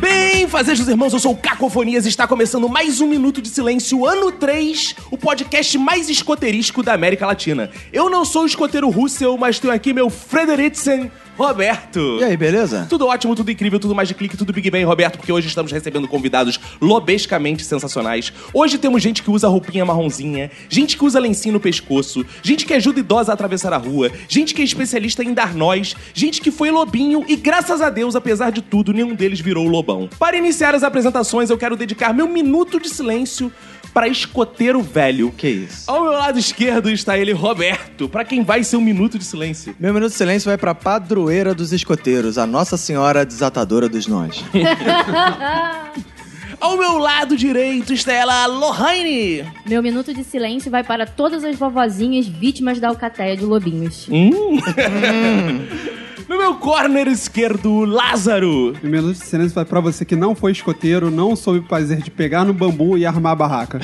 Bem, fazejos irmãos, eu sou o Cacofonias e está começando mais um Minuto de Silêncio, ano 3, o podcast mais escoteirístico da América Latina. Eu não sou o escoteiro Russell, mas tenho aqui meu Frederiksen Roberto. E aí, beleza? Tudo ótimo, tudo incrível, tudo mais de clique, tudo Big Bang, Roberto, porque hoje estamos recebendo convidados lobescamente sensacionais. Hoje temos gente que usa roupinha marronzinha, gente que usa lencinho no pescoço, gente que ajuda idosa a atravessar a rua, gente que é especialista em dar nós, gente que foi lobinho e, graças a Deus, apesar de tudo, nenhum deles virou lobão. Para iniciar as apresentações, eu quero dedicar meu minuto de silêncio para escoteiro velho. Que isso? Ao meu lado esquerdo está ele, Roberto, para quem vai ser um minuto de silêncio. Meu minuto de silêncio vai pra padroeira dos escoteiros, a Nossa Senhora Desatadora dos Nós. Ao meu lado direito está ela, Lohane. Meu minuto de silêncio vai para todas as vovozinhas vítimas da alcateia de lobinhos. No meu corner esquerdo, Lázaro. Meu minuto de silêncio vai pra você que não foi escoteiro, não soube o prazer de pegar no bambu e armar a barraca.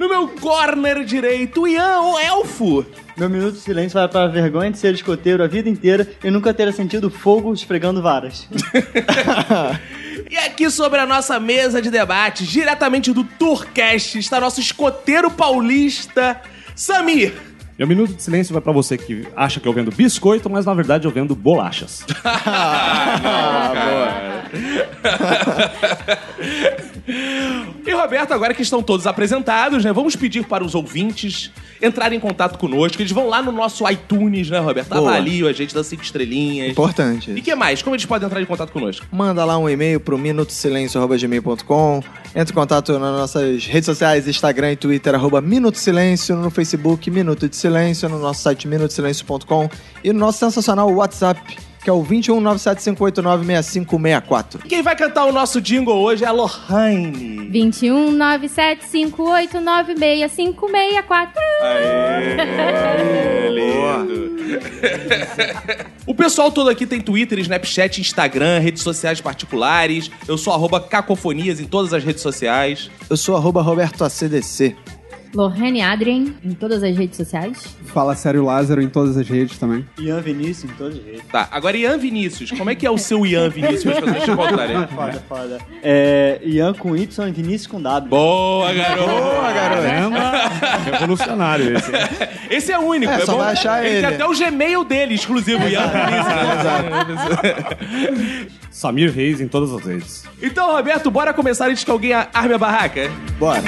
No meu corner direito, Ian, o elfo. Meu minuto de silêncio vai para a vergonha de ser escoteiro a vida inteira e nunca ter sentido fogo esfregando varas. E aqui sobre a nossa mesa de debate, diretamente do Tourcast, está nosso escoteiro paulista, Samir. Meu minuto de silêncio vai pra você que acha que eu vendo biscoito, mas na verdade eu vendo bolachas. Ah, E Roberto, agora que estão todos apresentados, né? Vamos pedir para os ouvintes entrarem em contato conosco. Eles vão lá no nosso iTunes, né, Roberto? Boa. Avalio a gente, dá cinco estrelinhas. E Importante. que mais? Como eles podem entrar em contato conosco? Manda lá um e-mail pro minutosilencio.gmail.com Entra em contato nas nossas redes sociais, Instagram e Twitter, arroba Minuto Silêncio, no Facebook Minuto de Silêncio, no nosso site minutosilencio.com e no nosso sensacional WhatsApp, que é o 21975896564. E quem vai cantar o nosso jingle hoje é a Lohane. 21 97 58 96 564. É O pessoal todo aqui tem Twitter, Snapchat, Instagram, redes sociais particulares. Eu sou arroba cacofonias em todas as redes sociais. Eu sou arroba Roberto ACDC. Lorraine Adrien em todas as redes sociais. Fala sério Lázaro em todas as redes também. Ian Vinícius em todos os jeitos. Tá, agora Ian Vinícius. Como é que é o seu Ian Vinícius? As pessoas te encontrarem. Foda, foda. É, Ian com Y e Vinícius com W. Boa, garoto! Boa, garoto! Lenda É revolucionário esse. hein? Esse é único. É, só bom- vai achar Tem ele. até o Gmail dele, exclusivo. Ian Vinícius, né? Samir Reis em todas as redes. Então, Roberto, bora começar antes que alguém arme a barraca? Bora.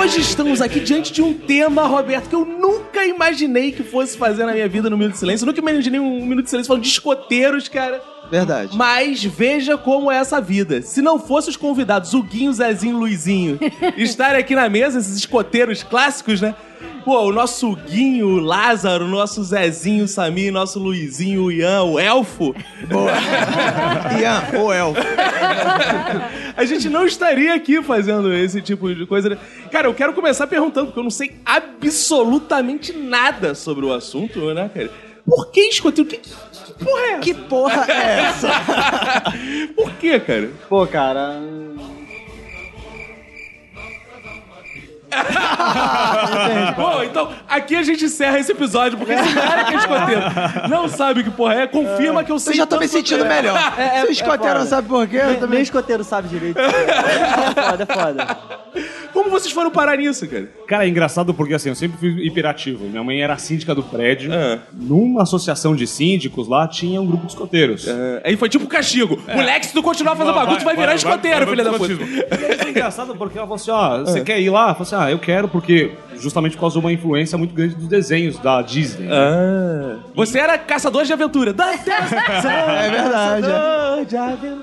Hoje estamos aqui diante de um tema, Roberto, que eu nunca imaginei que fosse fazer na minha vida no Minuto de Silêncio. Eu nunca imaginei um Minuto de Silêncio falando de escoteiros, cara. Verdade. Mas veja como é essa vida. Se não fossem os convidados, o Guinho, Zezinho e Luizinho, estarem aqui na mesa, esses escoteiros clássicos, né? Pô, o nosso Guinho, o Lázaro, o nosso Zezinho, o Samir, o nosso Luizinho, o Ian, o Elfo, Boa. Ian, ou Elfo. a gente não estaria aqui fazendo esse tipo de coisa. né? Cara, eu quero começar perguntando, porque eu não sei absolutamente nada sobre o assunto, né, cara? Por que escoteiro? Que, que porra é essa? Que porra é essa? Por que, cara? Pô, cara. Bom, então aqui a gente encerra esse episódio, porque se o cara que é escoteiro não sabe o que porra é, confirma que eu sei. Eu já tô me tanto sentindo quanto é. melhor. Se o é escoteiro não foda. sabe por quê, eu Nem, nem também... escoteiro sabe direito. É foda, é foda. Como vocês foram parar nisso, cara? Cara, é engraçado porque assim, eu sempre fui hiperativo. Minha mãe era síndica do prédio. Ah. Numa associação de síndicos lá tinha um grupo de escoteiros. É, Aí foi tipo castigo. Moleque, se tu continuar fazendo bagunça, tu vai virar escoteiro, filha da puta. E aí foi engraçado porque ela falou assim: ó, você quer ir lá? Eu falei assim: ah, eu quero porque justamente por causa de uma influência muito grande dos desenhos da Disney. Ah. né? Você era caçador de aventura. Dá É verdade. é.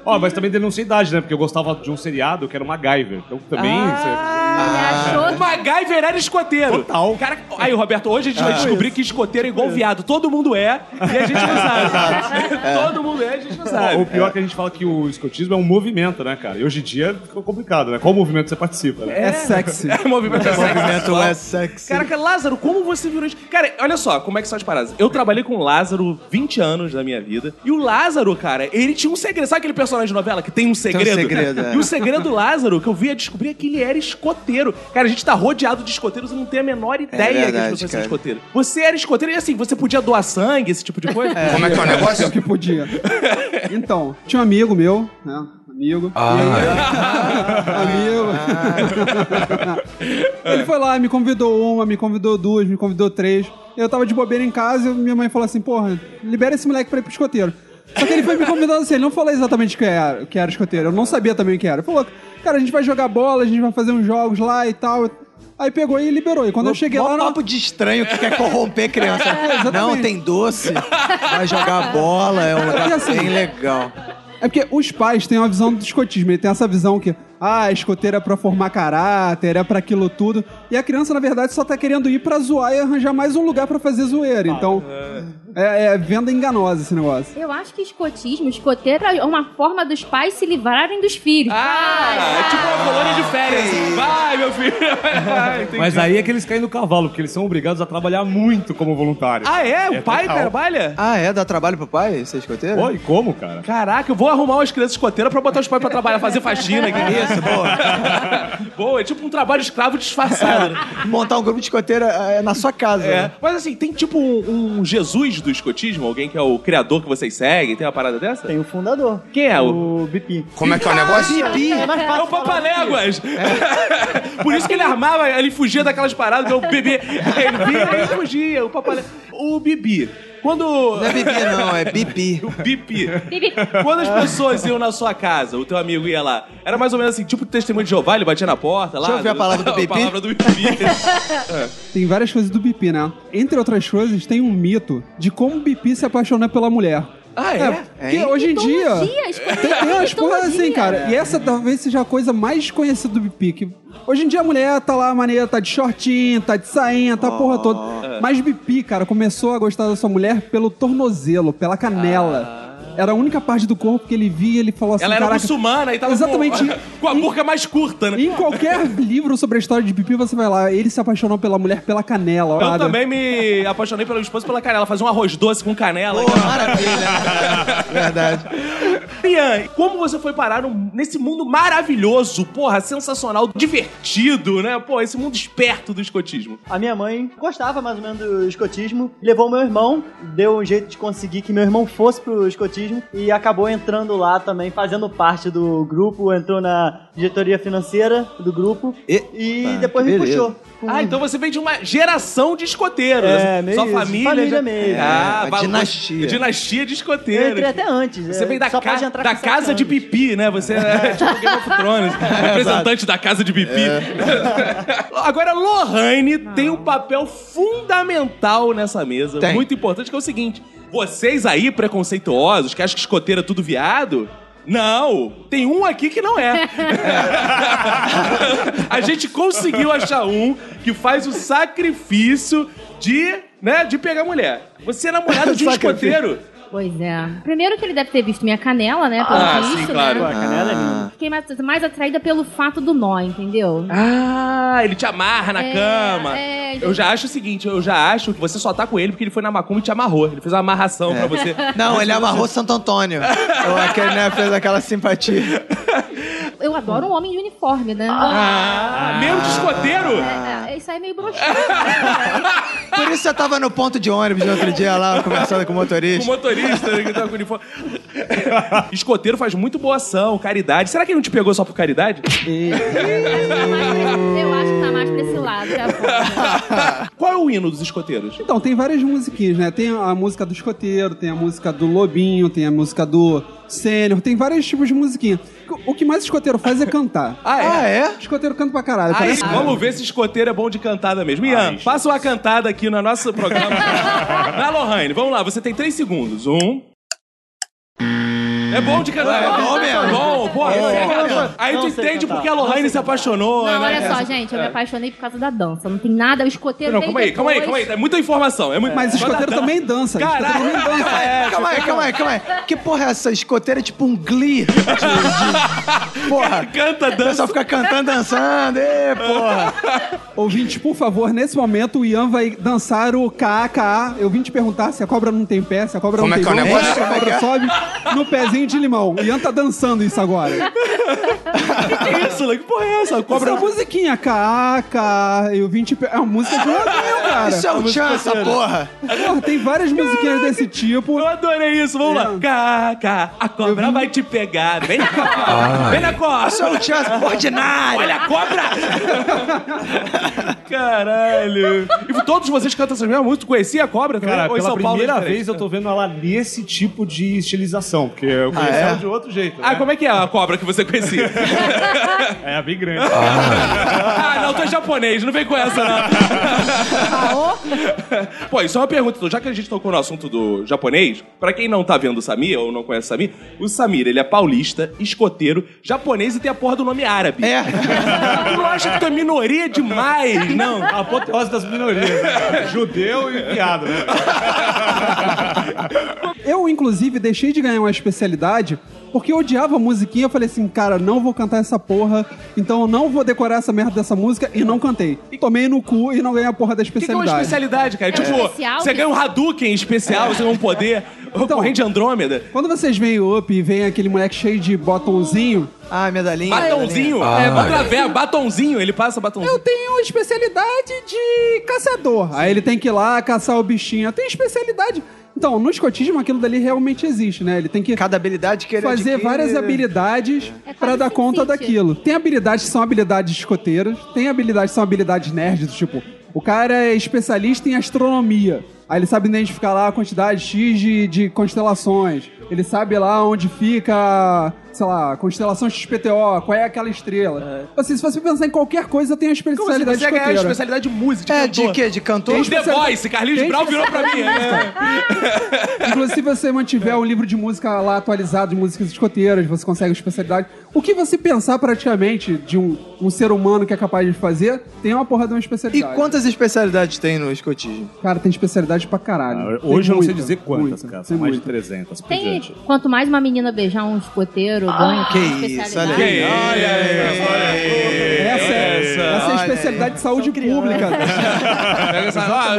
Ó, mas também denunciei idade, né? Porque eu gostava de um seriado que era o MacGyver. Então também. Ah, Ele achou O Ah, MacGyver era escoteiro. Total. Cara, aí, Roberto, hoje a gente vai descobrir que escoteiro é igual viado. Todo mundo é e a gente não sabe. Todo mundo é e a gente não você- sabe. O pior é que a gente fala que o escotismo é um movimento, né, cara? E hoje em dia ficou complicado, né? Qual movimento você participa, né? É sexy. É movimento O movimento sexual. é sexy. Caraca, Lázaro, como você virou. es- Cara, olha só como é que são as paradas. Eu trabalhei com o Lázaro 20 anos da minha vida. E o Lázaro, cara, ele tinha um segredo. Sabe aquele personagem de novela que tem um segredo? segredo, é. E o segredo do Lázaro que eu via descobrir é que ele era escoteiro. Cara, a gente tá rodeado de escoteiros e não tem a menor ideia que as verdade, pessoas são cara. escoteiras. Você era escoteiro e assim, você podia doar sangue, esse tipo de coisa? Como é que é o negócio? Acho que podia. Então, tinha um amigo meu, né? Amigo. amigo. Ele foi lá, me convidou uma, me convidou duas, me convidou três. Eu tava de bobeira em casa e minha mãe falou assim: porra, libera esse moleque pra ir pro escoteiro. Só que ele foi me convidando assim, ele não falou exatamente o que era, o que era escoteiro, eu não sabia também o que era. Ele falou, cara, a gente vai jogar bola, a gente vai fazer uns jogos lá e tal. Aí pegou e liberou. E quando eu cheguei lá, Mó não- papo de estranho que quer corromper criança. exatamente. não, tem doce, vai jogar bola, é um lugar E assim- bem legal. É porque os pais têm uma visão do escotismo. Ele tem essa visão que, ah, escoteiro é pra formar caráter, é pra aquilo tudo. E a criança, na verdade, só tá querendo ir pra zoar e arranjar mais um lugar pra fazer zoeira. Então, é, é venda enganosa esse negócio. Eu acho que escotismo, escoteiro, é uma forma dos pais se livrarem dos filhos. Ah, é tipo uma colônia de férias. assim. Vai, meu filho. Vai, entendi. Mas aí é que eles caem no cavalo, porque eles são obrigados a trabalhar muito como voluntários. Ah, é? O pai trabalha? Ah, é? Dá trabalho pro pai ser escoteiro? Pô, e como, cara? Caraca, eu vou arrumar umas crianças escoteiras pra botar os pais pra trabalhar, fazer faxina. Isso, boa. boa, é tipo um trabalho escravo disfarçado. né? Montar um grupo de escoteiro é, na sua casa. É. né? Mas assim, tem tipo um, um Jesus do escotismo? Alguém que é o criador que vocês seguem? Tem uma parada dessa? Tem o fundador. Quem é o... O Bipi. Como é que é o negócio? É mais É o fácil. Papaléguas! É. Por isso que ele armava, ele fugia daquelas paradas, que é o bebê. Ele via e fugia, o Papaléguas. O Bibi. Quando. Não Né? é bibi, não, é bibi. O Bibi. tipo- Bibi. Quando as pessoas iam na sua casa, o teu amigo ia lá, era mais ou menos assim, tipo o testemunho de Jeová, ele batia na porta lá. Deixa eu ver a palavra do A Bibi. palavra do Bibi. Tem várias coisas do Bipi, né? Entre outras coisas, tem um mito de como o Bipi se apaixona pela mulher. Ah, é? Assim, Porque hoje em dia... Mitologia, Então, um escoteiro Tem, tem é umas porras mitologia. assim, cara. E essa talvez seja a coisa mais conhecida do Bipi. que hoje em dia a mulher tá lá maneira, tá de shortinho, tá de sainha, tá a porra Ah. É. toda. Mas Bipi, cara, começou a gostar da sua mulher pelo tornozelo, pela canela. Era a única parte do corpo que ele via e ele falou assim, Ah. Ela era caraca... muçulmana e tava Exatamente. com, com a burca mais curta, né? Em qualquer livro sobre a história de Bipi, você vai lá, ele se apaixonou pela mulher pela canela. Eu olha. também me apaixonei pela minha esposa pela canela. Fazia um arroz doce com canela. Pô, maravilha. né? Verdade. Ian, como você foi parar num- nesse mundo maravilhoso, porra, sensacional, divertido, né? Pô, esse mundo esperto do escotismo. A minha mãe gostava mais ou menos do escotismo, levou meu irmão, deu um jeito de conseguir que meu irmão fosse pro escotismo e acabou entrando lá também, fazendo parte do grupo, entrou na diretoria financeira do grupo E- e Pá, depois que me beleza. puxou. Com- Ah, então você vem de uma geração de escoteiros. Hum. É, né? meio Sua isso. família. Família já- mesmo. Ah, É, uma valor- dinastia. Dinastia de escoteiros. Eu entrei até antes. Você é, vem da, só ca- pode entrar da com sete casa de anos. pipi, né? Você é tipo Game of Thrones. representante da casa de pipi. É. Agora, Lohane tem um papel fundamental nessa mesa. Tem. Muito importante, que é o seguinte. Vocês aí, preconceituosos, que acham que escoteiro é tudo viado... Não, tem um aqui que não é. A gente conseguiu achar um que faz o sacrifício de, né, de pegar mulher. Você é namorado de um Sacrifício. escoteiro? Pois é. Primeiro que ele deve ter visto minha canela, né? Pelo Ah, sim, visto, claro. Pô, né? a canela é linda. Fiquei mais, mais atraída pelo fato do nó, entendeu? Ah, ele te amarra na É, cama. é, eu já acho o seguinte, eu já acho que você só tá com ele porque ele foi na macumba e te amarrou. Ele fez uma amarração É. pra você. Não, ele amarrou Santo Antônio. Ou aquele, né, fez aquela simpatia. Eu adoro um homem de uniforme, né? Ah, mesmo de escoteiro? É, é, aí sai meio broxado. né? Por isso eu tava no ponto de ônibus no outro dia lá, conversando com o O motorista. motorista né, que tava com uniforme. Escoteiro faz muito boa ação, caridade. Será que ele não te pegou só por caridade? Acho que tá mais- Eu acho que tá mais pra esse lado, tá já foi. Ah. Qual é o hino dos escoteiros? Então, tem várias musiquinhas, né? Tem a música do escoteiro, tem a música do lobinho, tem a música do sênior, tem vários tipos de musiquinha. O que mais escoteiro faz é cantar. Ah, é? Ah, é? Escoteiro canta pra caralho. Aí, parece- vamos ver se escoteiro é bom de cantada mesmo. Ian, passa uma cantada aqui no nosso programa. Na Lohane, vamos lá, você tem três segundos. Um. É bom de cantar. É bom mesmo. É bom, porra. Aí tu Não sei entende cantar. porque a Lohane se apaixonou, Não, né? olha só, gente, eu me apaixonei por causa da dança. Não tem nada, o escoteiro Não, veio calma aí, calma aí, calma aí. depois. É muita informação. É muito... Mas escoteiro também dança. Caralho. Escoteiro também dança. É, Calma aí, calma aí, calma aí. Que porra é essa? Escoteira é tipo um glee. de- de- Porra. Canta, O dança. pessoal fica cantando, dançando. Ê, porra. Ouvintes, por favor, nesse momento o Ian vai dançar o KKA. Eu vim te perguntar se a cobra não tem pé, se a cobra Como não é tem que é o mão, negócio? se a Como é que cobra é? sobe no pezinho de limão. O Ian tá dançando isso agora. Que isso, Lan? Que porra é essa? Cobra Cobra. é uma musiquinha, KKA, eu vim te pe- É uma música de um amigo, cara. Isso é o tchan, essa porra. Porra, tem várias musiquinhas desse tipo. Eu adorei isso, vamos lá. É. Caca, a cobra vai te pegar. Vem na cobra. Vem na Isso é cobra. o tchan, essa porra de nada. Olha a cobra! Caralho! E todos vocês cantam essas mesmas músicas? Tu conhecia a cobra também? Cara, Ou em pela São Paulo é primeira diferente? vez eu tô vendo ela nesse tipo de estilização, porque eu conheci é? ela de outro jeito. Ah, né? como é que é a cobra que você conhecia? É, bem grande. ah, não, tu é japonês, não vem com essa, não. Pô, isso é uma pergunta, então, já que a gente tocou no assunto do japonês, pra quem não tá vendo o Samir ou não conhece o Samir, o Samir, ele é paulista, escoteiro, japonês e tem a porra do nome árabe. É. Tu não acha que tu é minoria demais? Não. É A apoteose das minorias, né, cara? Judeu e piada, né? Eu, inclusive, deixei de ganhar uma especialidade porque eu odiava a musiquinha. Eu falei assim, cara, não vou cantar essa porra, então eu não vou decorar essa merda dessa música e não cantei. Tomei no cu e não ganhei a porra da O que, que é uma especialidade. especialidade, cara? É tipo, um especial você que- ganha um Hadouken especial, você ganha um poder, o Então- corrente Andrômeda, Quando vocês veem o Up e vem aquele moleque cheio de botãozinho, Ah, medalhinha. batonzinho, é, através, batonzinho, ele passa batonzinho. eu tenho especialidade de caçador. Aí ele tem que ir lá caçar o bichinho. Eu tenho especialidade. Então, no escotismo aquilo dali realmente existe, né? Ele tem que Cada habilidade que ele fazer adquire, várias né? habilidades É pra quase dar Sin conta City. daquilo. Tem habilidades que são habilidades escoteiras, tem habilidades que são habilidades nerds, do tipo, o cara é especialista em astronomia. Aí ele sabe identificar lá a quantidade X de, de constelações. Ele sabe lá onde fica, sei lá, a constelação XPTO, qual é aquela estrela. Assim, se você pensar em qualquer coisa, tem a É. Como assim, especialidade você ia ganhar escoteira. especialidade de música, É, de de cantor. quê? De cantor? Tem The Voice, Carlinhos tem Brown virou pra mim. É. Inclusive, se você É. mantiver um livro de música lá atualizado, de músicas escoteiras, você consegue uma especialidade. O que você pensar praticamente de um, um ser humano que é capaz de fazer, tem uma porra de uma E especialidade. quantas especialidades tem no escotismo? Cara, tem especialidade pra caralho. Tem Ah, Hoje eu não muita, sei dizer quantas, muita, Tem cara. São mais de muita. 300 por Tem, diante. quanto mais uma menina beijar um escoteiro, ganha que uma isso, especialidade. olha aí. Olha aí, olha aí. Essa é, essa é a Olha aí. especialidade de saúde pública. Pega essa- Ah,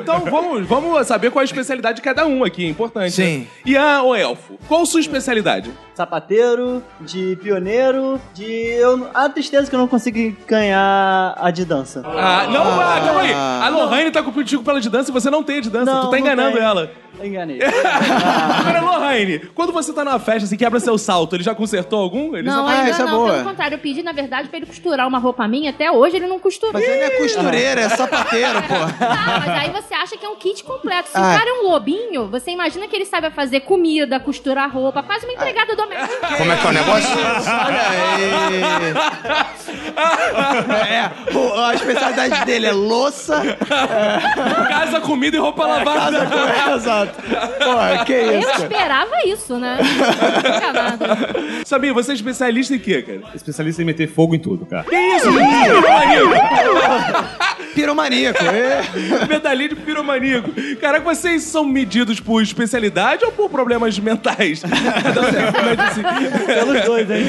Então vamos, vamos saber qual é a especialidade de cada um aqui, é importante. Sim. né? Ian ou Elfo, qual sua especialidade? Sapateiro, de pioneiro, de. Eu... A tristeza que eu não consegui ganhar a de dança. Ah, não, ah, calma aí. A Lohane tá competindo com ela de dança e você não tem de dança, Não, tu tá não enganando tem. ela. Enganei. Agora, Lohane, quando você tá numa festa e quebra seu salto, ele já consertou algum? Ele Não, Ah, ainda essa é não, boa. pelo contrário, eu pedi, na verdade, pra ele costurar uma roupa minha, até hoje ele não costurou. Mas ele é costureira, é sapateiro, porra. Tá, mas aí você acha que é um kit completo. Se Ah. o cara é um lobinho, você imagina que ele sabe fazer comida, costurar roupa, quase uma empregada doméstica. Como é que é o negócio? Olha aí. É, o- a especialidade dele é louça. Casa, comida e É, roupa lavada. Exato. Porra, que Eu isso? cara? esperava isso, né? Não fica nada. Samir, você é especialista em quê, cara? Especialista em meter fogo em tudo, cara. Que isso? Piromaníaco. Piromaníaco. é. Medalhinha de piromaníaco. Caraca, vocês são medidos por especialidade ou por problemas mentais? Então, assim, Pelos dois, hein?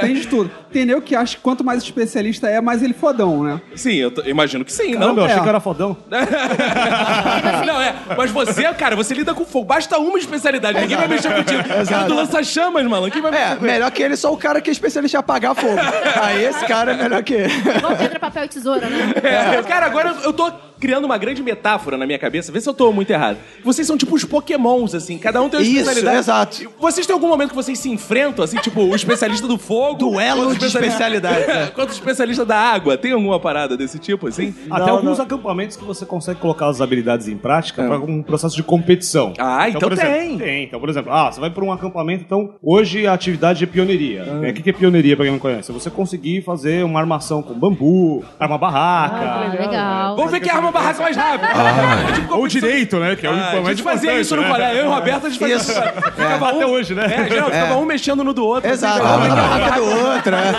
tem de tudo. Tem nego que acha que quanto mais especialista é, mais ele fodão, né? Sim, eu tô- imagino que sim, Não, não? meu, achei é. que eu era fodão. Não, é. Mas mas você, cara, você lida com fogo. Basta uma especialidade. Ninguém vai mexer contigo. Cara do lança-chamas, maluco. Quem vai É, mexer com melhor que ele, só o cara que é especialista em apagar fogo. Aí esse cara é melhor que ele. Igual pedra, papel e tesoura, né? É, Cara, agora eu- eu tô criando uma grande metáfora na minha cabeça. Vê se eu tô muito errado. Vocês são tipo os pokémons, assim. Cada um tem uma Isso, especialidade. exato. Vocês têm algum momento que vocês se enfrentam, assim, tipo o especialista do fogo... Duelo contra o de especialidades, né? Contra o especialista da água. Tem alguma parada desse tipo, assim? Até Não, alguns não. acampamentos que você consegue colocar as habilidades em prática Ah. pra um processo de competição. Ah, então por tem. exemplo, tem. Então, por exemplo, ah, você vai pra um acampamento, então hoje a atividade é pioneria. Ah. né? O que que é pioneria, pra quem não conhece? É você conseguir fazer uma armação com bambu, armar barraca. Ah, Legal. Vamos ver quem arma a barraca mais rápido. Ah, É tipo Ou direito, né? Que é o Ah, a mais gente fazia importante, isso no né? colégio. Eu e o Roberto, a gente fazia isso. Isso. É. no colégio. Ficava Até hoje, né? É, geral, ficava um mexendo no do outro. assim, Exato, Ah. ficava- uma Ah. na barraca do outro, né?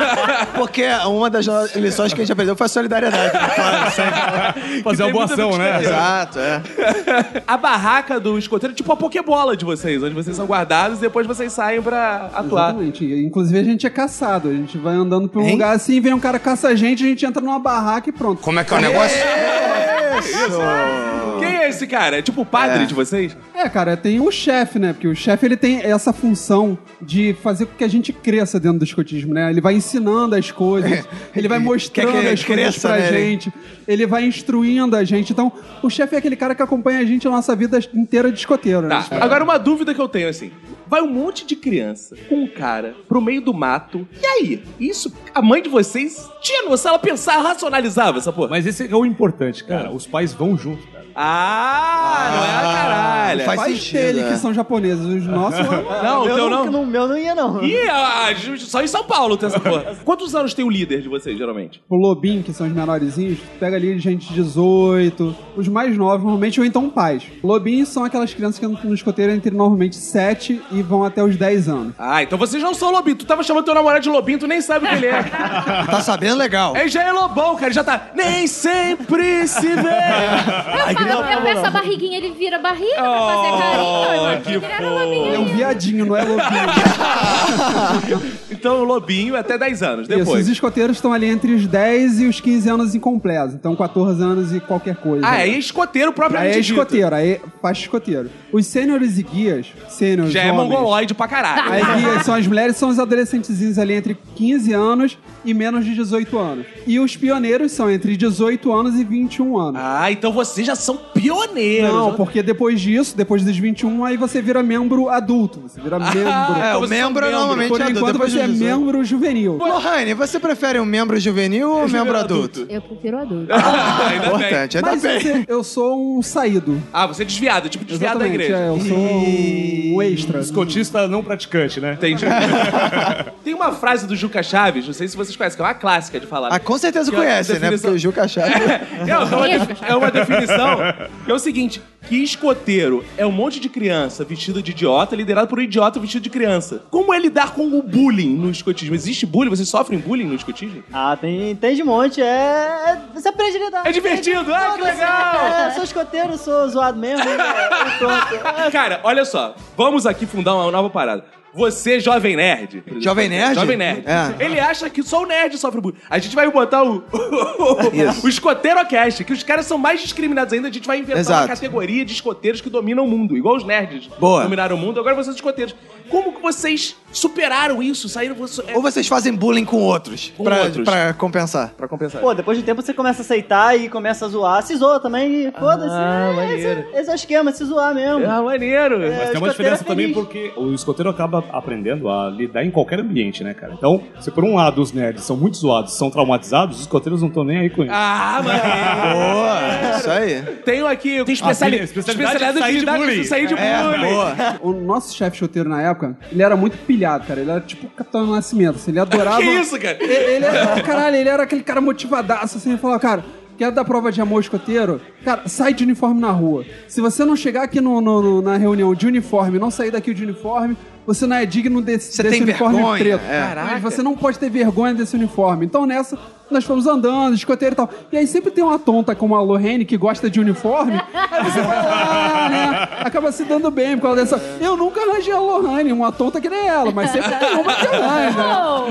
Porque uma das no- lições que a gente aprendeu foi a solidariedade. né? Claro, sempre. Fazer tem uma boa muita ação, né? Exato, é. A barraca do escoteiro é tipo a pokebola de vocês, onde vocês são guardados e depois vocês saem pra atuar. Exatamente. Inclusive, a gente é caçado. A gente vai andando por um lugar assim, vem um cara caça a gente, a gente entra numa barraca e pronto. Como é que é o negócio? Quem é esse cara? É tipo o padre de vocês? É, cara, tem o chefe, né? Porque o chefe ele tem essa função de fazer com que a gente cresça dentro do escotismo, né? Ele vai ensinando as coisas, ele vai mostrando Quer É, que as coisas cresça, pra né? gente, ele vai instruindo a gente. Então, o chefe é aquele cara que acompanha a gente a nossa vida inteira de escoteiro, Tá. né? Agora uma dúvida que eu tenho assim. Vai um monte de criança com um cara pro meio do mato. E aí? Isso, a mãe de vocês tinha noção, ela pensava, racionalizava essa porra. Mas esse é o importante, cara. Os pais vão junto, cara. Ah, não é a caralho. faz Pais sentido, dele é. que são japoneses, os nossos... Não, o meu teu não, não. não- meu não ia, não. Ih, ah, só em São Paulo tem essa porra. Quantos anos tem o líder de vocês, geralmente? O Lobinho, que são os menorzinhos, pega ali gente de 18, os mais novos, normalmente, ou então pais. Lobinhos são aquelas crianças que andam no escoteiro é entre normalmente 7 e vão até os 10 anos. Ah, então vocês não são lobinho. Tu tava chamando teu namorado de lobinho, tu nem sabe o que ele é. Tá sabendo legal. Ele já é lobão, cara. Ele já tá. Nem sempre se vê. Eu, falo, eu peço a barriguinha, ele vira a barriga pra Oh. fazer é carinho. Eu achei Oh, que ele era É um lobinho. viadinho, não é lobinho. Então, o lobinho é até 10 anos Isso, depois. os escoteiros estão ali entre os 10 e os 15 anos incompletos. Então, 14 anos e qualquer coisa. Ah, é escoteiro Aí propriamente é dito. escoteiro, aí faz escoteiro. Os sêniores e guias, sêniores Já é homens, mongoloide pra caralho. Aí guias são as mulheres, são os adolescentezinhos ali entre 15 anos e menos de 18 anos. E os pioneiros são entre 18 anos e 21 anos. Ah, então vocês já são pioneiros. né? Não, porque depois disso, depois dos 21, aí você vira membro adulto. Você vira membro. É, então o vocês são membro membros. normalmente Por é adulto, enquanto depois você de é 18. membro juvenil. Lohane, você prefere um membro juvenil ou um membro adulto? Eu prefiro adulto. Ah, ainda bem. Importante, ainda Mas bem. você- eu sou um saído. Ah, você é desviado, tipo desviado da Exatamente, igreja. é, eu sou um extra. Escotista não praticante, né? Entendi. Tem uma frase do Juca Chaves, não sei se vocês conhecem, que é uma clássica de falar. Ah, com certeza Que é a conhece, né? Porque definição- o Juca Chaves. Não, então é, uma defi- é uma definição que é o seguinte: que escoteiro é um monte de criança vestida de idiota, liderado por um idiota vestido de criança. Como é lidar com o bullying no escotismo? Existe bullying? Vocês sofrem bullying no escotismo? Ah, tem, tem de monte. É. é- Você aprende a lidar. É divertido, ah, que Foda-se. legal! É, sou escoteiro, sou zoado mesmo. né? e- e pronto. Cara, olha só, vamos aqui fundar uma nova parada. Você, jovem nerd. Jovem nerd? Jovem nerd. É. Ele acha que só o nerd sofre bullying. A gente vai botar o. o escoteirocast, que os caras são mais discriminados ainda. A gente vai inventar uma Exato. categoria de escoteiros que dominam o mundo, igual os nerds Boa. dominaram o mundo. Agora vocês, escoteiros. Como que vocês superaram isso? Saíram. Você... Ou vocês fazem bullying com outros, É. Com pra, outros. pra compensar. Pra compensar. Pô, depois de um tempo você começa a aceitar e começa a zoar. Se zoa também e foda-se. Ah, É, maneiro. esse, esse é o esquema, se zoar mesmo. Ah, maneiro. É, Mas tem uma escoteiro diferença é também feliz. porque o escoteiro acaba aprendendo a lidar em qualquer ambiente, né, cara? Então, se por um lado os nerds são muito zoados, são traumatizados, os escoteiros não estão nem aí com isso. Ah, maneiro. Boa, isso aí. Tenho aqui. Tem especiali... Ah, especialidade de sair de bullying. sair de É, bullying. boa. O nosso chefe choteiro na época, ele era muito pilhado, cara. Ele era tipo o Capitão Nascimento, assim, ele adorava... Que isso, cara? E- Ele era, caralho, ele era aquele cara motivadaço, assim, ele falava, cara, quer dar prova de amor escoteiro? Cara, sai de uniforme na rua. Se você não chegar aqui no, no- no- na reunião de uniforme, não sair daqui de uniforme, você não é digno desse, Você desse tem uniforme vergonha, preto. é. Mas você não pode ter vergonha desse uniforme. Então nessa, nós fomos andando, escoteiro e tal. E aí sempre tem uma tonta como a Lorraine que gosta de uniforme, aí você vai lá, né? Acaba se dando bem por causa dessa. Eu nunca arranjei a Lorraine, uma tonta que nem ela, mas sempre tem uma que arranja. Oh.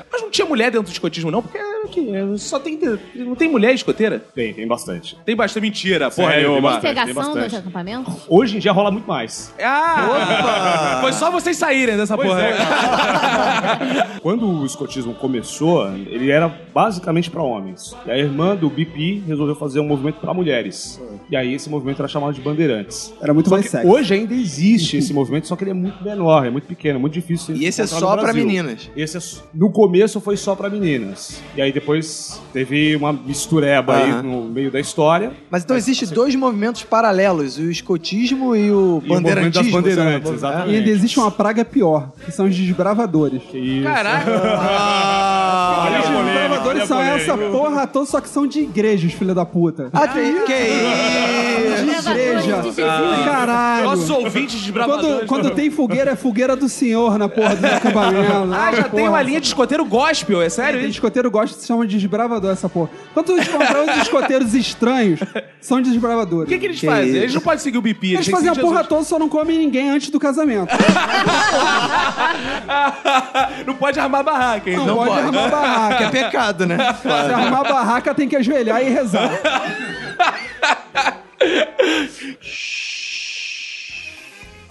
Mas não tinha mulher dentro do escotismo, não, porque é que só tem. Não tem mulher escoteira? Tem, tem bastante. Tem bastante mentira, porra Sério, nenhuma. tem bastante. Pegação nos acampamentos? Hoje em dia rola muito mais. Ah! Foi só vocês saírem dessa porra. é, Quando o escotismo começou, ele era basicamente pra homens. E a irmã do BP resolveu fazer um movimento pra mulheres. E aí esse movimento era chamado de bandeirantes. Era muito Só mais que sexy. Hoje ainda existe esse movimento, só que ele é muito menor, é muito pequeno, é muito difícil. E esse é encontrar no só pra Brasil. meninas. Esse é s- no começo foi só pra meninas. E aí depois teve uma mistureba aí Aham. no meio da história. Mas então existem dois movimentos paralelos, o escotismo e o E o movimento bandeirantismo. sabe? das É. bandeirantes, E exatamente. ainda existe uma praga pior, que são os desbravadores. Isso. Caraca! Ah! Olha a os polêmica, olha desbravadores a são essa polêmica. porra toda, só que são de igrejas, filha da puta. Ah, tem- que isso? De Desbravadores igreja. de Jesus. Caralho. Nossos ouvintes né? de Quando, quando tem fogueira, é fogueira do senhor na porra do acampamento. Ah, já tem uma linha de escoteiro gospel, é sério? Tem isso? escoteiro gosta se chama de desbravador essa porra. Quando encontrar os escoteiros estranhos, são desbravadores. O que, que eles fazem? isso? Eles não podem seguir o BP. Eles têm que fazem a seguir porra toda, só não comem ninguém antes do casamento. Jesus. não pode armar barraca, Não, então. pode, pode. armar Que é barraca. pecado, né? Se armar barraca, tem que ajoelhar e rezar.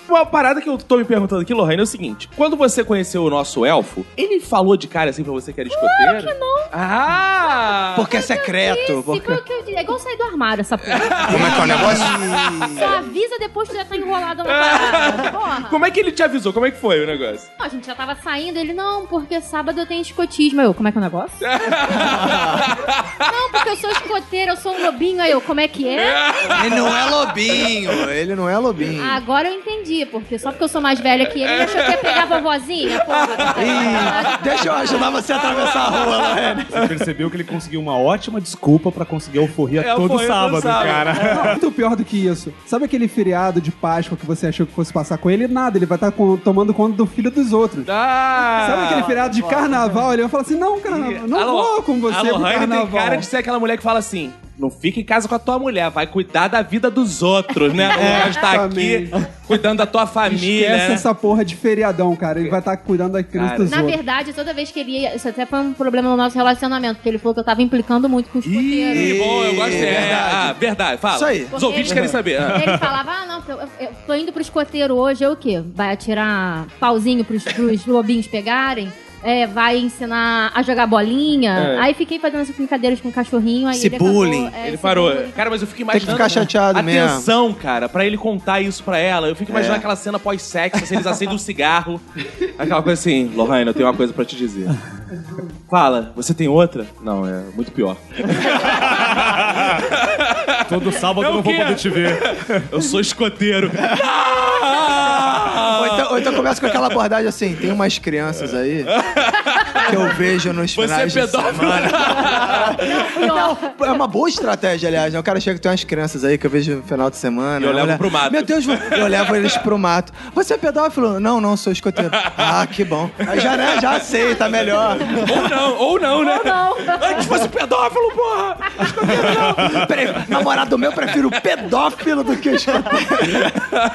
Uma parada que eu tô me perguntando aqui, Lorraine, é o seguinte. Quando você conheceu o nosso elfo, ele falou de cara assim pra você que era escoteiro? Claro que não. Ah! Porque é secreto. Esse, porque- como que eu diria? É igual sair do armário essa porra. Como é que é o negócio? Só avisa depois que já tá enrolado na parada. Porra. Como é que ele te avisou? Como é que foi o negócio? A gente já tava saindo, ele, não, porque sábado eu tenho escotismo. Aí eu, como é que é o negócio? não, porque eu sou escoteiro, eu sou um lobinho. Aí eu, como é que é? Ele não é lobinho. Ele não é lobinho. Ah, agora eu entendi, porque só porque eu sou mais velha que ele, ele achou que ia pegar a vovozinha, porra. Ih, deixa eu ajudar você a atravessar a rua, né? Lorena. Você percebeu que ele conseguiu uma ótima desculpa pra conseguir a euforia É, todo euforia todo sábado, sábado. cara. Não, muito pior do que isso. Sabe aquele feriado de Páscoa que você achou que fosse passar com ele? Nada, ele vai estar tomando conta do filho dos outros. Ah! Sabe aquele feriado de carnaval? Ele vai falar assim: não, carnaval, não A Lo- vou com A você pro Lohane carnaval. tem cara de ser aquela mulher que fala assim: não fica em casa com a tua mulher, vai cuidar da vida dos outros, né? Não é, estar aqui também. cuidando da tua família. Esquece né? essa porra de feriadão, cara. Ele vai estar cuidando da criança Cara. dos Na outros. verdade, toda vez que ele ia. Isso até foi um problema no nosso relacionamento, porque ele falou que eu tava implicando muito com os escoteiros. Ih, bom, eu gosto. É, Verdade. ah, verdade, fala. Isso aí. Os ouvintes querem saber. Ah. Ele falava, ah, não, eu, eu tô indo pro escoteiro hoje, é o quê? Vai atirar pauzinho pros, pros lobinhos pegarem? É, vai ensinar a jogar bolinha? Aí fiquei fazendo essas brincadeiras com o cachorrinho. Aí Esse ele acabou- bullying. é, É. Ele esse parou. bullying. Cara, mas eu fico que imaginando. ficar chateado mesmo. Atenção, cara, pra ele contar isso pra ela. Eu fico imaginando É. aquela cena pós-sexo, assim, eles acendem um cigarro. Aquela coisa assim, Lorraine, eu tenho uma coisa pra te dizer. Fala, você tem outra? Não, é muito pior. É. Todo sábado Não, eu não vou o quê? poder te ver. Eu sou escoteiro. Ah. Ou então, ou então começa com aquela abordagem assim: tem umas crianças aí que eu vejo nos Você é finais de pedófilo? semana. Pior. É uma boa estratégia, aliás. né? O cara chega que tem umas crianças aí que eu vejo no final de semana. né? E eu levo olha- pro mato. Meu Deus, eu levo eles pro mato. Você é pedófilo? Não, não, sou escoteiro. Ah, que bom. Aí já, né, já aceita, melhor. ou não, ou não, né? Não. Antes fosse pedófilo, porra! Peraí, namorado meu, prefiro pedófilo do que escoteiro.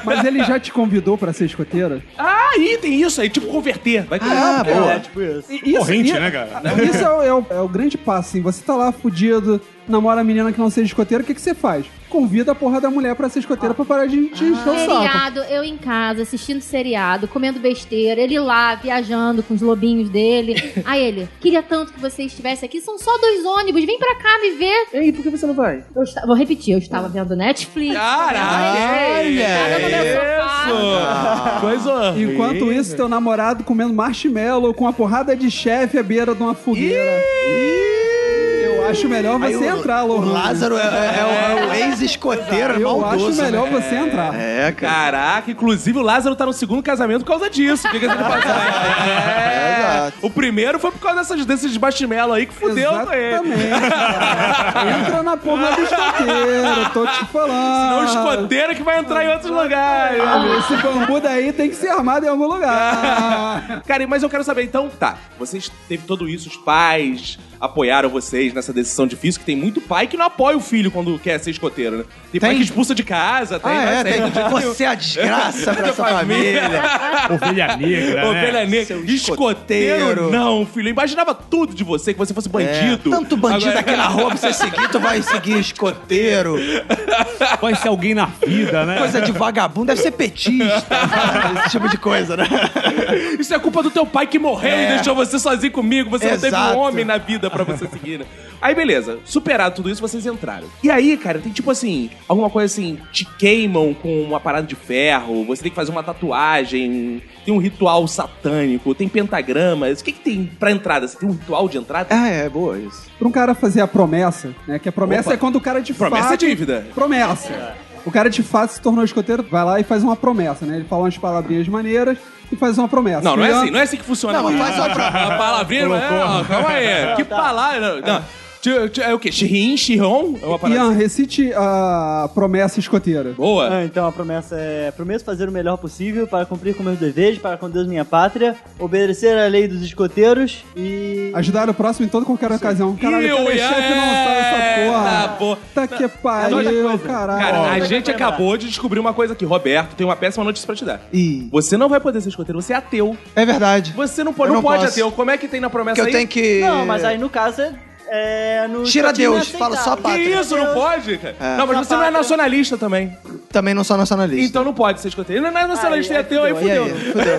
Mas ele já te convidou pra ser escoteiro? Ah, Aí tem isso aí, tipo converter. Vai Ah, pô. boa. É, tipo isso. E- Isso, Corrente, e- né, cara? Isso é, o- é o, é o grande passo, assim. Você tá lá fudido, namora a menina que não seja escoteira, o que, que você faz? Convida a porra da mulher pra ser escoteira pra parar de te encher o saco. Seriado, eu em casa, assistindo seriado, comendo besteira, ele lá, viajando com os lobinhos dele. Aí ele, queria tanto que você estivesse aqui, são só dois ônibus, vem pra cá me ver. E aí, por que você não vai? Eu esta- Vou repetir, eu estava vendo Netflix. Caraca! Cada um no meu sofá. Isso! Coisa Enquanto isso, teu namorado comendo marshmallow com uma porrada de chefe à beira de uma fogueira. Eu acho melhor Aí você o- entrar, O Lohan. Lázaro é, é- é o, é o ex-escoteiro Eu maldoso. acho melhor né? você entrar. É, cara. Caraca, inclusive o Lázaro tá no segundo casamento por causa disso. Fica sendo passado. É, exato. O primeiro foi por causa dessas, desses bastimelo aí que fudeu com ele. Exatamente. Entra na porra do escoteiro, tô te Não falando. escoteiro é que vai entrar em outros lugares. Esse bambu daí tem que ser armado em algum lugar. Cara, mas eu quero saber, então, tá. Vocês teve tudo isso, os pais, a apoiaram vocês nessa decisão difícil, que tem muito pai que não apoia o filho quando quer ser escoteiro, né? Tem, pai Tem? que expulsa de casa, tem, Ah, vai é, sair do tem. jeito nenhum. Você é a desgraça pra essa é família. Ovelha negra, né? Ovelha negra, Seu escoteiro. escoteiro. Não, filho. Eu imaginava tudo de você, que você fosse bandido. É, tanto bandido Agora- aqui na rua pra você seguir, tu vai seguir escoteiro. Vai ser alguém na vida, né? é. Coisa de vagabundo, deve ser petista. Esse tipo de coisa, né? Isso é culpa do teu pai que morreu e É. deixou você sozinho comigo. Você não teve Exato. um homem na vida pra você seguir, né? Aí, beleza. Superado tudo isso, vocês entraram. E aí, cara, tem tipo assim, alguma coisa assim, te queimam com uma parada de ferro, você tem que fazer uma tatuagem, tem um ritual satânico, tem pentagramas. O que, que tem pra entrada? Você tem um ritual de entrada? Ah, é, boa isso. Pra um cara fazer a promessa, né? Que a promessa Opa. é quando o cara de Promessa é fato... dívida. Promessa. O cara de fato se tornou escoteiro, vai lá e faz uma promessa, né? Ele fala umas palavrinhas maneiras e faz uma promessa. Não, não é E, ó, assim, não é assim que funciona. Não, mas faz só pra- Tá. A palavrinha não é. ó, Calma aí. Que palavra. Não, não. Tio- tio- É o quê? Xirin, Xiron? É uma parada. Ian, assim. recite a promessa escoteira. Boa. Ah, então a promessa é: prometo fazer o melhor possível para cumprir com meus deveres, para com Deus minha pátria, obedecer à lei dos escoteiros e. Ajudar o próximo em toda qualquer ocasião. Caralho, Eu, cada é, chefe não sabe essa porra. tá bom. Tá que pariu, caralho. Cara, a Olha. gente acabou de descobrir uma coisa aqui. Roberto, tem uma péssima notícia pra te dar. Ih. Você não vai poder ser escoteiro, você é ateu. É verdade. Você não pode, Eu não não pode posso. ateu. Como é que tem na promessa Porque eu aí? tenho que... Não, mas aí no caso é. é no Tira escotismo é Deus, fala só aceitável. pá- Que Pátria. isso, não pode, cara? É. Não, mas Na você não é pátria. nacionalista também. Também não sou nacionalista. Então não pode ser escoteiro. Ele não é nacionalista, Aí, é ateu, aí aí e fudeu. aí? Fudeu.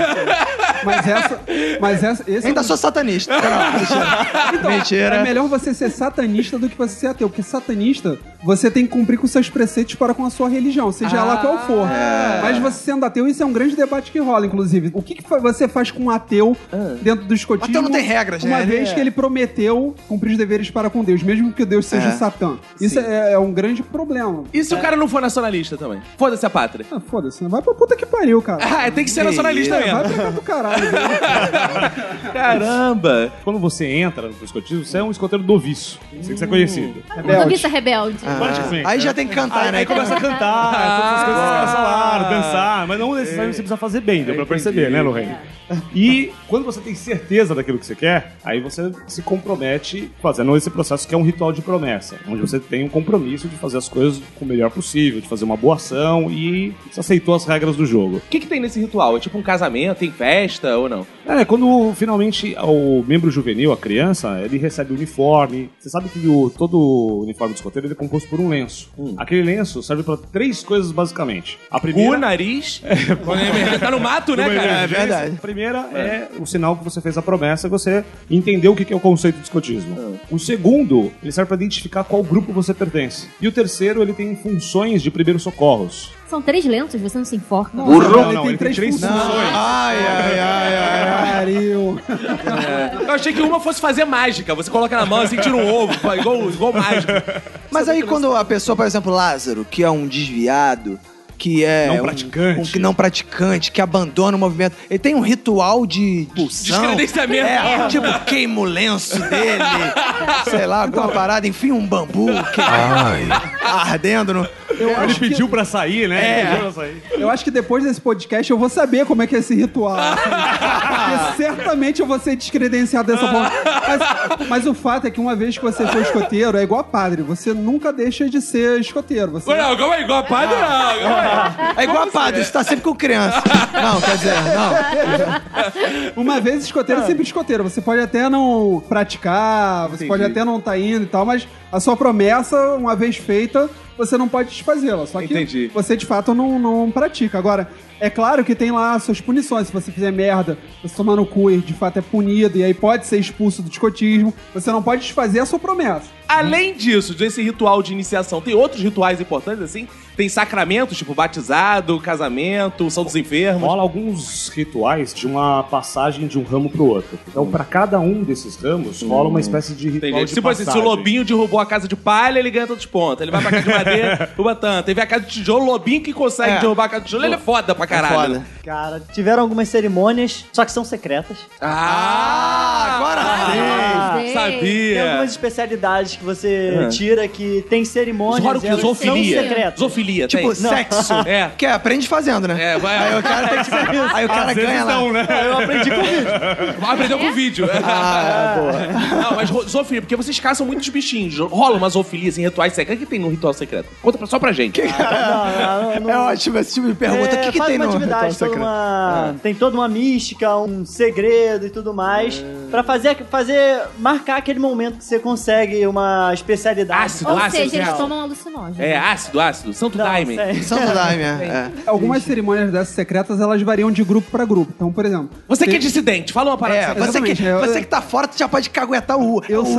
Mas essa. Mas essa. Esse Ainda é um- sou satanista. Não, mentira. Então, mentira. É melhor você ser satanista do que você ser ateu. Porque satanista, você tem que cumprir com seus preceitos para com a sua religião, seja lá Ah. qual for. Mas você sendo ateu, isso é um grande debate que rola, inclusive. O que, que fa- você faz com um ateu dentro do escotismo? Ah. Ateu não tem regras, né? Uma Ele vez é. que ele prometeu cumprir os deveres para com Deus, mesmo que Deus seja É. Satã. Isso é, é um grande problema. E se o cara não for nacionalista também? Foda-se a pátria. Ah, foda-se, não vai pra puta que pariu, cara. Ah, tem que ser Que nacionalista isso. Vai mesmo. pra cá do caralho. né? Caramba. Quando você entra no escotismo, você é um escoteiro noviço. Você que você é conhecido. Hum. Noviça rebelde. Ah. Praticamente. Ah, Aí já tem que cantar, né? Aí começa a cantar, todas as coisas que você falaram, dançar, mas não necessariamente você precisa fazer bem, deu pra perceber, né, Lorraine? E quando você tem certeza daquilo que você quer, aí você se compromete fazendo esse processo que é um ritual de promessa, onde você tem um compromisso de fazer as coisas com o melhor possível, de fazer uma boa ação e você aceitou as regras do jogo. O que, que tem nesse ritual? É tipo um casamento, tem festa ou não? É, quando finalmente o membro juvenil, a criança, ele recebe o uniforme. Você sabe que o- todo o uniforme de escoteiro ele é composto por um lenço. Aquele lenço serve para três coisas basicamente. A O primeira nariz. Quando ele tá no mato, né, cara? É verdade. A primeira é. o sinal que você fez a promessa, você entendeu o que que é o conceito de escotismo. O segundo, ele serve para identificar qual grupo você pertence. E o terceiro, ele tem funções de primeiros socorros. São três lenços, você não se enforca. Não, Burro. Ele Não, tem ele tem três, três funções. Ah, Ai, ai, ai, ai. Pariu. Eu achei que uma fosse fazer mágica. Você coloca na mão assim, tira um ovo, pô, igual, igual mágica. Mas aí quando a pessoa, por exemplo, Lázaro, que é um desviado, que é Não um- praticante. um que não praticante, que abandona o movimento, ele tem um ritual de expulsão. Descredenciamento. É, tipo, queima o lenço dele, sei lá, alguma parada, enfim, um bambu que ardendo no... Eu ele acho que- pediu pra sair, né? Ele pediu pra sair. Eu acho que depois desse podcast eu vou saber como é que é esse ritual. assim. Porque certamente eu vou ser descredenciado dessa forma. Mas, mas o fato é que uma vez que você for escoteiro, é igual a padre. Você nunca deixa de ser escoteiro. Você... Não, calma aí, igual a padre, não. Calma aí. É igual a padre, você tá sempre com criança. Não, quer dizer, não. Uma vez escoteiro, é sempre escoteiro. Você pode até não praticar, você pode até não estar indo e tal, mas a sua promessa, uma vez feita, você não pode desfazê-la. Só que Entendi. você, de fato, não, não pratica. Agora, é claro que tem lá suas punições. Se você fizer merda, você tomar no cu e, de fato, é punido. E aí pode ser expulso do escotismo. Você não pode desfazer a sua promessa. Além disso, desse ritual de iniciação, tem outros rituais importantes, assim? Tem sacramentos, tipo batizado, casamento, são dos enfermos. Rola alguns rituais de uma passagem de um ramo pro outro. Então, pra cada um desses ramos, rola uma espécie de ritual Entendi. de Tipo assim, passagem. se o lobinho derrubou a casa de palha, ele ganha tantos pontos. Ele vai pra casa de madeira, o Batan. Teve a casa de tijolo, o lobinho que consegue É. derrubar a casa de tijolo, ele é foda pra caralho. Foda. Cara, tiveram algumas cerimônias, só que são secretas. Ah, Ah, agora sim. Ah, sei. Sabia. Tem algumas especialidades que você É. tira que tem cerimônias Claro elas que são zoofilia. secretas. Zoofilia, tem. Tipo, sexo. É. Que aprende fazendo, né? É, vai- Aí o cara, tem que- aí o cara ganha lá. Não, né? Eu aprendi com o vídeo. Ah, Aprendeu com o vídeo. Não, mas ro- zoofilia, porque vocês caçam muitos bichinhos. Rola uma zoofilia, assim, rituais secretos. O que tem no ritual secreto? Conta pra- só pra gente. Não, não, não. É ótimo esse tipo de pergunta. O É, que, que faz tem uma no ritual atividade, toda secreto? uma- Tem toda uma mística, um segredo e tudo mais. Pra fazer, fazer. marcar aquele momento que você consegue uma especialidade. Ácido, Ou ácido. seja, eles Ah, real. tomam alucinógeno. É, ácido, ácido. Santo Não, Daime. sério. Santo Daime, é. Algumas cerimônias dessas secretas, elas variam de grupo pra grupo. Então, por exemplo... Você que é tem- dissidente, fala uma parada. assim. É, séria. você que, Exatamente, eu- você que tá fora, tu já pode caguetar o, Eu o sou-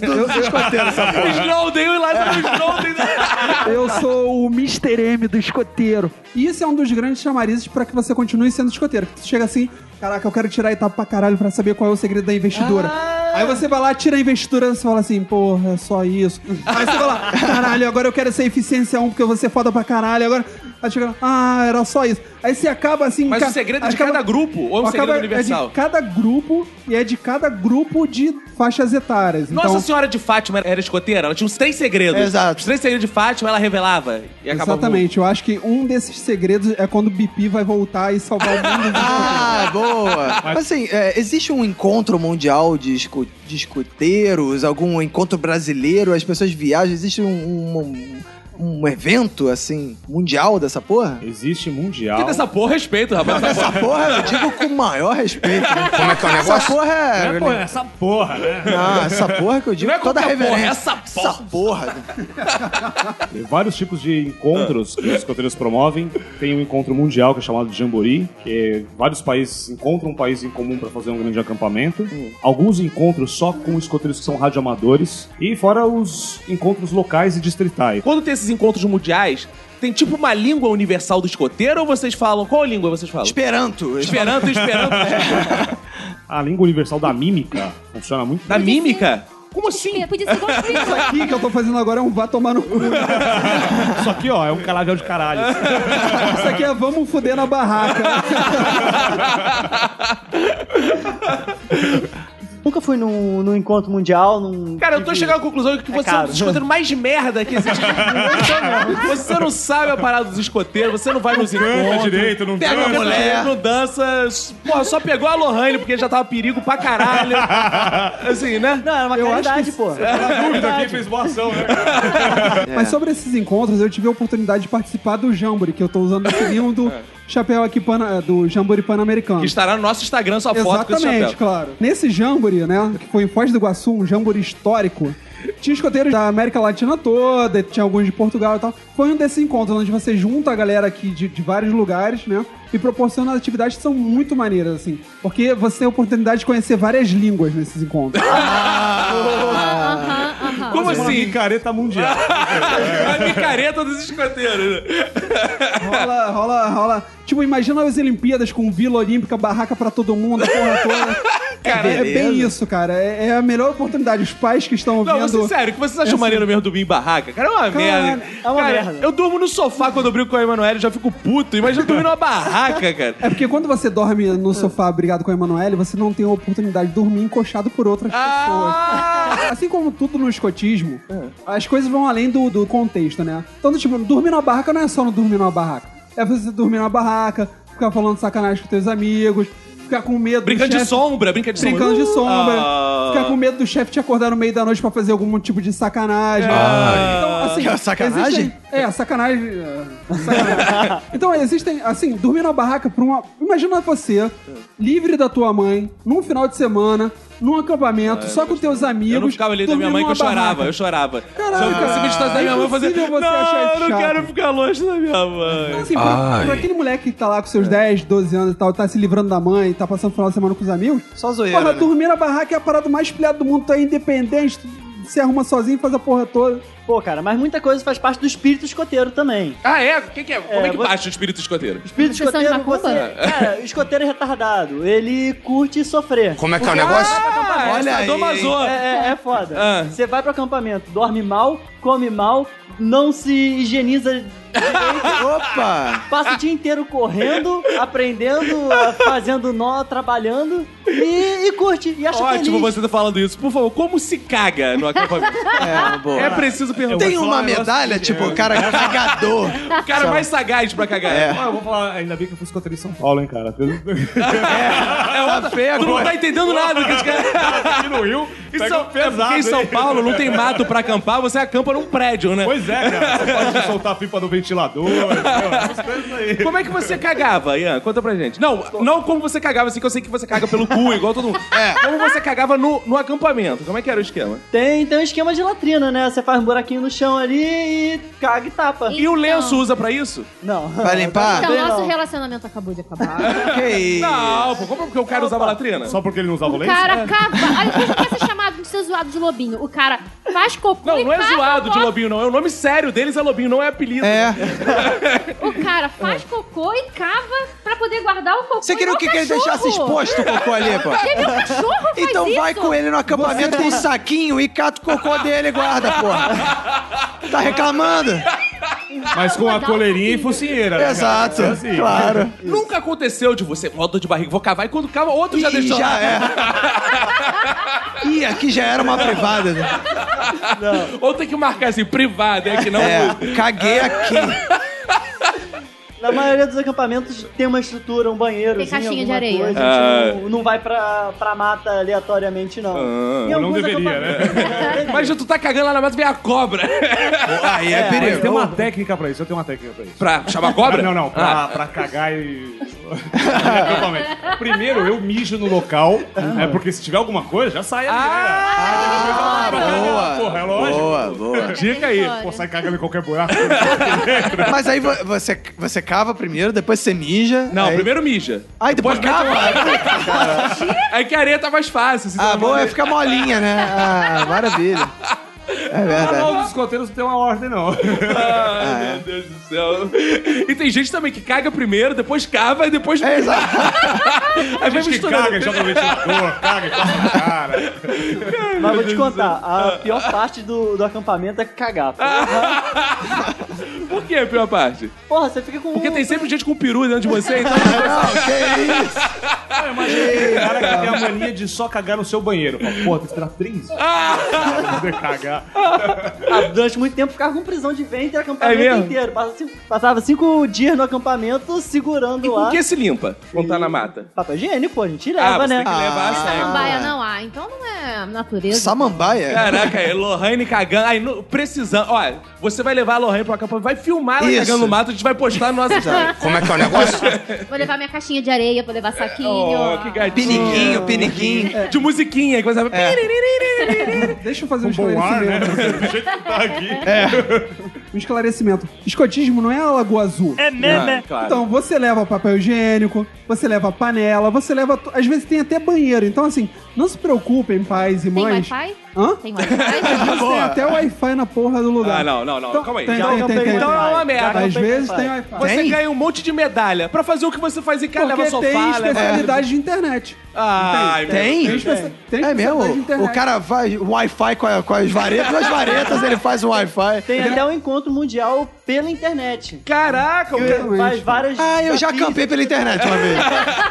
do, do escoteiro, sabe? Snowden, o Lázaro Snowden. né? Eu sou o Mr. M do escoteiro. E isso é um dos grandes chamarizes pra que você continue sendo escoteiro. Você chega assim, caraca, eu quero tirar a etapa pra caralho pra saber qual é o segredo da investidura. Aí você vai lá, tira a investidura, você fala assim, porra, é só isso. Aí você vai lá, caralho, agora eu quero ser eficiência 1 porque eu vou ser foda pra caralho. Agora, aí chega lá, ah, era só isso. Aí você acaba assim... Mas ca- o segredo é de acaba- cada grupo? Ou é um segredo acaba- É universal? de cada grupo e é de cada grupo de faixas etárias. Nossa então, Senhora de Fátima era escoteira, ela tinha uns três segredos. Exato. Os três segredos de Fátima ela revelava e acabava. Exatamente, eu acho que um desses segredos é quando o Bipi vai voltar e salvar o mundo. Ah, boa! Mas assim, é, existe um encontro mundial de, escu de escuteiros, algum encontro brasileiro, as pessoas viajam, existe um, um, um- um evento, assim, mundial dessa porra? Que Existe mundial. dessa porra respeito, rapaz. Essa Essa porra eu digo com o maior respeito. né? Como é que é o Essa negócio? porra né, É, pô, é. essa porra, né? Não, essa porra que eu digo Não é com toda a qualquer porra, reverência. essa porra. Essa porra. Tem vários tipos de encontros que os escoteiros promovem. Tem um encontro mundial que é chamado de Jamboree, que é vários países encontram um país em comum para fazer um grande acampamento. Alguns encontros só com escoteiros que são radioamadores. E fora os encontros locais e distritais. Quando tem esses encontros mundiais, tem tipo uma língua universal do escoteiro ou vocês falam? Qual língua vocês falam? Esperanto. Esperanto, esperanto. A língua universal da mímica funciona muito Na mímica? Como assim? Podia- Podia ser igual Isso aqui que eu tô fazendo agora é um vá tomar no cu. Isso aqui, ó, é um calavial de caralho. Isso aqui é vamos fuder na barraca. Nunca fui num, num encontro mundial, num. Cara, eu tô de- chegando à conclusão que você é, um caro. dos escoteiros mais merda que existe. você não sabe a parada dos escoteiros, você não vai nos encontros. direito, não Pega a mulher, não dança. Porra, só pegou a Lohane porque já tava perigo pra caralho. Assim, né? Não, era uma Eu acho caridade, que- pô. dúvida aqui fez boa ação, né? cara? Mas sobre esses encontros, eu tive a oportunidade de participar do Jamboree, que eu tô usando esse livro do chapéu aqui pana, é, do Jamboree Pan-Americano. Que estará no nosso Instagram sua foto com esse Exatamente, chapéu. claro. Nesse Jamboree, né, que foi em Foz do Iguaçu, um Jamboree histórico, tinha escoteiros da América Latina toda, tinha alguns de Portugal e tal. Foi um desses encontros onde você junta a galera aqui de, de vários lugares, né, e proporciona atividades que são muito maneiras, assim. Porque você tem a oportunidade de conhecer várias línguas nesses encontros. Ah, Aham, aham. Como Uma assim? micareta mundial. A micareta dos escoteiros. né? rola, rola, rola. Tipo, imagina as Olimpíadas com Vila Olímpica, barraca pra todo mundo, a porra toda. Cara, é bem isso, cara. É, é a melhor oportunidade. Os pais que estão Não, ouvindo. você, tá sério, o que vocês acham maneiro mesmo dormir em barraca? Cara, é uma merda. é uma cara, merda. Eu durmo no sofá quando eu brigo com a Emanuele, já fico puto. Imagina eu dormir numa barraca, cara. É porque quando você dorme no sofá brigado com a Emanuele, você não tem a oportunidade de dormir encoxado por outras Ah! pessoas. Assim como tudo no escotismo, as coisas vão além do, do contexto, né? Então, tipo, dormir numa barraca não é só no dormir numa barraca. É você dormir numa barraca, ficar falando sacanagem com teus amigos, ficar com medo Brincando do de chefe- sombra, brincando de sombra. Brincando de sombra, Ah. ficar com medo do chefe te acordar no meio da noite pra fazer algum tipo de sacanagem. Então, É assim. sacanagem? existem- é, sacanagem. é, sacanagem. então, existem, assim, dormir na barraca pra uma. Imagina você, livre da tua mãe, num final de semana, num acampamento, só com teus amigos. É, Eu não ficava ali da minha dormindo mãe que eu numa chorava, barraca. eu chorava. Caraca, Se eu ficasse me distanciando da minha mãe, eu fazia. impossível você não, achar isso eu não chato." quero ficar longe da minha mãe. Então, assim, pra, Ai. pra aquele moleque que tá lá com seus 10, 12 anos e tal, tá se livrando da mãe, tá passando o final de semana com os amigos, Só zoeira, Porra, né? dormir na barraca é a parada mais pilhada do mundo. Tu é independente, tu se arruma sozinho, faz a porra toda. Pô, cara, mas muita coisa faz parte do espírito escoteiro também. Ah, é? O que, que é? Como é que você- baixa o espírito escoteiro? Espírito Sessão de escoteiro, você. macumba? Cara, o escoteiro é retardado. Ele curte sofrer. Como é que é o negócio? Ah, Olha aí, Domazô. É, é, é foda. Ah. Você vai pro acampamento, dorme mal, come mal, não se higieniza Opa! Passa o dia inteiro correndo, aprendendo, fazendo nó, trabalhando e, e curte. E acha Ótimo feliz. você tá falando isso. Por favor, como se caga no acampamento? É, uma boa. é preciso perguntar. Tem uma medalha, assim, tipo, o cara um cagador. O cara mais sagaz pra cagar. É. Ah, eu vou falar, ainda bem que eu fui escoteiro em São Paulo, hein, cara. Aqui É outra feia, Tu não tá entendendo nada do que os caras. no Rio, Em pega um São, é pesado, porque em São hein? Paulo não tem mato pra acampar, você acampa num prédio, né? Pois é, cara. Você pode soltar a pipa do ventilador. entendeu? Essas coisas aí. Como é que você cagava, Ian? Conta pra gente. Não, não como você cagava, assim que eu sei que você caga pelo cu, igual todo mundo. É. Como você cagava no, no acampamento? Como é que era o esquema? Tem, tem um esquema de latrina, né? Você faz um buraquinho no chão ali e caga e tapa. E Então. o lenço usa pra isso? Não. Vai limpar? Então, Também nosso não. relacionamento acabou de acabar. Que é isso? assim, Não, pô, Ah, como porque o cara usava latrina? Só porque ele não É usava o O lenço? cara cava. Aí você quer ser chamado de ser zoado de lobinho. O cara faz cocô Não, e não é cava zoado de fora. lobinho, não. É o nome sério deles é lobinho, não é apelido. É. O cara É. faz cocô e cava pra poder guardar o cocô. Você queria o que igual que ele cachorro. deixasse exposto o cocô ali, pô? Por que que o cachorro faz Então vai isso? com ele no acampamento tá- com um saquinho e cata o cocô dele e guarda, porra. Tá reclamando? Mas com a coleirinha e focinheira. né, cara? Exato. É assim. Claro. Nunca aconteceu de você, ó, dor de barriga, vou cavar, e quando cava, outro já Ih, deixou lá. já é. Ih, aqui já era uma privada. né? Ou tem que marcar assim, privado, é que não. É, caguei aqui. Na maioria dos acampamentos tem uma estrutura, um banheiro. Tem caixinha de alguma areia. Coisa, Ah. tipo, não vai pra, pra mata aleatoriamente, não. Ah, Em Não alguns deveria, né? acampamentos- Imagina, tu tá cagando lá na mata e vem a cobra. Aí é Mas tem perigo. uma técnica pra isso, eu tenho uma técnica pra isso. Ah, pra chamar a cobra? Não, não, pra, pra cagar e. Totalmente. Primeiro, eu mijo no local, é porque se tiver alguma coisa, já sai ali, né? Ah, boa. Porra, é lógico. Boa, boa. Dica aí. Olha. Pô, sai cagando em qualquer buraco. Mas aí vo- você, você cava primeiro, depois você mija. Não, aí... primeiro mija. Aí depois cava. É que a areia tá mais fácil. assim, Ah, tá boa, mais- é ficar molinha, né? Ah, maravilha. É verdade. Os escoteiros não tem uma ordem, não. Ai, meu Deus do céu. E tem gente também que caga primeiro, depois cava e depois. É, exato. Aí vai Gente que misturando. caga, joga no ventilador, caga, coça na cara. né? Mas vou te contar, a pior parte do, do acampamento é cagar. Porra, Ah. Por que a pior parte? Porra, você fica com... um Porque tem sempre gente com peru dentro de você, então. Não, que isso. O cara que tem a mania de só cagar no seu banheiro. Fala, Pô, tem que esperar três horas pra poder cagar. Ah, durante muito tempo ficava com prisão de ventre acampamento É mesmo? inteiro. Passava cinco, passava cinco dias no acampamento segurando E com lá. que se limpa quando tá na mata? Papel higiênico, pô, a gente leva, ah, você né? tem que levar a sério. Samambaia não há. Então não é natureza. Samambaia? Caraca, é Lohane cagando. Aí, no- precisando. Olha, você vai levar a Lohane pro acampamento, vai filmar ela Isso. cagando no mato, a gente vai postar no nosso. Como é que é o negócio? Vou levar minha caixinha de areia, vou levar saquinho. Oh, que gatinho. Piniquinho, piniquinho. É, De musiquinha, que você vai. Deixa eu fazer um Bom ar, né? esclarecimento. Do jeito que tá aqui. Um esclarecimento. Escotismo não é a Lagoa Azul. É meme. Claro. Então, você leva papel higiênico, você leva panela, você leva. to- Às vezes tem até banheiro. Então, assim, não se preocupem, pais e Tem mães. Wi-Fi? Hã? Tem Wi-Fi? Tem até Wi-Fi na porra do lugar. Ah, não, não, não. Então- Calma aí. Tem, Já- tem, tem, tem, então é uma merda. Às tem vezes Wi-Fi. tem Wi-Fi. Você Tem? ganha um monte de medalha pra fazer o que você faz em casa, Porque leva sofá, tem leva. especialidade de internet. Ai, meu Tem? Tem, espe- tem É especialidade de mesmo? internet. O cara vai, o Wi-Fi com, a- com as varetas, duas varetas, ele faz o Wi-Fi. Tem até o encontro mundial pela internet. Caraca, o Que cara... Faz várias. Ah, eu já desafios. acampei pela internet uma vez.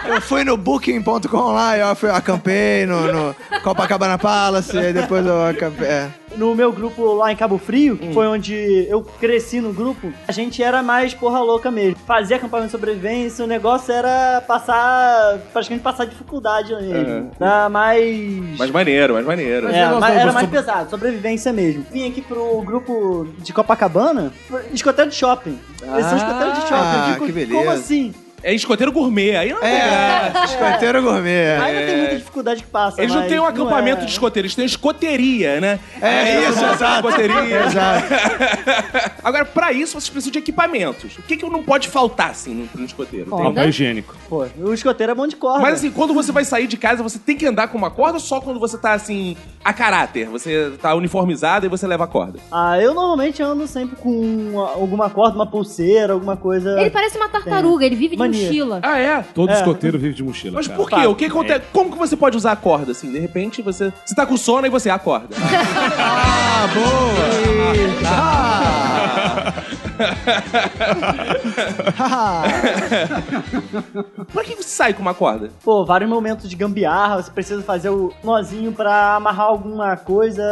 Eu fui no booking.com lá, eu fui, acampei no, no Copacabana Palace, aí depois eu acampei. é. No meu grupo lá em Cabo Frio, Hum. que foi onde eu cresci no grupo, a gente era mais porra louca mesmo. Fazia acampamento de sobrevivência, o negócio era passar. praticamente passar dificuldade mesmo. É. Era mais. Mas maneiro, mas maneiro. É, mas era mais pesado, sobrevivência mesmo. Vim aqui pro grupo de Copacabana, escoteiro de shopping. Eles são escoteiros de shopping. Ah, Eu fico, que beleza. Como assim? É escoteiro gourmet, aí não é. É, escoteiro gourmet. é. Ainda tem muita dificuldade que passa. Eles não mas têm um acampamento é. de escoteiro, eles têm escoteria, né? É isso, exato. Escoteria. Exato. Agora, pra isso, vocês precisam de equipamentos. O que, que não pode faltar, assim, num- num escoteiro? Tem- Papel higiênico. Pô, o escoteiro é bom de corda. Mas assim, quando você vai sair de casa, você tem que andar com uma corda ou só quando você tá, assim, a caráter? Você tá uniformizado e você leva a corda. Ah, eu normalmente ando sempre com uma- alguma corda, uma pulseira, alguma coisa. Ele parece uma tartaruga, ele vive de Mania. mochila. Ah, é? Todo escoteiro vive de mochila. Mas cara. por quê? O que acontece? Como que você pode usar a corda, assim? De repente, você... Você tá com sono e você acorda. Ah, boa. Ah. Pra que você sai com uma corda? Pô, vários momentos de gambiarra, você precisa fazer o nozinho pra amarrar alguma coisa.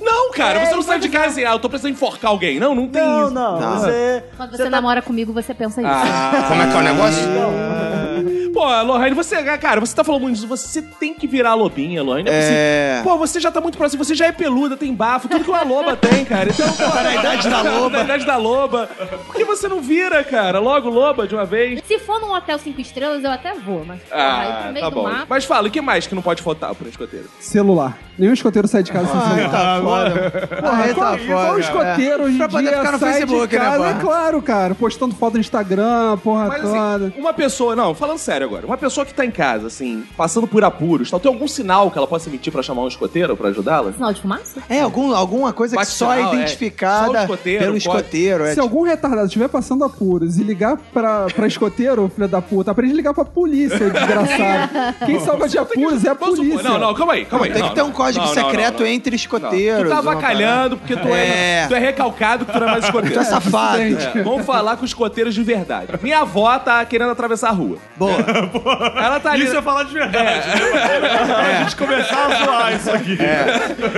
Não, É, cara, você não sai de casa assim, ah, eu tô precisando enforcar alguém. Não, não tem Não, isso. não, você... Quando você você tá- namora comigo, você pensa isso. Ah. Como é que é o negócio? Pô, Lohane, você, cara, você tá falando muito isso. Você tem que virar lobinha, Lohane. não É. possível. Pô, você já tá muito próximo, você já é peluda, tem bafo, tudo que uma loba tem, cara. Então, pô, tá na idade da loba. na idade da loba. Por que você não vira, cara? Logo loba de uma vez. Se for num hotel cinco estrelas, eu até vou, mas porra, aí Ah, pro meio tá do bom. mato. Mas fala, o que mais que não pode faltar pro escoteiro? Celular. Nenhum escoteiro sai de casa sem celular. É tá foda. Porra, Aí qual, tá qual foda. é. escoteiro hoje em Pra poder dia ficar no sai Facebook, de né, casa, porra? é claro, cara. Postando foto no Instagram, porra Mas toda. assim, uma pessoa, não, falando sério agora, uma pessoa que tá em casa, assim, passando por apuros, tal, tem algum sinal que ela possa emitir pra chamar um escoteiro pra ajudá-la? Sinal de fumaça? É, algum, alguma coisa que Bate só é sinal, é. Só identificada o escoteiro pelo pode. escoteiro. É, Se algum retardado estiver passando apuros e ligar pra, pra escoteiro, filho da puta, aprende a ligar pra polícia, desgraçado. Quem salva de apuros é a Vamos supor- polícia. Não, não, calma aí, calma aí. tem que ter um código secreto entre entre Não, escoteiros. Tu tá uma avacalhando porque tu é, É. tu é recalcado que tu não é mais parada. Tu escoteiro. é né? safado. É, Vamos falar com os escoteiros de verdade. Minha avó tá querendo atravessar a rua. Boa. Ela tá ali. Isso é falar de verdade. Pra gente começar a zoar isso aqui.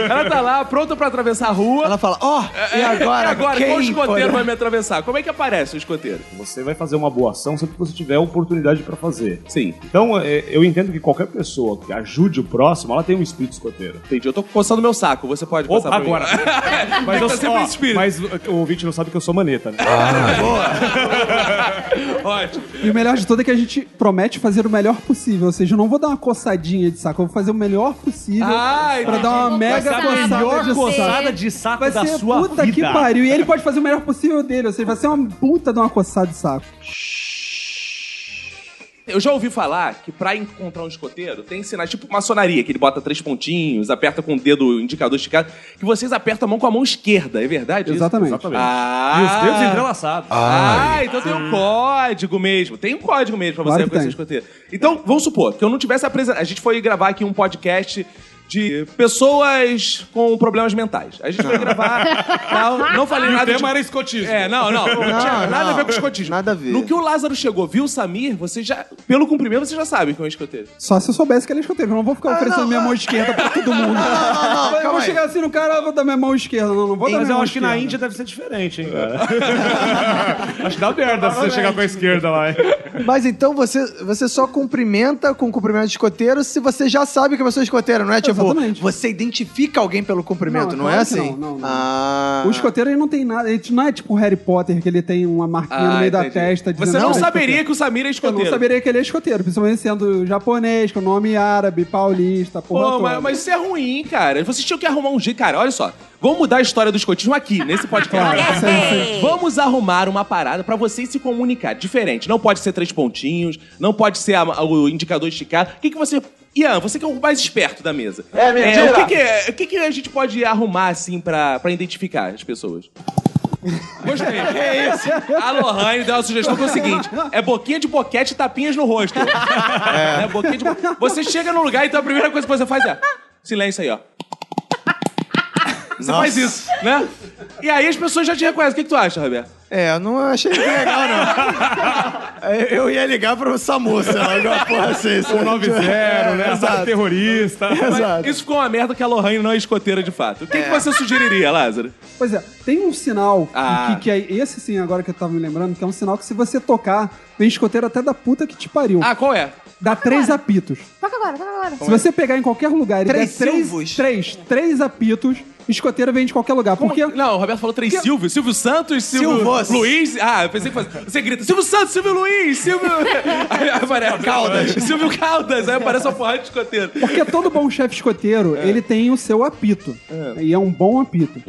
Ela tá lá, pronta pra atravessar a rua. Ela fala, ó, e agora? É, e agora, quem qual escoteiro foi? vai me atravessar? Como é que aparece o escoteiro? Você vai fazer uma boa ação sempre que você tiver oportunidade pra fazer. Sim. Então, é, eu entendo que qualquer pessoa que ajude o próximo, ela tem um espírito escoteiro. Entendi. Eu tô coçando meu saco. Você pode Opa, passar pra mim? agora. mas, eu, Tá sempre ó, um espírito. mas o o ouvinte não sabe que eu sou maneta, né? Ótimo. E o melhor de tudo é que a gente promete fazer o melhor possível. Ou seja, eu não vou dar uma coçadinha de saco, eu vou fazer o melhor possível Ah, pra entendi. dar uma Vai mega saber coçada. a melhor coçada de saco. Coçada de saco Vai ser puta que pariu. E ele pode fazer o melhor possível dele. Ou seja, vai ser uma puta de uma coçada de saco. Eu já ouvi falar que pra encontrar um escoteiro tem sinais, tipo maçonaria, que ele bota três pontinhos, aperta com o dedo o indicador esticado, que vocês apertam a mão com a mão esquerda, é verdade? isso? Exatamente. Ah, E os dedos entrelaçados. Ah, então tem um código mesmo. Tem um código mesmo pra você Claro que reconhecer tem. escoteiro. Então, vamos supor que eu não tivesse apresentado. A gente foi gravar aqui um podcast de pessoas com problemas mentais. A Ah. gente foi gravar. tal, não falei nada. de- escotismo. É, não, não. Não, tinha nada a ver com escotismo. nada a ver. No que o Lázaro chegou, viu o Samir, você já. Pelo cumprimento, você já sabe que é um escoteiro. Só se eu soubesse que ele é escoteiro. Eu não vou ficar oferecendo minha mão esquerda pra todo mundo. eu vou calma aí. chegar assim no cara, eu vou dar minha mão esquerda. Não, não vou dar Mas minha eu mão acho que na esquerda. Índia deve ser diferente, hein, cara? acho que É. dá merda se você chegar com a esquerda lá. hein? Mas então você, você só cumprimenta com o cumprimento de escoteiro se você já sabe que a pessoa é escoteira, não é? Tipo, Exatamente. você identifica alguém pelo cumprimento, não, Não, é é claro que assim? não, não, não. Ah. O escoteiro ele não tem nada. Ele não é tipo o Harry Potter, que ele tem uma marquinha no meio da Ah, entendi. testa. Você dizendo não que ele é saberia escoteiro. que o Samir é Eu escoteiro. não saberia que ele é escoteiro, principalmente sendo japonês, com nome árabe, paulista, porra Pô, toda. mas, mas isso é ruim, cara. Vocês tinham que arrumar um jeito. Cara, olha só. Vamos mudar a história do escotismo aqui, nesse podcast. é Vamos arrumar uma parada pra vocês se comunicar. Diferente. Não pode ser três pontinhos, não pode ser a- o indicador esticado. O que, que você. Ian, você que é o mais esperto da mesa. É, mentira. o que, que, é- o que, que a gente pode arrumar, assim, pra, pra identificar as pessoas? Gostei. É isso. A Lohane deu uma sugestão que é o seguinte: é boquinha de boquete e tapinhas no rosto. É. boquinha de bo... Você chega num lugar, então a primeira coisa que você faz é. Silêncio aí, ó. Você faz isso, né? E aí as pessoas já te reconhecem. O que, que tu acha, Roberto? É, eu não achei muito legal, não. eu eu ia ligar pro SAMU, sei lá, alguma porra assim. Um sabe? 9-0, né? Exato. Terrorista. Mas Exato. isso ficou uma merda que a Lohane não é escoteira de fato. O É. que, que você sugeriria, Lázaro? Pois é, tem um sinal Ah. que, que é esse sim, agora que eu tava me lembrando, que é um sinal que se você tocar, vem escoteiro até da puta que te pariu. Ah, qual é? Dá três apitos. Toca agora, toca agora. Se você pegar em qualquer lugar e Três der três, silvos? três, três apitos, escoteiro vem de qualquer lugar. Porque Não, o Roberto falou três Silvio. Silvio Santos, Silvio Silvos. Luiz. Ah, eu pensei que fosse. Você grita, Silvio Santos, Silvio Luiz, Silvio... Aí aparece... Caldas. Silvio Caldas. Aí aparece uma porrada de escoteiro. Porque todo bom chefe escoteiro, ele tem o seu apito. E é um bom apito.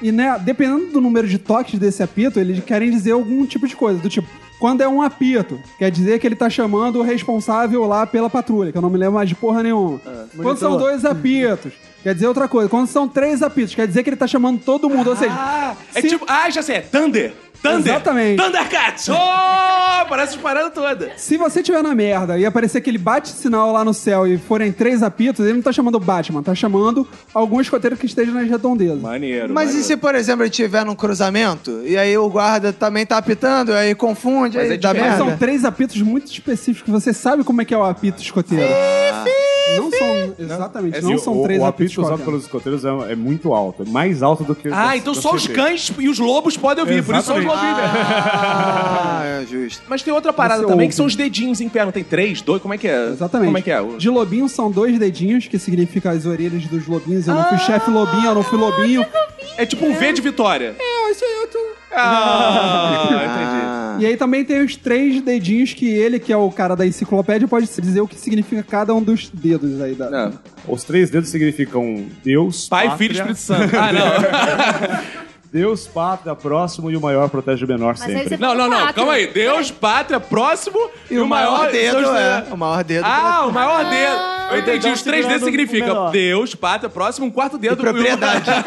E, né, dependendo do número de toques desse apito, eles querem dizer algum tipo de coisa. Do tipo, quando é um apito, quer dizer que ele tá chamando o responsável lá pela patrulha, que eu não me lembro mais de porra nenhuma. quando são dois apitos, quer dizer outra coisa. Quando são três apitos, quer dizer que ele tá chamando todo mundo. Ou seja, Ah, é se- tipo. Ah, já sei, é Thunder! Thunder! Exatamente. Thundercats! Oh, aparece as paradas todas. Se você tiver na merda e aparecer aquele bate-sinal lá no céu e forem três apitos, ele não tá chamando o Batman, tá chamando algum escoteiro que esteja nas redondezas. Maneiro. Mas e se, por exemplo, ele tiver num cruzamento e aí o guarda também tá apitando, aí confunde, é aí dá Mas merda? são três apitos muito específicos. Você sabe como é que é o apito escoteiro. Ah, Não são. Exatamente, não, E É assim, o- são três o apitos apito usado escoteiros. pelos escoteiros é, é muito alto, é mais alto do que Ah, então só os cães e os lobos podem ouvir, por isso são os lobinhos. Ah, é justo. Mas tem outra parada Você também ouve. que são os dedinhos em pé, não tem três, dois, como é que é? Exatamente. Como é que é? O- De lobinho são dois dedinhos, que significa as orelhas dos lobinhos. Eu não fui chefe lobinho, eu não fui lobinho. É tipo um V de vitória. É, isso aí eu tô... Ah, E aí também tem os três dedinhos que ele, que é o cara da enciclopédia, pode dizer o que significa cada um dos dedos aí. Da... entendi. Os três dedos significam Deus, Pai, pátria, filho e Espírito Santo. Ah, não. Deus, pátria, próximo e o maior protege o menor Mas aí sempre. você- Não, não, não. Pátria. Calma aí. Deus, pátria, próximo e, o maior, dedo, são os- é. O maior dedo. Ah, o maior dedo. Eu entendi. Então, Os três segurando dedos o significam menor. Deus, pátria, próximo, um quarto dedo. e o- propriedade.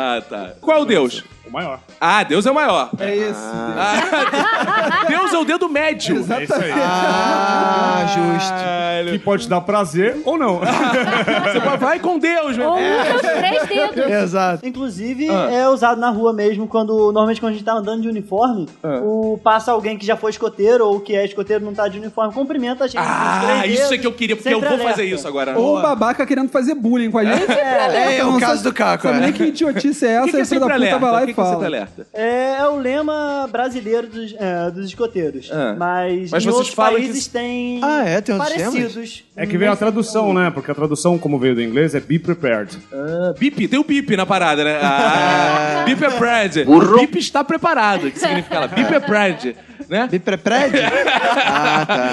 Ah, tá. Qual é o Deus? O maior. Ah, Deus é o maior. É esse. Ah, Deus é o dedo médio. É isso aí. Ah, justo. que pode te dar prazer ou não. Você fala, vai com Deus, meu. Ou um dos três dedos. Exato. Inclusive, Ah. é usado na rua mesmo, quando normalmente quando a gente tá andando de uniforme, Ah. o, passa alguém que já foi escoteiro ou que é escoteiro e não tá de uniforme, cumprimenta a gente. com os Ah, três isso é dedos, que eu queria, porque eu sempre vou alerta. fazer isso agora. Ou o babaca querendo fazer bullying com a gente. É, é o caso do Caco, Sabe é. nem que idiotice é O essa, que, que é e o filho sempre da puta alerta? vai lá o que e que é fala. sempre alerta? É, é o lema brasileiro dos, é, dos escoteiros. Ah. Mas, Mas em vocês outros falam que países isso- tem Ah, é? Tem outros parecidos. É que veio a tradução, né? Porque a tradução, como veio do inglês, é be prepared. Bip, tem o bip na parada, né? Ah, bip é Brad. Bip está preparado, que significa lá. Bip é Brad, né? Bip prédio? Ah, tá.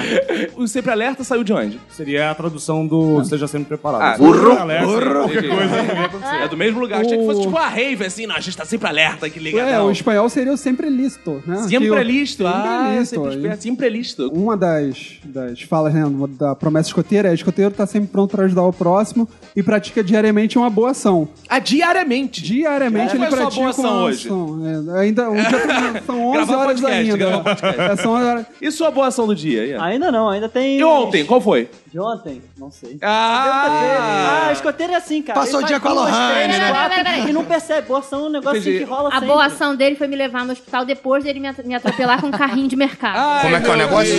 O sempre alerta saiu de onde? Seria a tradução do esteja sempre preparado. Ah, burro, burro. Qualquer coisa. É do mesmo lugar. Achei que fosse tipo a rave, assim. Não, a gente tá sempre alerta, que ligadão. É, o espanhol seria o sempre listo, né? Que o- então, Sempre listo. Ah, Sempre é listo, sempre aí. esperto. Sempre listo. Uma das, das falas né, da promessa escoteira é escoteiro tá sempre pronto para ajudar o próximo e pratica diariamente uma boa ação. Ah, diariamente. Diariamente Qual ele foi a é sua pratica boa ação uma hoje? ação. É, ainda, um dia- são 11 Gravar horas podcast, ainda. gravar podcast. É, são 11 horas. E sua boa ação do dia? Ian? Ainda não, ainda tem. E ontem, qual foi? De ontem? Não sei. Ah, Ah, escoteiro é assim, cara. Passou Ele o dia faz com a duas, Lohane, três, né? quatro, Peraí, peraí, peraí. E não percebe. Boa ação é um negócio Entendi. que rola A sempre. boa ação dele foi me levar no hospital depois dele me at- me atropelar com um carrinho de mercado. Como é que é o negócio?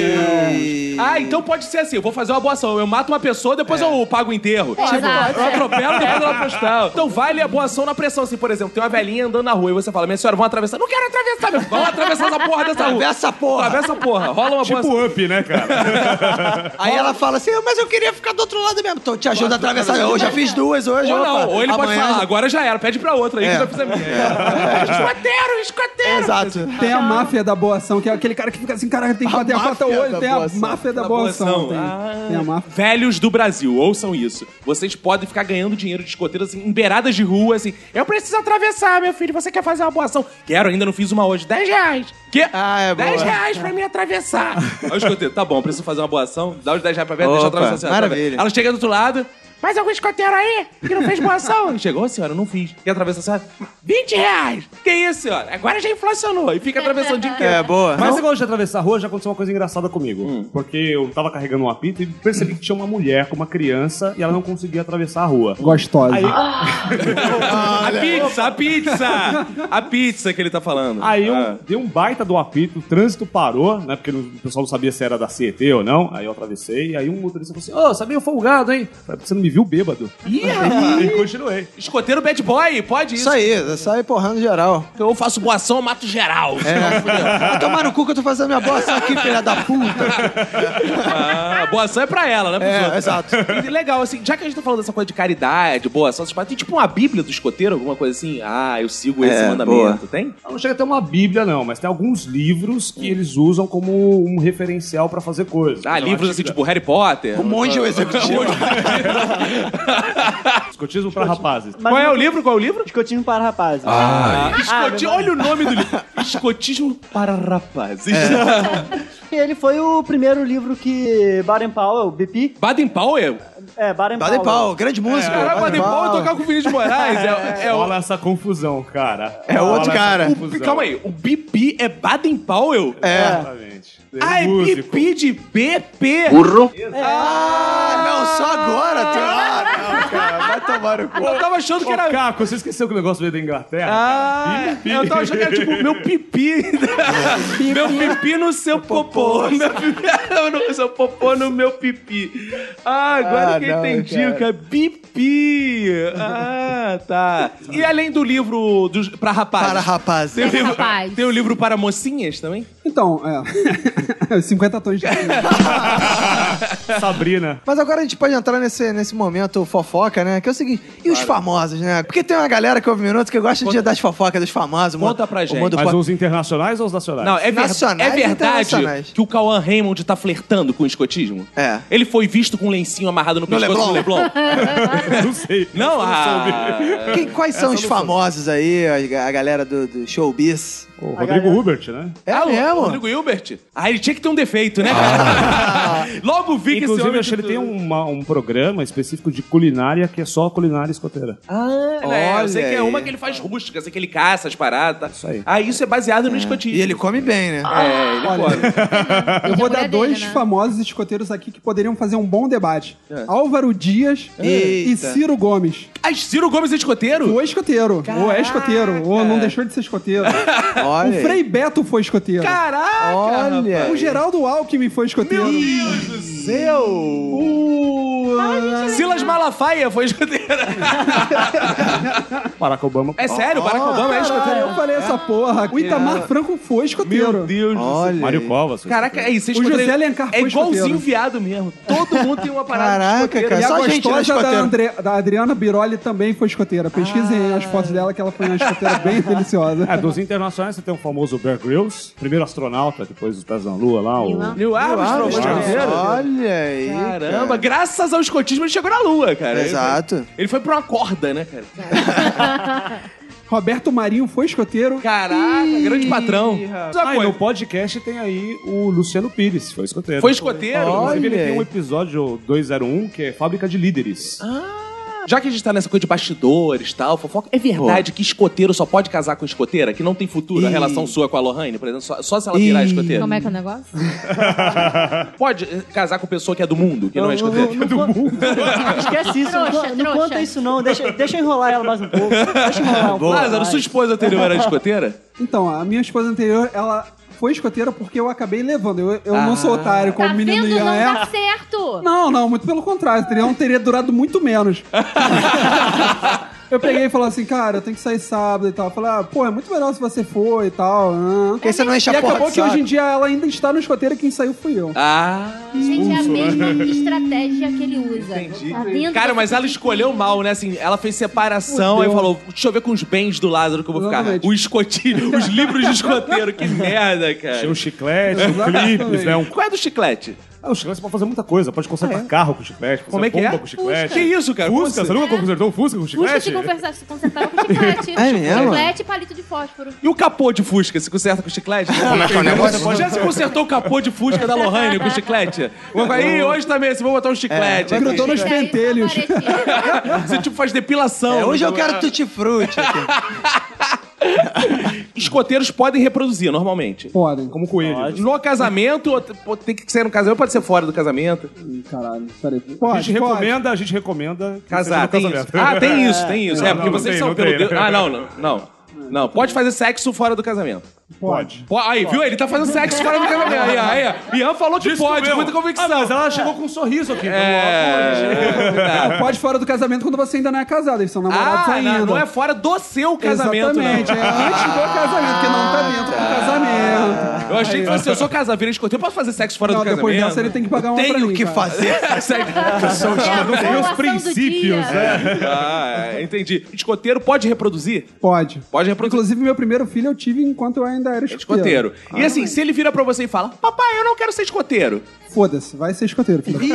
Ah, então pode ser assim, eu vou fazer uma boa ação. Eu mato uma pessoa, depois eu pago o enterro. Tipo, Exato. Eu atropelo, depois eu postal. Então vale a boa ação na pressão. Assim, por exemplo, tem uma velhinha andando na rua e você fala, minha senhora, vamos atravessar. Não quero atravessar, meu. Vamos atravessar essa porra dessa rua. Atravessa a porra. Atravessa a porra. Rola uma boa ação. Tipo up, né, cara? Aí ela fala assim, mas eu queria ficar do outro lado mesmo. Então te ajuda a atravessar. Eu já fiz duas hoje. Ou não, opa. ou ele pode Amanhã- falar, agora já era, pede pra outra aí É. que eu já fiz a minha. Escoteiro, escoteiro! Exato. Tem a máfia da boa ação, que é aquele cara que fica assim, cara, tem que bater a máfia cota hoje. da Tem boa a ação. máfia da Da boa boa ação. ação. tem. Ah. Tem a máfia. Velhos do Brasil, ouçam isso. Vocês podem ficar ganhando dinheiro de escoteiro, assim, em beiradas de rua, assim. Eu preciso atravessar, meu filho. Você quer fazer uma boa ação? Quero, ainda não fiz uma hoje. 10 reais. Quê? Ah, é 10 boa. reais pra me atravessar. Aí o escoteiro, tá bom, preciso fazer uma boa ação. Dá os 10 reais pra ver, deixa eu Opa, atravessar. assim, a senhora. maravilha. Ela chega do outro lado. Mais algum escoteiro aí que não fez boa ação? Chegou, senhora, não fiz. Quer atravessar, senhora? 20 reais! Que isso, senhora? Agora já inflacionou. E fica atravessando o dia inteiro. É, boa. Mas você gosta de atravessar a rua, já aconteceu uma coisa engraçada comigo. Hum. Porque eu tava carregando um apito e percebi que tinha uma mulher com uma criança e ela não conseguia atravessar a rua. Gostosa. Aí, A pizza, a pizza! A pizza que ele tá falando. Aí eu Ah. dei um baita do apito, o trânsito parou, né? Porque o pessoal não sabia se era da CET ou não. Aí eu atravessei, aí um motorista falou assim: Ô, você é meio folgado, hein? Eu Falei, você não me viu bêbado. Ih, E rapaz. continuei. Escoteiro bad boy, pode isso. Isso aí, sai porrando geral. Eu faço boa ação, eu mato geral. É. Vai tomar no cu que eu tô fazendo minha bosta aqui, filha da puta. Ah, boa ação é pra ela, né? Pros É, outros. exato. E legal, assim, já que a gente tá falando dessa coisa de caridade, boa ação, essas paradas, tem tipo uma bíblia do escoteiro, alguma coisa assim? Ah, eu sigo esse É, mandamento, boa. tem? Ela Então, Não chega a ter uma bíblia, não, mas tem alguns livros que eles usam como um referencial pra fazer coisas. Ah, Então, livros acho assim, que tipo Harry Potter. O monge é o executivo. tipo, Escotismo pra rapazes. Mas Qual é não- o livro? Qual é o livro? Escotismo para rapazes. Ah, escoti- meu Olha o nome do livro. Escotismo para rapazes. Ele foi é o primeiro livro que Baden Powell, BP, Baden Powell? É, Baden Baden Powell. Powell, grande música. Caraca, Baden Powell tocar com o Vinícius Moraes. É, é, o- Olha essa confusão, cara. É outro Rola essa cara. confusão. Calma aí, o BP é Baden Powell? É. Exatamente. Ah, é Músico. BP de BP? Ah, não, só agora. tu- Ah, não, cara, vai tomar o cu. Eu tava achando que era. Ô, Caco, você esqueceu que o negócio veio da Inglaterra? Ah, eu tava achando que era tipo meu pipi. meu pipi no seu popô. Meu pipi no seu popô no meu pipi. Ah, agora Ah, que eu não, entendi cara. o que é pipi. Ah, tá. E além do livro dos, pra rapazes? Para, rapaz. Tem o, livro, Rapaz. tem o livro para mocinhas também? Então, é. 50 tons de cinza. Sabrina. Mas agora a gente pode entrar nesse, nesse momento fofoca, né? Que é o seguinte, e os famosos, né? Porque tem uma galera que ouve minutos que gosta de das fofocas dos famosos. o mundo- Conta pra o gente. mundo Mas um- pop- os internacionais ou os nacionais? Não, é, ver- Nacionais é e verdade internacionais. que o Cauan Raymond tá flertando com o escotismo? É. Ele foi visto com um lencinho amarrado no pescoço do Leblon? Leblon? não sei. Não, ah... Quem- quais são os famosos aí, a, a galera do, do showbiz? O Rodrigo Hubert, né? É ah, o mesmo? Rodrigo Hilbert? Ah, ele tinha que ter um defeito, né, cara? Logo vi que esse Inclusive, homem... eu acho que ele tem uma- um programa específico de culinária que é só culinária escoteira. Ah, né? Eu sei Olha que é aí. uma que ele faz rústica, sei que ele caça as paradas. Isso aí. Ah, isso é baseado no escotismo. E ele come bem, né? É, ele come. Eu vou a mulher dar dois dele, né? famosos escoteiros aqui que poderiam fazer um bom debate. Álvaro Dias e É. Eita. Ciro Gomes. Ah, Ciro Gomes é escoteiro? Ou é escoteiro, ou é escoteiro, ou não deixou de ser escoteiro. o Olha. aí. Frei Beto foi escoteiro. Caraca! Olha. o aí. Geraldo Alckmin foi escoteiro. do céu! Silas Malafaia foi escoteiro. Barack Obama. É sério, o Barack Obama é Caralho, eu escoteiro. falei essa porra. É. O Itamar Franco foi escoteiro. Deus Olha. Mário aí. Covas. Caraca, é isso, é O José escoteiro. Alencar É foi igualzinho escoteiro. viado mesmo. Todo mundo tem uma parada de Caraca, escoteiro. E cara, a só gente na gostosa da, escoteira. Andre- da Adriana Biroli também foi escoteira. Pesquisem Ah. as fotos dela, que ela foi uma escoteira bem deliciosa. É, dos internacionais você tem o famoso Bear Grylls, primeiro astronauta, depois dos pés na lua lá, o... Neil Armstrong, Armstrong. escoteiro. Olha aí. Caramba, cara. graças ao escotismo ele chegou na lua, cara. Ele Exato. foi, ele foi pra uma corda, né, cara? Roberto Marinho foi escoteiro. Caraca, grande patrão. Só Ah, e coisa, no podcast tem aí o Luciano Pires, foi escoteiro. Foi escoteiro? Inclusive, ele Olha tem um aí. episódio 201 que é Fábrica de Líderes. Já que a gente tá nessa coisa de bastidores e tal, fofoca, é verdade que escoteiro só pode casar com escoteira? Que não tem futuro a Ih. relação sua com a Lohane, por exemplo? Só, só se ela virar escoteira? Como é que é o negócio? Pode eh, casar com pessoa que é do mundo, que não, é escoteira? con- Esquece isso, não, Trouxa, con- não trouxa. conta isso não. Deixa, deixa eu enrolar ela mais um pouco. Deixa eu enrolar um pouco. Lázaro, mais. Ah, sua esposa anterior era escoteira? Então, a minha esposa anterior, ela foi escoteira porque eu acabei levando. Eu, eu não Ah. sou otário como Tá o menino vendo? Ian Não é. dá certo! Não, não, muito pelo contrário. Não teria durado muito menos. eu peguei e falei assim, cara, eu tenho que sair sábado e tal. Eu falei, ah, pô, é muito melhor se você for e tal. Ah. Porque você não enche E a porra acabou de que saco. hoje em dia ela ainda está no escoteiro e quem saiu fui eu. Ah... Gente, é a mesma estratégia que ele usa. Tá Entendi. Cara, mas ela escolheu mal, né? Assim, ela fez separação e Fudeu. falou: deixa eu ver com os bens do Lázaro que eu vou ficar. Exatamente. O escotilho, os livros de escoteiro, que merda, Tem o cara. chiclete, o Exatamente. clipes, né? Um... Qual é do chiclete? Ah, o chiclete você pode fazer muita coisa. Pode consertar carro com chiclete, fazer Como é que bomba é? com chiclete. Que isso, cara? assim? Fusca? Você nunca consertou um Fusca com Fusca chiclete? se conversar- se consertava com chiclete. É mesmo? Chiclete e palito de fósforo. E o capô de Fusca se conserta com chiclete? Como é que é o negócio? Já se consertou o capô de Fusca da Lohane com chiclete? Aí, hoje também, se vou botar um chiclete. É, aqui. Grudou nos Isso daí não pentelhos. aparecia. Você tipo faz depilação. É, hoje eu quero tutti-frutti. aqui. Escoteiros podem reproduzir normalmente. Podem. Como coelho. No casamento, ou t- pô, tem que ser no casamento, pode ser fora do casamento. Caralho, peraí. Pode, a gente pode. recomenda, a gente recomenda que seja Casar, no tem isso. casamento. Ah, tem isso, tem isso. Não, é, porque não, vocês não são tem, pelo não tem, Deus. né? Ah, não, não. Não, não. pode fazer sexo fora do casamento. Pode. Po- Aí, viu? Ele tá fazendo sexo fora do casamento. Aí, aí, aí. Ian falou que pode, com muita convicção. Ah, mas ela chegou com um sorriso aqui. É. Não, pode fora do casamento quando você ainda não é casado. Eles são namorados Ah, ainda. não, não é fora do seu casamento, né? Exatamente, não. Ah. é antes do casamento, porque não tá dentro do casamento. Eu achei que fosse, eu sou casado, virei escoteiro, eu posso fazer sexo fora Não, do casamento? depois dessa ele tem que pagar uma pra Tenho mim, que cara. fazer. É a Tem os formação do princípios, dia. né? Ah, entendi. Escoteiro pode reproduzir? Pode. Pode reproduzir. Inclusive, meu primeiro filho eu tive enquanto eu ainda era Escoteiro. escoteiro. E assim, se ele vira pra você e fala, papai, eu não quero ser escoteiro. Foda-se, vai ser escoteiro. filho.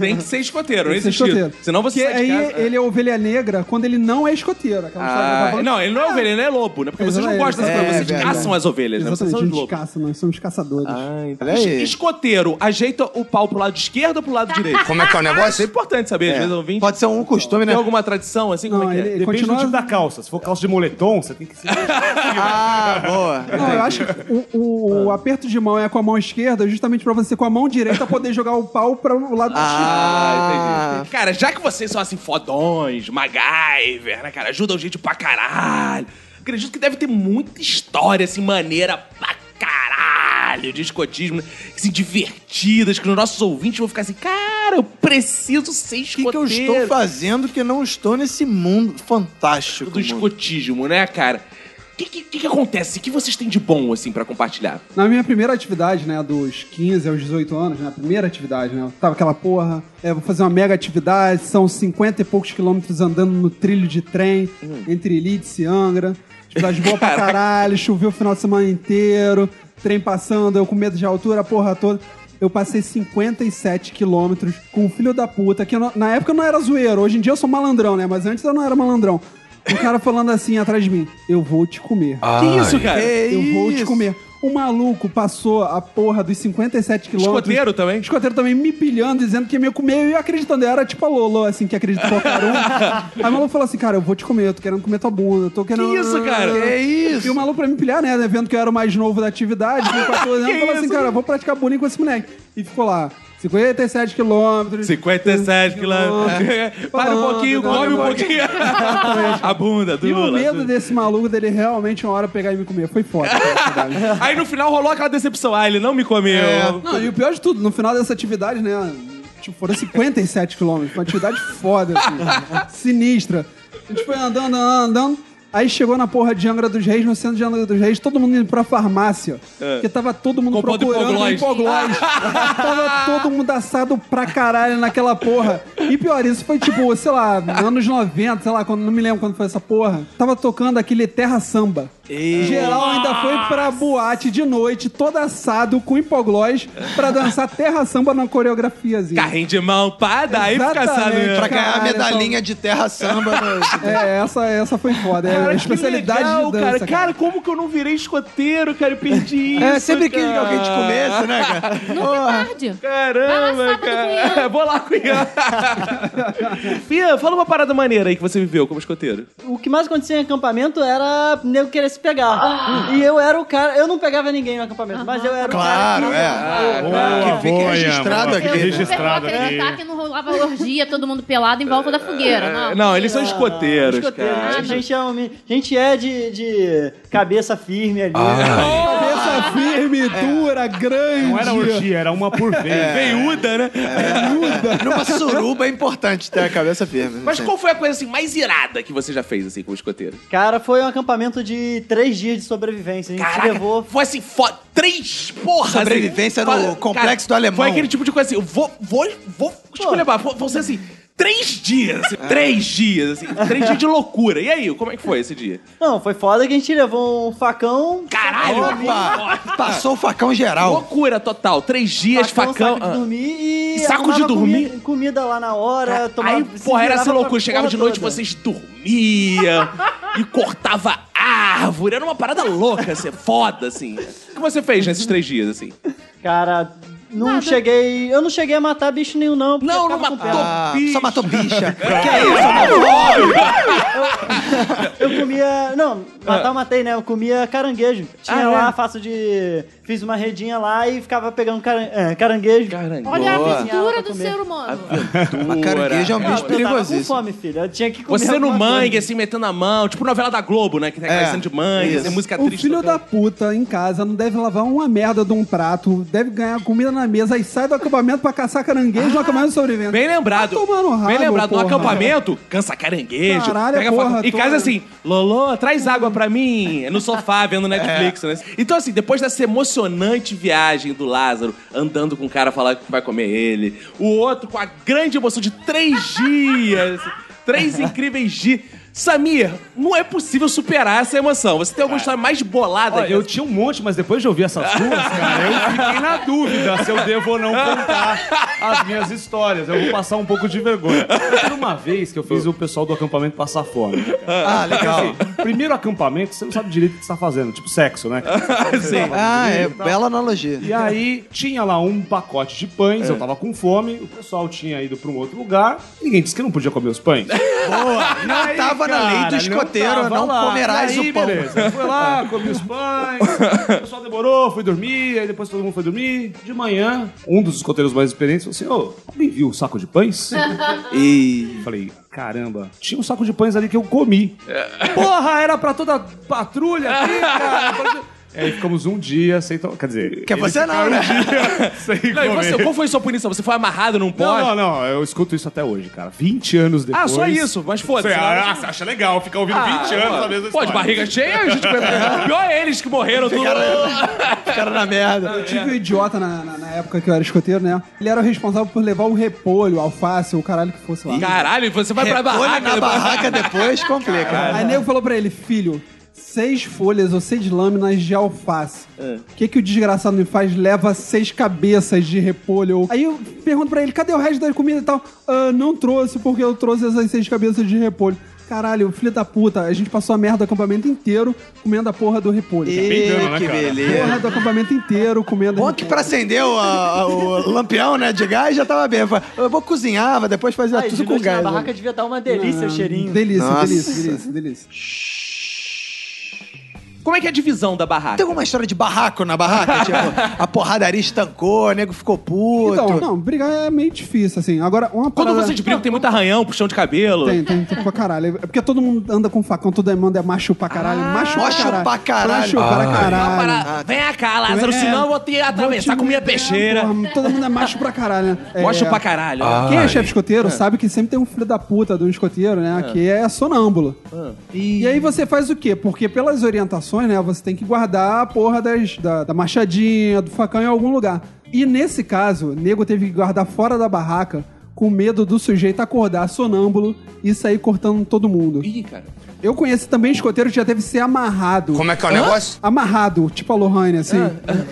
Tem que ser escoteiro, não Tem que ser existe. escoteiro. Senão você Porque sai de aí casa. né? ele é ovelha negra quando ele não é escoteiro. Aquela história que eu Ah, tava falando. não, ele não é ovelha, ele é lobo, né? Porque vocês não Exatamente. gostam dessa coisa, É, vocês verdade. caçam as ovelhas, né? Vocês são Exatamente, a os Ah, gente lobos. caça, É nós somos caçadores. Olha aí. Escoteiro, ajeita o pau pro lado esquerdo ou pro lado direito? Como é que é o Isso é negócio? importante saber, às É. vezes o ouvinte... Pode ser um costume, né? Tem alguma tradição, assim, como Não, é que é? ele Depende do continua... tipo da calça. Se for calça de moletom, você tem que ser. Ah, boa. Não, eu acho que o, o- Ah. o aperto de mão é com a mão esquerda justamente pra você, com a mão direita, poder jogar o pau para o lado Ah, entendi. Cara, já que vocês são assim fodões, MacGyver, né, cara? Ajudam gente pra caralho. Acredito que deve ter muita história, assim, maneira pra caralho de escotismo, né? assim, divertidas, que os nossos ouvintes vão ficar assim, cara, eu preciso ser O que, que eu escoteiro. estou fazendo que não estou nesse mundo fantástico? Do mundo? escotismo, né, cara? O que, que, que que acontece? O que vocês têm de bom, assim, pra compartilhar? Na minha primeira atividade, né, dos 15 aos 18 anos, né, a primeira atividade, né, eu tava aquela porra, é, vou fazer uma mega atividade, são 50 e poucos quilômetros andando no trilho de trem, entre Leeds e Angra, atividade boa pra caralho, choveu o final de semana inteiro, trem passando, eu com medo de altura, a porra toda. Eu passei 57 quilômetros com o filho da puta, que eu não- na época eu não era zoeiro, hoje em dia eu sou malandrão, né, mas antes eu não era malandrão. O cara falando assim atrás de mim, eu vou te comer. que isso, cara? Eu vou te comer. O maluco passou a porra dos 57 quilômetros. Escoteiro também? Escoteiro também me pilhando, dizendo que ia me comer e eu acreditando. Eu era tipo a Lolo, assim, que acredita em qualquer um. Aí o maluco falou assim: cara, eu vou te comer, eu tô querendo comer tua bunda, eu tô querendo. Que isso, cara? Que isso? E o maluco pra me pilhar, né? Vendo que eu era o mais novo da atividade, com 14 anos, falou assim: cara, eu vou praticar bullying com esse moleque. E ficou lá. 57 quilômetros. 57 quilômetros. Para um pouquinho, come um pouquinho. A bunda, do E o Lula. medo desse maluco dele realmente uma hora pegar e me comer. Foi foda. na verdade. Aí no final rolou aquela decepção. Ah, ele não me comeu. Não, e o pior de tudo, no final dessa atividade, né? Tipo, foram 57 quilômetros. Uma atividade foda, assim. sinistra. A gente foi andando, andando, andando. Aí chegou na porra de Angra dos Reis, no centro de Angra dos Reis, todo mundo indo pra farmácia. Porque tava todo mundo Comprando procurando hipoglós. hipoglós. tava todo mundo assado pra caralho naquela porra. E pior, isso foi tipo, sei lá, anos 90, sei lá, quando, não me lembro quando foi essa porra. Tava tocando aquele Terra Samba. Geral ainda foi pra boate de noite, todo assado, com hipoglós, pra dançar terra samba na coreografiazinha. Carrinho de mão, pá, daí fica Exatamente. sabendo. Pra ganhar a Caralho, medalhinha de terra samba. no- É, essa, essa foi foda. É a especialidade de dança. cara. como que eu não virei escoteiro, cara? Eu perdi É, sempre quis que alguém te comesse, né, cara? é Tarde. Vai lá, Caramba, sábado, cara. Vou lá, cunhado. Fia, fala uma parada maneira aí que você viveu como escoteiro. O que mais acontecia em acampamento era nego querer se pegar. Ah. E eu era o cara. Eu não pegava ninguém no acampamento, mas eu era Claro, é. o cara. Ah, que fique boa, registrado Ian, aqui. é boa. Registrado Eu vou um acreditar aqui. que não rolava orgia, todo mundo pelado em volta da fogueira. Não, Não, eles são escoteiros, Ah, Escoteiro, cara. a gente é, um- a gente é de, de cabeça firme ali. Ah. Cabeça firme, É. dura, grande. Não era orgia, era uma É. por vez. Veiuda, né? que numa suruba é importante ter a cabeça firme. Mas Não qual foi a coisa assim mais irada que você já fez assim como escoteiro? Cara, foi um acampamento de três dias de sobrevivência. A gente Caraca, levou. foi assim, fo... três porras. assim. Sobrevivência no complexo do alemão. Foi aquele tipo de coisa assim, eu vou, vou, vou tipo, levar, vou, vou ser assim, três dias, assim, É. três dias, assim, três dias de loucura. E aí, como é que foi esse dia? Não, foi foda que a gente levou um facão. Caralho, Opa! Passou o facão geral. loucura total, três dias, facão... um ah, saco de dormir e. Saco de arrumava comi- dormir? Comida lá na hora. ah, tomava, aí, se porra, era virava essa pra loucura. Chegava porra de noite, toda. vocês dormiam e cortava árvore. Era uma parada louca, assim, foda, assim. O que você fez nesses três dias, assim? Cara, não cheguei. Eu não cheguei a matar bicho nenhum, não. porque Não, eu não ficava com matou. pena. Ah, só matou bicha. Eu comia. Não, matar eu matei, né? Eu comia caranguejo. Tinha Ah, lá, é? faço de. Fiz uma redinha lá e ficava pegando caran- é, caranguejo. Caramba. Olha Boa. a aventura do Comer. ser humano. Mas caranguejo né? é um bicho Eu tava com perigosíssimo. fome, filho. Eu tinha que comer. Você no alguma mangue, coisa. assim, metendo a mão, tipo novela da Globo, né? Que tem É, aquela cena de mangue, isso. assim, música O triste. filho da puta em casa não deve lavar uma merda de um prato, deve ganhar comida na mesa aí sai do acampamento pra caçar caranguejo no acampamento de sobrevivência. Bem lembrado. Tá tomando rabo, Bem lembrado. No porra. acampamento, cansa caranguejo. Caralho, pega porra, faca- E tô- casa assim, Lolô, traz água pra mim. É No sofá, vendo Netflix, né? Então, assim, depois dessa emocionante viagem do Lázaro, andando com o cara falar que vai comer ele, o outro com a grande emoção de três dias, três incríveis dias. Samir, não é possível superar essa emoção. Você tem alguma história mais bolada Olha, que eu essa? tinha um monte, mas depois de ouvir essas duas, cara, eu fiquei na dúvida se eu devo ou não contar as minhas histórias. Eu vou passar um pouco de vergonha. Teve uma vez que eu fiz o pessoal do acampamento passar fome. né, cara? Ah, legal. Assim, primeiro acampamento, você não sabe direito o que você tá fazendo. Tipo sexo, né? Assim. cara? Ah, é bela analogia. E aí tinha lá um pacote de pães, eu tava com fome, o pessoal tinha ido pra um outro lugar, ninguém disse que não podia comer os pães. Boa. Não Aí, tava na lei cara, do escoteiro, tava não, lá. comerás Aí, o pão. Beleza. Fui lá, comi os pães, o pessoal demorou, fui dormir, aí depois todo mundo foi dormir. De manhã, um dos escoteiros mais experientes falou assim: Ô, alguém viu o saco de pães? E... Eu Falei, caramba, tinha um saco de pães ali que eu comi. É. Porra, era pra toda a patrulha aqui, cara. Aí ficamos um dia sem tomar. Quer dizer. Que é eles você não, né? ficaram Sem Não, e comer. você, qual foi sua punição? Você foi amarrado num poste? Não, não, não. Eu escuto isso até hoje, cara. 20 anos depois. Ah, só isso, é mas foda-se. Ah, você acha legal ficar ouvindo 20 anos Ah, Pô, a mesma de história. barriga cheia, a gente Pior é eles que morreram tudo. Cara na merda. Eu é. tive um idiota na, na- na época que eu era escoteiro, né? Ele era o responsável por levar o repolho, o alface, o caralho que fosse lá. Caralho, você vai pra barraca. Olha na né? barraca depois, complica. Aí nego falou pra ele, filho, seis folhas ou seis lâminas de alface. O que, que o desgraçado me faz? Leva seis cabeças de repolho. Aí eu pergunto pra ele, cadê o resto da comida e tal? "Ah, não trouxe, porque eu trouxe essas seis cabeças de repolho. Caralho, filho da puta, a gente passou a merda do acampamento inteiro comendo a porra do repolho. cara. Ih, dano, né, que cara? beleza. Porra do acampamento inteiro comendo. Bom que pra acender o, a- o lampião, né, de gás, já tava bem. Eu falei, Eu vou cozinhar, mas depois tá fazer Aí, tudo com na gás. né? barraca devia dar uma delícia o cheirinho. Delícia, Nossa. delícia, delícia, delícia. Como é que é a divisão da barraca? Tem um alguma história de barraco na barraca? tipo, a porradaria estancou, o nego ficou puto. Então, não, brigar é meio difícil, assim. Agora, uma Quando parada... vocês brigam, tem muito arranhão, puxão de cabelo. Tem, tem, tem pra caralho. É porque todo mundo anda com facão, todo mundo é macho pra caralho. macho pra macho caralho. pra caralho. Macho pra Uma caralho. parada- Vem cá, Lázaro, É, senão eu vou te atravessar Vou te Tá com minha meter, peixeira. porra, todo mundo é macho pra caralho, né? É, Macho pra caralho. Quem é chefe escoteiro sabe que sempre tem um filho da puta de um escoteiro, né? Que é sonâmbulo. E... aí você faz o quê? Porque pelas orientações, né? Você tem que guardar a porra das- da, da machadinha, do facão em algum lugar. E nesse caso, o nego teve que guardar fora da barraca com medo do sujeito acordar sonâmbulo e sair cortando todo mundo. Ih, cara. Eu conheço também escoteiro que já teve que ser amarrado. Como é que é o negócio? Amarrado, tipo a Lohane, assim.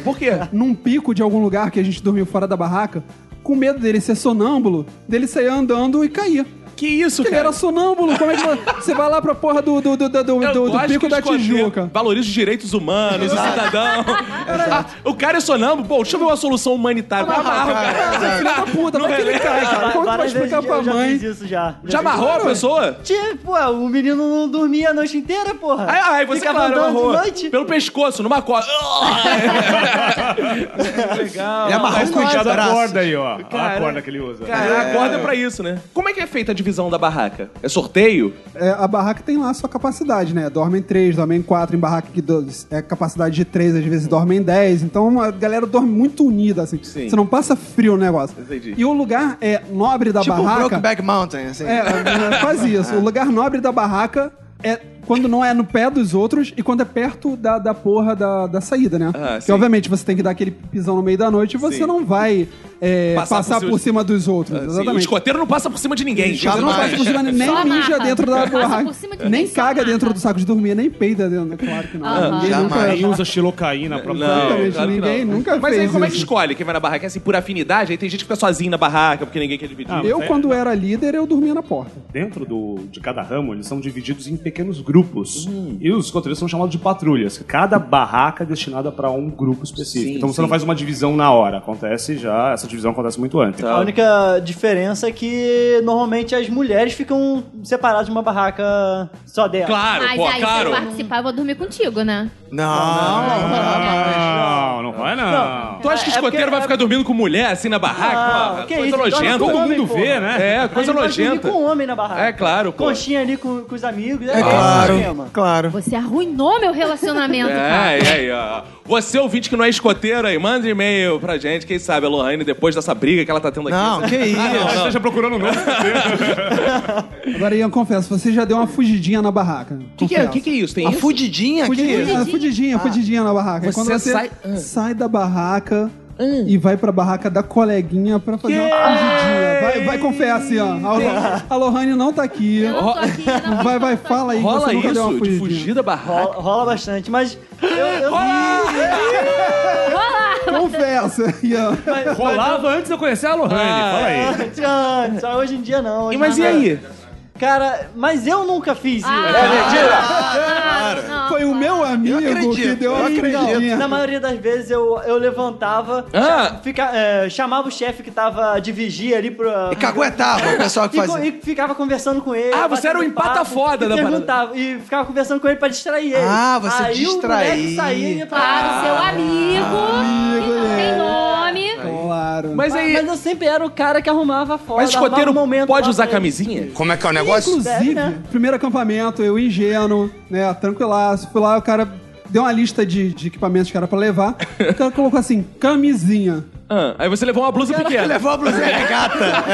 Por quê? Num pico de algum lugar que a gente dormiu fora da barraca, com medo dele ser sonâmbulo, dele sair andando e cair. Que isso, Ele cara? era sonâmbulo, como é que você vai lá pra porra do, do, do, do, do- Eu do- do gosto pico que da escoteiro Tijuca? Valoriza os direitos humanos, o cidadão. Ah, o cara é sonâmbulo. Pô, deixa eu ver uma solução humanitária. pra amarrar o cara. Ah, Cara, filho da puta, como é que ele cai, cara? Como tu vai Ah, Várias explicar vezes pra eu já mãe? fiz isso já. Já amarrou a pessoa? Tipo, pô, o menino não dormia a noite inteira, porra. Aí, ah, aí você Ficava claro, andando de amarrou. noite. Pelo pescoço, numa Ah, corda. Ele amarrou com os É, Cuidado a braços. corda aí, ó. Cara. a corda que ele usa. Cara, a corda é pra isso, né? Como é que é feita a divisão da barraca? É sorteio? É, a barraca tem lá a sua capacidade, né? Dorme em 3, dorme em 4, em barraca que do- é capacidade de 3, às vezes dorme em 10. Então a galera dorme muito unida, assim. Você não passa frio o negócio. Entendi. E o lugar é nobre da Tipo o barraca. Brokeback Mountain, assim. É, é, quase isso. O lugar nobre da barraca é quando não é no pé dos outros e quando é perto da, da porra da, da saída, né? Ah, que sim. obviamente você tem que dar aquele pisão no meio da noite e você Sim. não vai é, Passar passar, por por, cima de- cima dos outros. Assim, o exatamente. escoteiro não passa por cima de ninguém. Você não passa por cima nem Só amarra. mija dentro da Passa barraca. por cima de ninguém, Nem só caga amarra. dentro do saco de dormir, nem peida dentro. né? Claro que não. Aham. Ninguém nunca- Jamais. Aí usa xilocaína pra Exatamente, claro que ninguém não. nunca Mas aí fez como é que isso. escolhe quem vai na barraca? É assim, por afinidade, aí tem gente que fica sozinho na barraca porque ninguém quer dividir. Ah, Eu, É. quando era líder, eu dormia na porta. Dentro do, de cada ramo, eles são divididos em pequenos grupos. Hum. E os escoteiros são chamados de patrulhas. Cada barraca é destinada pra um grupo específico. Sim, então você sim. não faz uma divisão na hora. Acontece já, essa divisão acontece muito antes. Tá. A única diferença é que normalmente as mulheres ficam separadas de uma barraca só dela. Claro, Mas pô, aí, claro. se eu participar, eu vou dormir contigo, né? Não, Não, não vai não. Tu acha que É porque- escoteiro vai ficar dormindo com mulher assim na barraca? Ah, Pô, que coisa isso, nojenta. todo mundo vê, né? É, coisa Ele vai dormir nojenta. com um homem na barraca. É claro, pô. Conchinha ali com, com os amigos. É É, esse claro, o esquema. claro. Você arruinou meu relacionamento, cara. É, e aí, ó. Você ouvinte que não é escoteiro aí, manda e-mail pra gente. Quem sabe a Lohane, depois dessa briga que ela tá tendo aqui. Não, que isso. Você esteja procurando um novo. Agora, Ian, confesso, você já deu uma fugidinha na barraca. O que, que é, que que é isso? Tem A isso? fudidinha aqui. Fugidinha, fugidinha, fugidinha na barraca. Você Quando você sai- ah. sai... da barraca, e vai pra barraca da coleguinha pra fazer uma fugidinha. Vai, vai, confessa assim, ó. A Lo- A Lohane não tá aqui. Eu não tô aqui, não. Vai, vai, fala aí. que Rola você nunca deu uma isso de fugidinha. fugir da barraca. Rola, rola bastante, mas eu, eu Confessa. Ian. mas- Rolava antes de eu conhecer a Lohane, fala aí. Ah, Antes, antes, só hoje em dia não. hoje E, É. mas e não. aí? Cara, mas eu nunca fiz isso. Claro. Não. Foi o meu amigo que deu uma fugidinha. Na maioria das vezes eu, eu levantava, Ah. cha- fica- é, chamava o chefe que tava de vigia ali pra. E caguetava o pessoal que E, co- fazia. e ficava conversando com ele. Ah, você era o batendo empata papo, foda e da parada. perguntava, E ficava conversando com ele pra distrair ele. Ah, você Aí distraía. O moleque saía e ia pra lá. Claro, seu amigo, que não tem nome. Claro. né? Mas aí, Mas eu sempre era o cara que arrumava foda. mas escoteiro arrumava um momento pode lá usar pra ele. camisinha? Como é que é o negócio? Inclusive, Deve, né? primeiro acampamento, eu ingênuo, né, tranquilaço. Fui lá, o cara deu uma lista de, de equipamentos que era pra levar. O cara colocou assim, camisinha. Ah, aí você levou uma blusa pequena. Levou a blusinha de gata.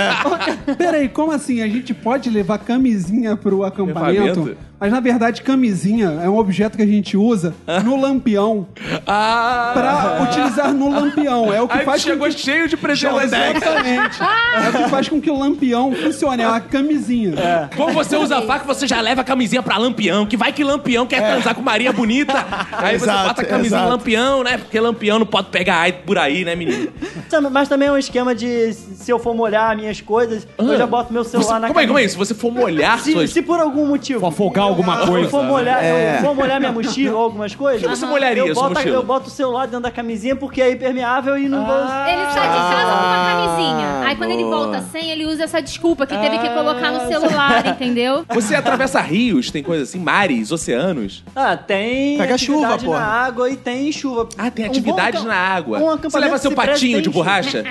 Peraí, como assim? A gente pode levar camisinha pro acampamento? Acampamento? Mas, na verdade, camisinha é um objeto que a gente usa no lampião Ah, pra utilizar no lampião. É o que aí faz com chegou que... cheio de preservativo. Exatamente. É o que faz com que o lampião funcione, é uma camisinha. Como você usa faca, você já leva a camisinha pra Lampião, que vai que Lampião quer transar com Maria Bonita. Aí você Exato, bota a camisa exato. em Lampião, né? Porque Lampião não pode pegar AIDS por aí, né, menino? Tam- Mas também é um esquema de se eu for molhar minhas coisas, eu já boto meu Ah. Você, celular na como é, como é isso? Se você for molhar Se, suas... se por algum motivo. Afogar alguma Eu coisa. for molhar, É. eu for molhar minha mochila ou algumas coisas. que você molharia eu sua boto, mochila? eu boto o celular dentro da camisinha porque é impermeável e não vou. Ah. Ele sai de casa com uma camisinha. Aí quando ele volta sem, ele usa essa desculpa que teve que colocar no celular, entendeu? Você atravessa rios, tem coisa assim, mares, oceanos. Ah, tem. Pega chuva, atividade porra. na água e tem chuva. Ah, tem Um bom atividades acam- na água. um você leva acampamento seu se presta patinho tem de chuva. borracha?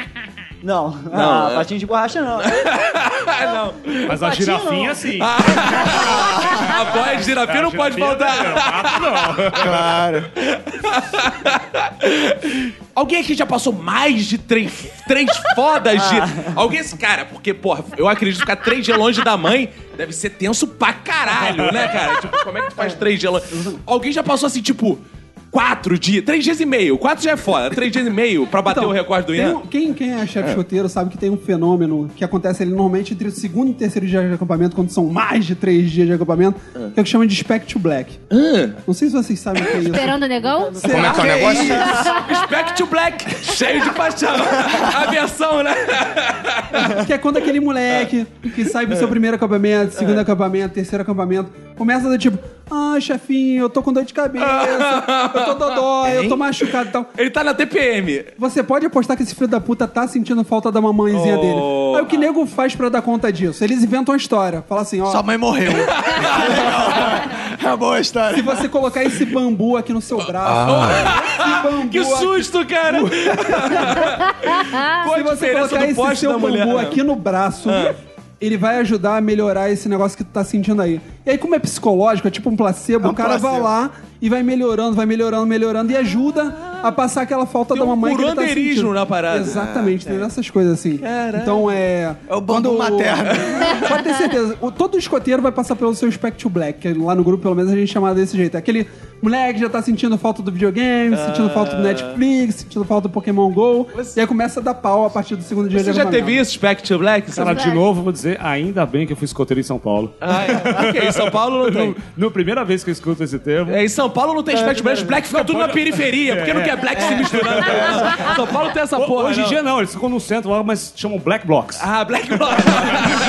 Não, Não, ah, é. patinho de borracha não. ah, não. Mas a Patinho, girafinha, não. sim. Ah. A voz de girafim não pode faltar. Claro. Alguém aqui já passou mais de três, três fodas Ah. de. Alguém esse cara, porque, porra, eu acredito que ficar três dias longe da mãe deve ser tenso pra caralho, né, cara? Tipo, como é que tu faz três dias longe? Alguém já passou assim, tipo, quatro dias, três dias e meio. Quatro já é foda, três dias e meio pra bater Então, o recorde do tem Ian. um- quem, quem é chefe escoteiro sabe que tem um fenômeno que acontece ali normalmente entre o segundo e terceiro dia de acampamento, quando são mais de três dias de acampamento, que é o que chama de Spect to Black. Não sei se vocês sabem o que é isso. Esperando o negão? Como é que é o negócio? Back to Black, cheio de paixão. A versão, né? Que é quando aquele moleque que sai pro seu É. primeiro acampamento, segundo acampamento, terceiro acampamento, começa a do tipo, ah, chefinho, eu tô com dor de cabeça, eu tô dodó, eu tô machucado e tal. Ele tá na TPM. Você pode apostar que esse filho da puta tá sentindo falta da mamãezinha Oh. dele. Aí o que nego faz pra dar conta disso? Eles inventam uma história. Fala assim, ó. Sua mãe morreu. Legal. É uma boa história. Se você colocar esse bambu aqui no seu braço. esse bambu Ah. Que susto, cara! Qual a aqui, se você diferença colocar do esse poste seu da mulher? Ah. bambu aqui no braço. Ele vai ajudar a melhorar esse negócio que tu tá sentindo aí. E aí, como é psicológico, é tipo um placebo, É um o cara vai placebo. lá e vai melhorando, vai melhorando, melhorando e ajuda a passar aquela falta Tem da um mamãe que ele tá curandeirismo sentindo. na parada. Exatamente, tem essas coisas assim. Então é. É o bambu materno. Pode ter certeza. O- todo escoteiro vai passar pelo seu Spectrum Black, que lá no grupo, pelo menos, a gente chamava desse jeito. É Aquele moleque que já tá sentindo falta do videogame, sentindo falta do Netflix, sentindo falta do Pokémon GO. E aí começa a dar pau a partir do segundo dia Você de já acampamento. teve isso, Back to Black? Você Cara, de novo, vou dizer, ainda bem que eu fui escoteiro em São Paulo. Ah, é. Ok, em São Paulo não tem. No, no primeira vez que eu escuto esse termo, É, em São Paulo não tem Spectrum Black, Black fica tudo na periferia, porque não quer Black se misturando. Não. São Paulo tem essa Ho- porra. hoje em não. dia não, eles ficam no centro lá, mas chamam Black Blocks. Ah, Black Block.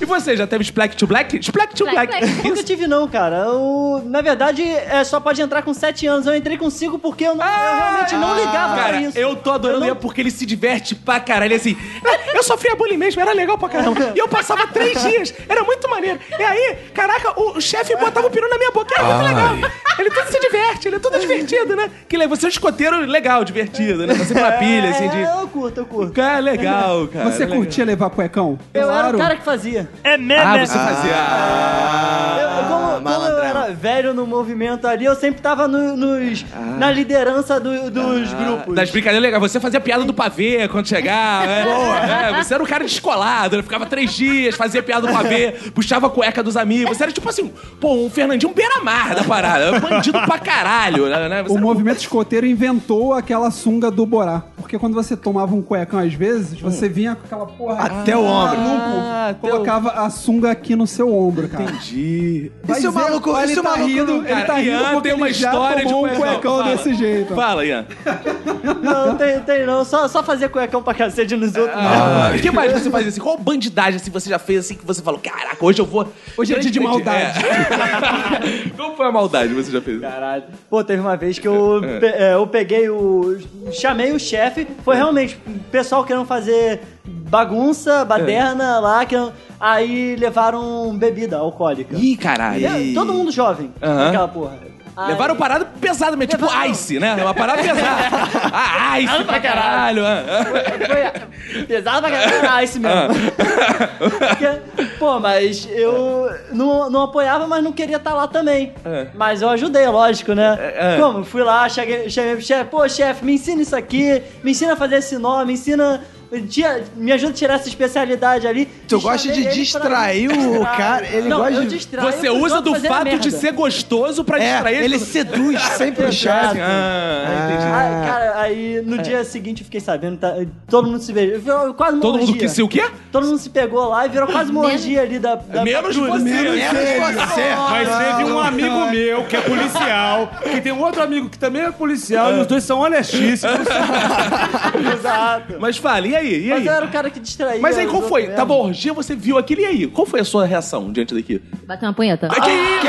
e você, já teve Black to Black? Black to Black. Black, Nunca tive, não, cara. Eu, na verdade, é, só pode entrar com 7 anos. Eu entrei com 5 porque eu, não- Ah, eu realmente não ligava Ah, Cara, pra isso. É, eu tô adorando Eu ele não- porque ele se diverte pra caralho. Ele é assim, "Ah, eu sofria bullying mesmo, era legal pra caramba. E eu passava três dias, era muito maneiro. E aí, caraca, o, o chefe botava o peru na minha boca, era muito legal. Ele tudo se diverte, ele é tudo divertido, né? Que le- você é um escoteiro legal, divertido, né? Você com uma pilha, assim, É, de... eu curto, eu curto. Cara, é legal, cara. é Você legal. curtia levar cuecão? Eu era o cara que fazia. É Ah, né? meme. você fazia... Eu- eu- como, como eu malandrão. era velho no movimento ali, eu sempre tava no- nos, na liderança do- dos grupos. Das brincadeiras legais. Você fazia piada do pavê quando chegava. né? É, você era um cara descolado, ele ficava três dias, fazia piada do pavê, puxava a cueca dos amigos. Você era tipo assim, pô, um Fernandinho beira-mar da parada. Bandido pra caralho, né? Você O era- movimento escoteiro inventou aquela sunga do Borá. porque quando você tomava um cuecão às vezes, Hum. você vinha com aquela porra. Até o ombro. maluco Ah, até o- colocava a sunga aqui no seu ombro, cara. Entendi. Vai E se o dizer, maluco- olha, e se ele o tá maluco rindo, não- ele Cara, tá Ian rindo porque tem uma ele já história de tomou um cuecão. cuecão Fala. desse jeito. ó. Fala, Ian. Não, não tem, tem não. Só, só fazer cuecão pra cacete nos outros. né? Ah, O que mais você faz assim? Qual bandidagem assim, você já fez assim que você falou, caraca, hoje eu vou. Hoje é dia de maldade. É. Qual foi a maldade que você já fez? Caralho. Pô, teve uma vez que eu, pe- é, eu peguei o. Chamei o chefe. Foi realmente o pessoal querendo fazer bagunça, baderna lá. Querendo, aí levaram bebida alcoólica. Ih, caralho. É, Todo mundo jovem. Aham. Aquela porra. Aí- Levaram parada pesada, mesmo, tipo Levaram. Ice, né? Uma parada pesada. Ah, Ice pra caralho. ah. Foi pesado pra caralho, isso mesmo. Porque, Ah. pô, mas eu não, não apoiava, mas não queria estar lá também. É. Mas eu ajudei, lógico, né? É, é. Como? Fui lá, cheguei, cheguei pro chefe, pô, chefe, me ensina isso aqui, me ensina a fazer esse nó, me ensina. tira- me ajuda a tirar essa especialidade ali. Tu E gosta de chamei ele pra- Ah, distrair o cara, ele não, gosta eu de- distraio Você pros usa outros do fazerem fato de merda. ser gostoso pra É, distrair. ele seduz sempre o Exato. chefe. Ah, entendi. Aí, cara, aí É. no dia seguinte eu fiquei sabendo, tá, todo mundo se beijou. virou Quase uma Todo mundo orgia. que se o quê? Todo mundo se pegou lá e virou quase uma orgia ali da. da assim, né? Menos você. É, Menos você. Mas Ah. teve um amigo meu que é policial, que tem um outro amigo que também é policial, e os dois são honestíssimos. Exato. Mas fala, e aí? E aí? Mas eu era o cara que distraía. Mas aí, os qual outros né? foi? mesmo. Tá bom, orgia, você viu aquilo, e aí? Qual foi a sua reação diante daqui? Bateu uma punheta. Ah, que isso?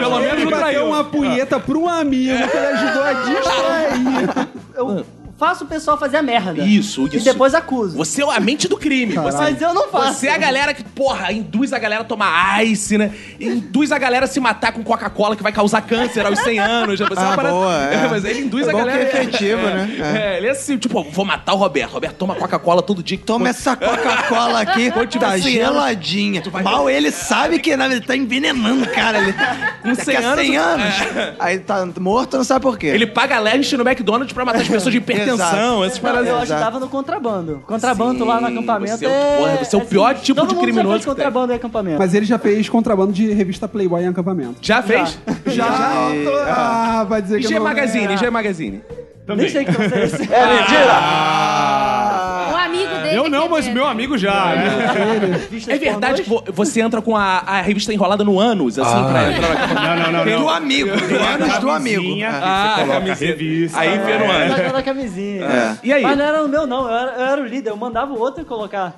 Pelo menos Ele não bateu traiu. uma punheta pra um amigo que ele ajudou a distrair. Eu faço o pessoal fazer a merda. Ah. Isso, E isso. depois acuso. Você é a mente do crime. Você, Mas eu não faço. você é a galera que, porra, induz a galera a tomar ice, né? Induz a galera a se matar com Coca-Cola, que vai causar câncer aos 100 anos. Você é uma Ah, parada- boa, é. Mas ele induz É a bom galera... que é efetivo, é, né? É. ele é assim, tipo, vou matar o Roberto. Roberto toma Coca-Cola todo dia. que Toma essa Coca-Cola aqui, tá assim, geladinha. Mal ele sabe que na verdade tá envenenando o cara. Ele, Com daqui 100 a 100 anos- é é. anos, aí tá morto, não sabe por quê. Ele paga lanche no McDonald's pra matar as pessoas de hipertensão. Exato. Esses Não, paradas. eu Exato. ajudava no contrabando. Contrabando lá no Sim, acampamento você é o- porra, você é o pior tipo todo de mundo já criminoso fez que tem. contrabando em acampamento. Mas ele já fez contrabando de revista Playboy em acampamento. Já fez? Já? Ah, vai dizer que G não- Magazine, G Magazine. Nem sei que você é esse. O amigo dele. Eu é não, mas meu amigo já, né? É verdade que vo- você entra com a, a revista enrolada no ânus, assim, pra entrar na Não, não, não. Do não. Ah. um amigo, do ânus do amigo. Camisinha, É. Ah, você coloca a camiseta. revista. Aí vê no ânus. Mas era camisinha. E É. aí? É. Mas não era o meu, não. Eu era, eu era o líder. Eu mandava o outro colocar.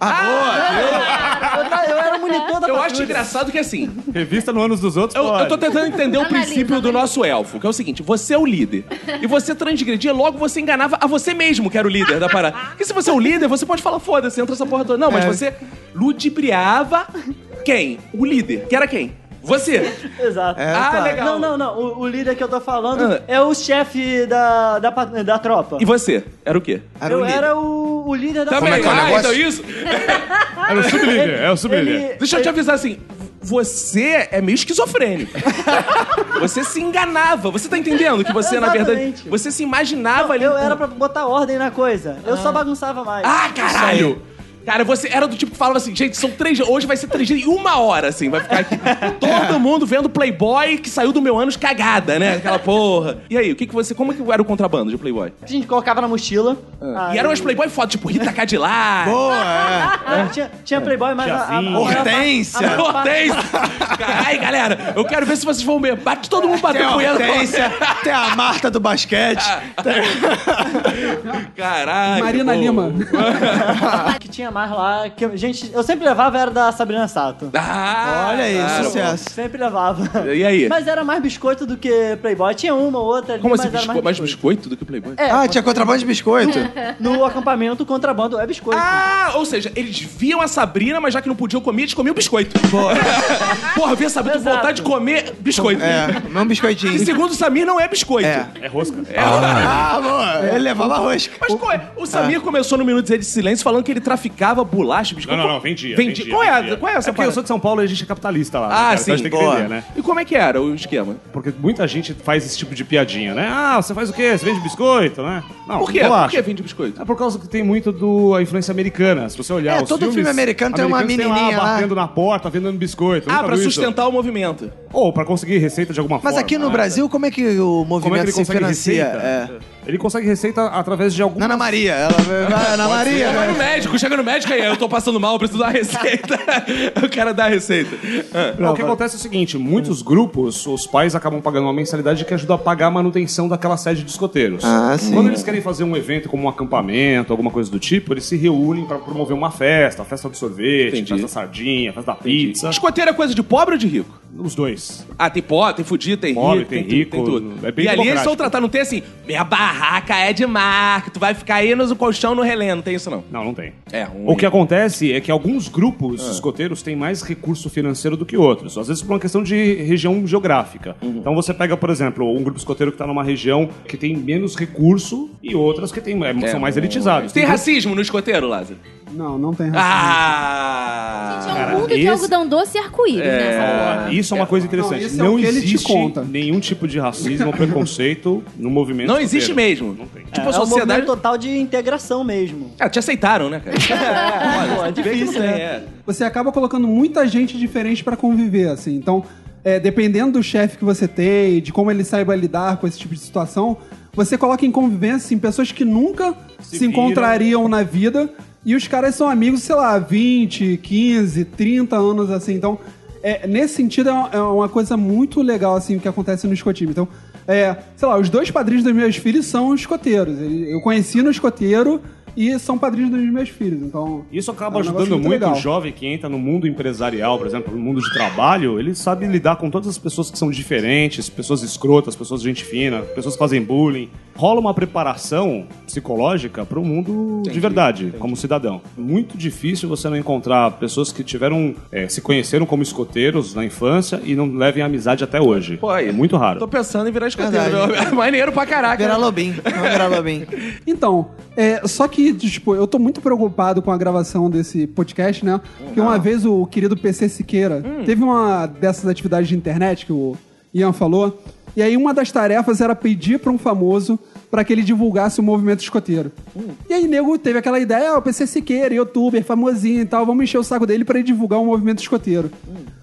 eu, ta- eu era monitor da Ah, Eu patrulha. acho engraçado que assim, Revista no ânus dos outros, eu, eu tô pode. tentando entender o Analisa, princípio do analisa. nosso elfo, que é o seguinte: você é o líder. E você transgredia, logo você enganava a você mesmo, que era o líder da parada. Porque se você é o líder, você pode falar, foda-se, entra essa porra toda. Não, É. mas você ludibriava quem? O líder, que era quem? Você. Exato. Ah, tá. legal. Não, não, não. O, o líder que eu tô falando Ah. é o chefe da, da, pa- da tropa. E você? Era o quê? Era um eu o líder. era o, o líder da Ah, Também. é que é o ah, negócio? então isso? Era o sublíder, é o sublíder. Deixa eu te avisar assim. Você é meio esquizofrênico. você se enganava. Você tá entendendo que você, na verdade. Exatamente. Você se imaginava ali. Eu era pra botar ordem na coisa. Eu só bagunçava mais. Ah, caralho! Cara, você era do tipo que falava assim, gente, são três dias. Hoje vai ser três dias e uma hora, assim, vai ficar aqui. Todo mundo vendo Playboy que saiu do meu ânus cagada, né? Aquela porra. E aí, o que que você. Como que era o contrabando de Playboy? A gente colocava na mochila. E eram as Playboy fotos, tipo Rita Cadillac. Boa, Ah, tinha, tinha Playboy, mas a, a, Tiazinha. a maior parte- Hortência. a maior parte- Hortência! Caralho, galera, eu quero ver se vocês vão ver. Bate todo mundo é. Tem bateu a punheta. Hortência, tem a Marta do basquete. Caralho. Marina pô. Lima. parte que tinha mais lá. Que, eu- gente, eu sempre levava era da Sabrina Sato. Ah, Olha aí, cara, sucesso. Sempre levava. E aí? Mas era mais biscoito do que Playboy. Tinha uma ou outra ali, Como mas assim, era bisco... mais biscoito do que Playboy? É, Ah, tinha contrabando de biscoito? no acampamento, contrabando é biscoito. Ah, ou seja, eles viam a Sabrina, mas já que não podiam comer, eles comiam biscoito. Porra, vê a Sabrina, tô com Exato. vontade de comer biscoito. É, não um E biscoitinho. segundo o Samir, não é biscoito. É. É rosca. Ah, boa, ele levava rosca. Mas qual é? O Samir começou no Minutos de Silêncio falando que ele traficava bolacha, biscoito. Não, não, não, vendia, Vendi. vendia, qual, é, a- vendia. qual é essa É porque eu parada? sou de São Paulo e a gente é capitalista lá. né, Ah, cara? sim, Então a gente tem que boa. entender, né? E como é que era o esquema? Porque muita gente faz esse tipo de piadinha, né? Ah, você faz o quê? Você vende biscoito, né? Não, Por quê? Por bolacha. que vende biscoito? É por causa que tem muito do a influência americana. Se você olhar É, os todo filmes, filme americano tem uma americanos têm menininha lá. batendo na porta, vendendo biscoito. Ah, Nunca pra viu isso? sustentar o movimento. Ou pra conseguir receita de alguma Mas forma. aqui no né? Brasil, como é que o movimento ele se consegue financia? receita? É. Ele consegue receita através de algum. Ana Maria, ela vai. Ana Maria, Vai né? no médico, chega no médico aí, eu tô passando mal, eu preciso dar a receita. o cara dá a receita. Ah. Não, o que acontece é o seguinte: muitos grupos, os pais acabam pagando uma mensalidade que ajuda a pagar a manutenção daquela sede de escoteiros. Ah, sim. Quando eles querem fazer um evento como um acampamento, alguma coisa do tipo, eles se reúnem pra promover uma festa, a festa do sorvete, Entendi. festa da sardinha, a festa da pizza. Escoteiro é coisa de pobre ou de rico? Os dois. Ah, tem pobre, tem fudido, tem Pobre, rico, tem tudo, rico, tem tudo. é bem e ali eles democrático. vão tratar, não tem assim, minha barraca é de marca, tu vai ficar aí no colchão no relé, não tem isso não. Não, não tem. É, Ah. um... O que acontece é que alguns grupos escoteiros têm mais recurso financeiro do que outros. Às vezes por uma questão de região geográfica. Uhum. Então você pega, por exemplo, um grupo escoteiro que está numa região que tem menos recurso e outras que tem, é, são mais elitizados. Então, Tem Tem racismo no escoteiro, Lázaro? Não, não tem racismo. Ah! Gente, é Cara, um mundo de esse- algodão doce e arco-íris, né? essa porra? Isso é uma coisa interessante. Não, Não, isso é o que ele te existe conta. nenhum tipo de racismo ou preconceito no movimento. Não existe escoteiro. mesmo. Não tem. Tipo, é a um sociedade... movimento total de integração mesmo. Ah, te aceitaram, né, cara? É, pô, é difícil, Não tem, né? é. Você acaba colocando muita gente diferente pra conviver, assim. Então, é, dependendo do chefe que você tem, de como ele saiba lidar com esse tipo de situação, você coloca em convivência, assim, pessoas que nunca se, viram. encontrariam na vida. E os caras são amigos, sei lá, 20, 15, 30 anos, assim. Então, é, nesse sentido, é uma- é uma coisa muito legal, assim, que acontece no escotismo. Então, é, sei lá, os dois padrinhos dos meus filhos são escoteiros. Eu conheci no escoteiro e são padrinhos dos meus filhos. Então, Isso É acaba um ajudando negócio muito muito, legal. o jovem que entra no mundo empresarial, por exemplo, no mundo de trabalho, ele sabe lidar com todas as pessoas que são diferentes, pessoas escrotas, pessoas de gente fina, pessoas que fazem bullying. Rola uma preparação psicológica para o mundo de verdade, como cidadão. Muito difícil você não encontrar pessoas que tiveram, eh, se conheceram como escoteiros na infância e não levem amizade até hoje. Pô, aí. É muito raro. Tô pensando em virar escoteiro. Verdade. meu. Maneiro pra caraca. né? Vera Lobim. Não, Vera Lobim. Então, é, só que, tipo, eu tô muito preocupado com a gravação desse podcast, né? Porque uma vez o querido PC Siqueira teve uma dessas atividades de internet que o Ian falou. E aí uma das tarefas era pedir pra um famoso pra que ele divulgasse o movimento escoteiro. E aí nego teve aquela ideia, ah, o PC Siqueira, youtuber, famosinho e tal, vamos encher o saco dele pra ele divulgar o movimento escoteiro.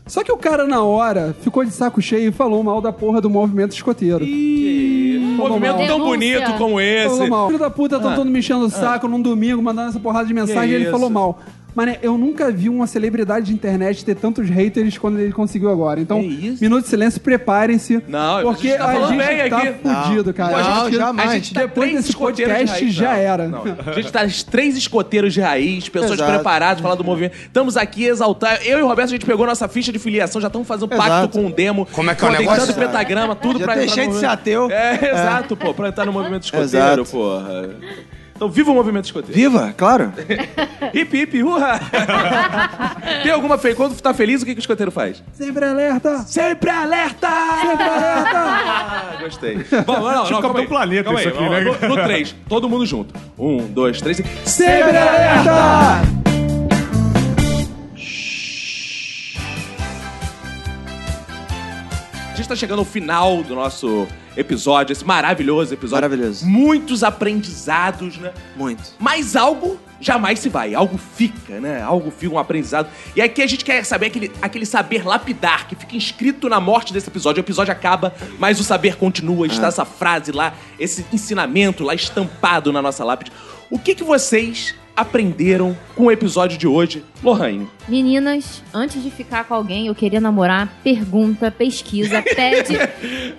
Só que o cara na hora ficou de saco cheio e falou mal da porra do movimento escoteiro. Um movimento mal. tão Denúncia. bonito como esse. Ah. Falou mal. Filho da puta, tão todo me enchendo o saco num domingo, mandando essa porrada de mensagem, Que ele isso? falou mal. Mané, eu nunca vi uma celebridade de internet ter tantos haters quando ele conseguiu agora. Então, Que isso? Minuto de Silêncio, preparem-se. Não, a porque gente tá a falando gente bem tá aqui. fudido, cara. Não, A gente- jamais. a Mas gente, depois tá três desse escoteiros de podcast raiz, já não. era. Não. A gente tá três escoteiros de raiz, pessoas Exato. preparadas, falar do movimento. Estamos aqui exaltar. Eu e o Roberto, a gente pegou nossa ficha de filiação, já estamos fazendo um pacto Exato. com o demo. Como é que é o coletando negócio? pentagrama, tudo Já pra deixei entrar no de ser ateu. É, exato, pô, pra entrar no movimento escoteiro, Exato. porra. Então, viva o movimento escoteiro. Viva, claro. Hip, hip, urra! Tem alguma fe... Quando tá feliz, o que, que o escoteiro faz? Sempre alerta! Sempre alerta! Sempre alerta! Ah, gostei. Bom, não, não, não, calma Capitão aí. um Planeta calma aí. isso aqui, vamos- né? No 3, todo mundo junto. Um, dois, três. e- Sempre alerta! A gente tá chegando ao final do nosso episódio, esse maravilhoso episódio. Maravilhoso. Muitos aprendizados, né? Muito. Mas algo jamais se vai, algo fica, né? Algo fica, um aprendizado. E aqui a gente quer saber aquele, aquele saber lapidar que fica inscrito na morte desse episódio. O episódio acaba, mas o saber continua. Está essa frase lá, esse ensinamento lá estampado na nossa lápide. O que, que vocês aprenderam com o episódio de hoje, Lohanho? Meninas, antes de ficar com alguém, eu queria namorar, pergunta, pesquisa, pede.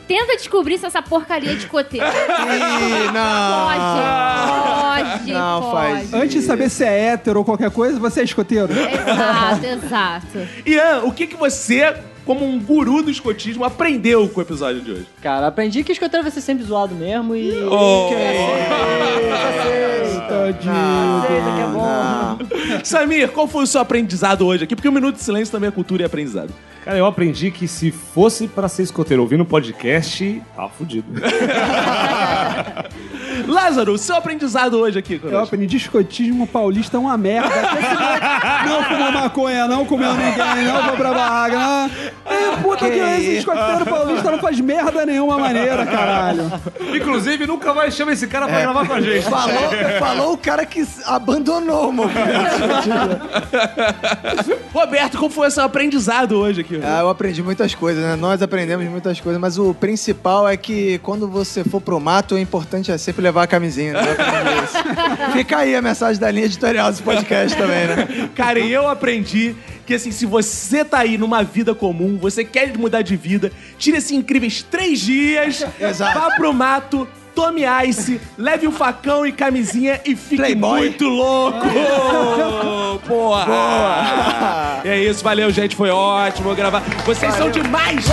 tenta descobrir se essa porcaria de coteiro. Ih, não. Pode, pode, Não pode. faz Antes de saber se é hétero ou qualquer coisa, você é escoteiro. Exato, exato. Ian, o que, que você, como um guru do escotismo, aprendeu com o episódio de hoje? Cara, aprendi que escoteiro vai ser sempre zoado mesmo e. Oh. É. Tadinho. Aceita que é bom. Não. Samir, qual foi o seu aprendizado hoje aqui? Porque o Minuto de Silêncio também é cultura e aprendizado. Cara, eu aprendi que se fosse pra ser escoteiro ouvindo podcast, tá fudido. Lázaro, o seu aprendizado hoje aqui Eu conosco. aprendi escotismo paulista é uma merda. não fumar maconha, não comer ninguém, não vou pra barraca. Não. É, puta que, esse escoteiro paulista não faz merda nenhuma maneira, caralho. Inclusive, nunca mais chama esse cara pra gravar com a gente. Falou, falou o cara que s- abandonou o movimento. Roberto, como foi o seu aprendizado hoje aqui? Ah, eu aprendi muitas coisas, né? Nós aprendemos muitas coisas, mas o principal é que quando você for pro mato, o importante é sempre levar a camisinha. Né? Eu aprendi isso. Fica aí a mensagem da linha editorial desse podcast também, né? Cara, e eu aprendi que assim, se você tá aí numa vida comum, você quer mudar de vida, tira esses incríveis três dias, Exato. vá pro mato, tome ice, leve um facão e camisinha e fique Playboy. muito louco! Porra! Boa. É isso, valeu, gente, foi ótimo gravar. Vocês são demais!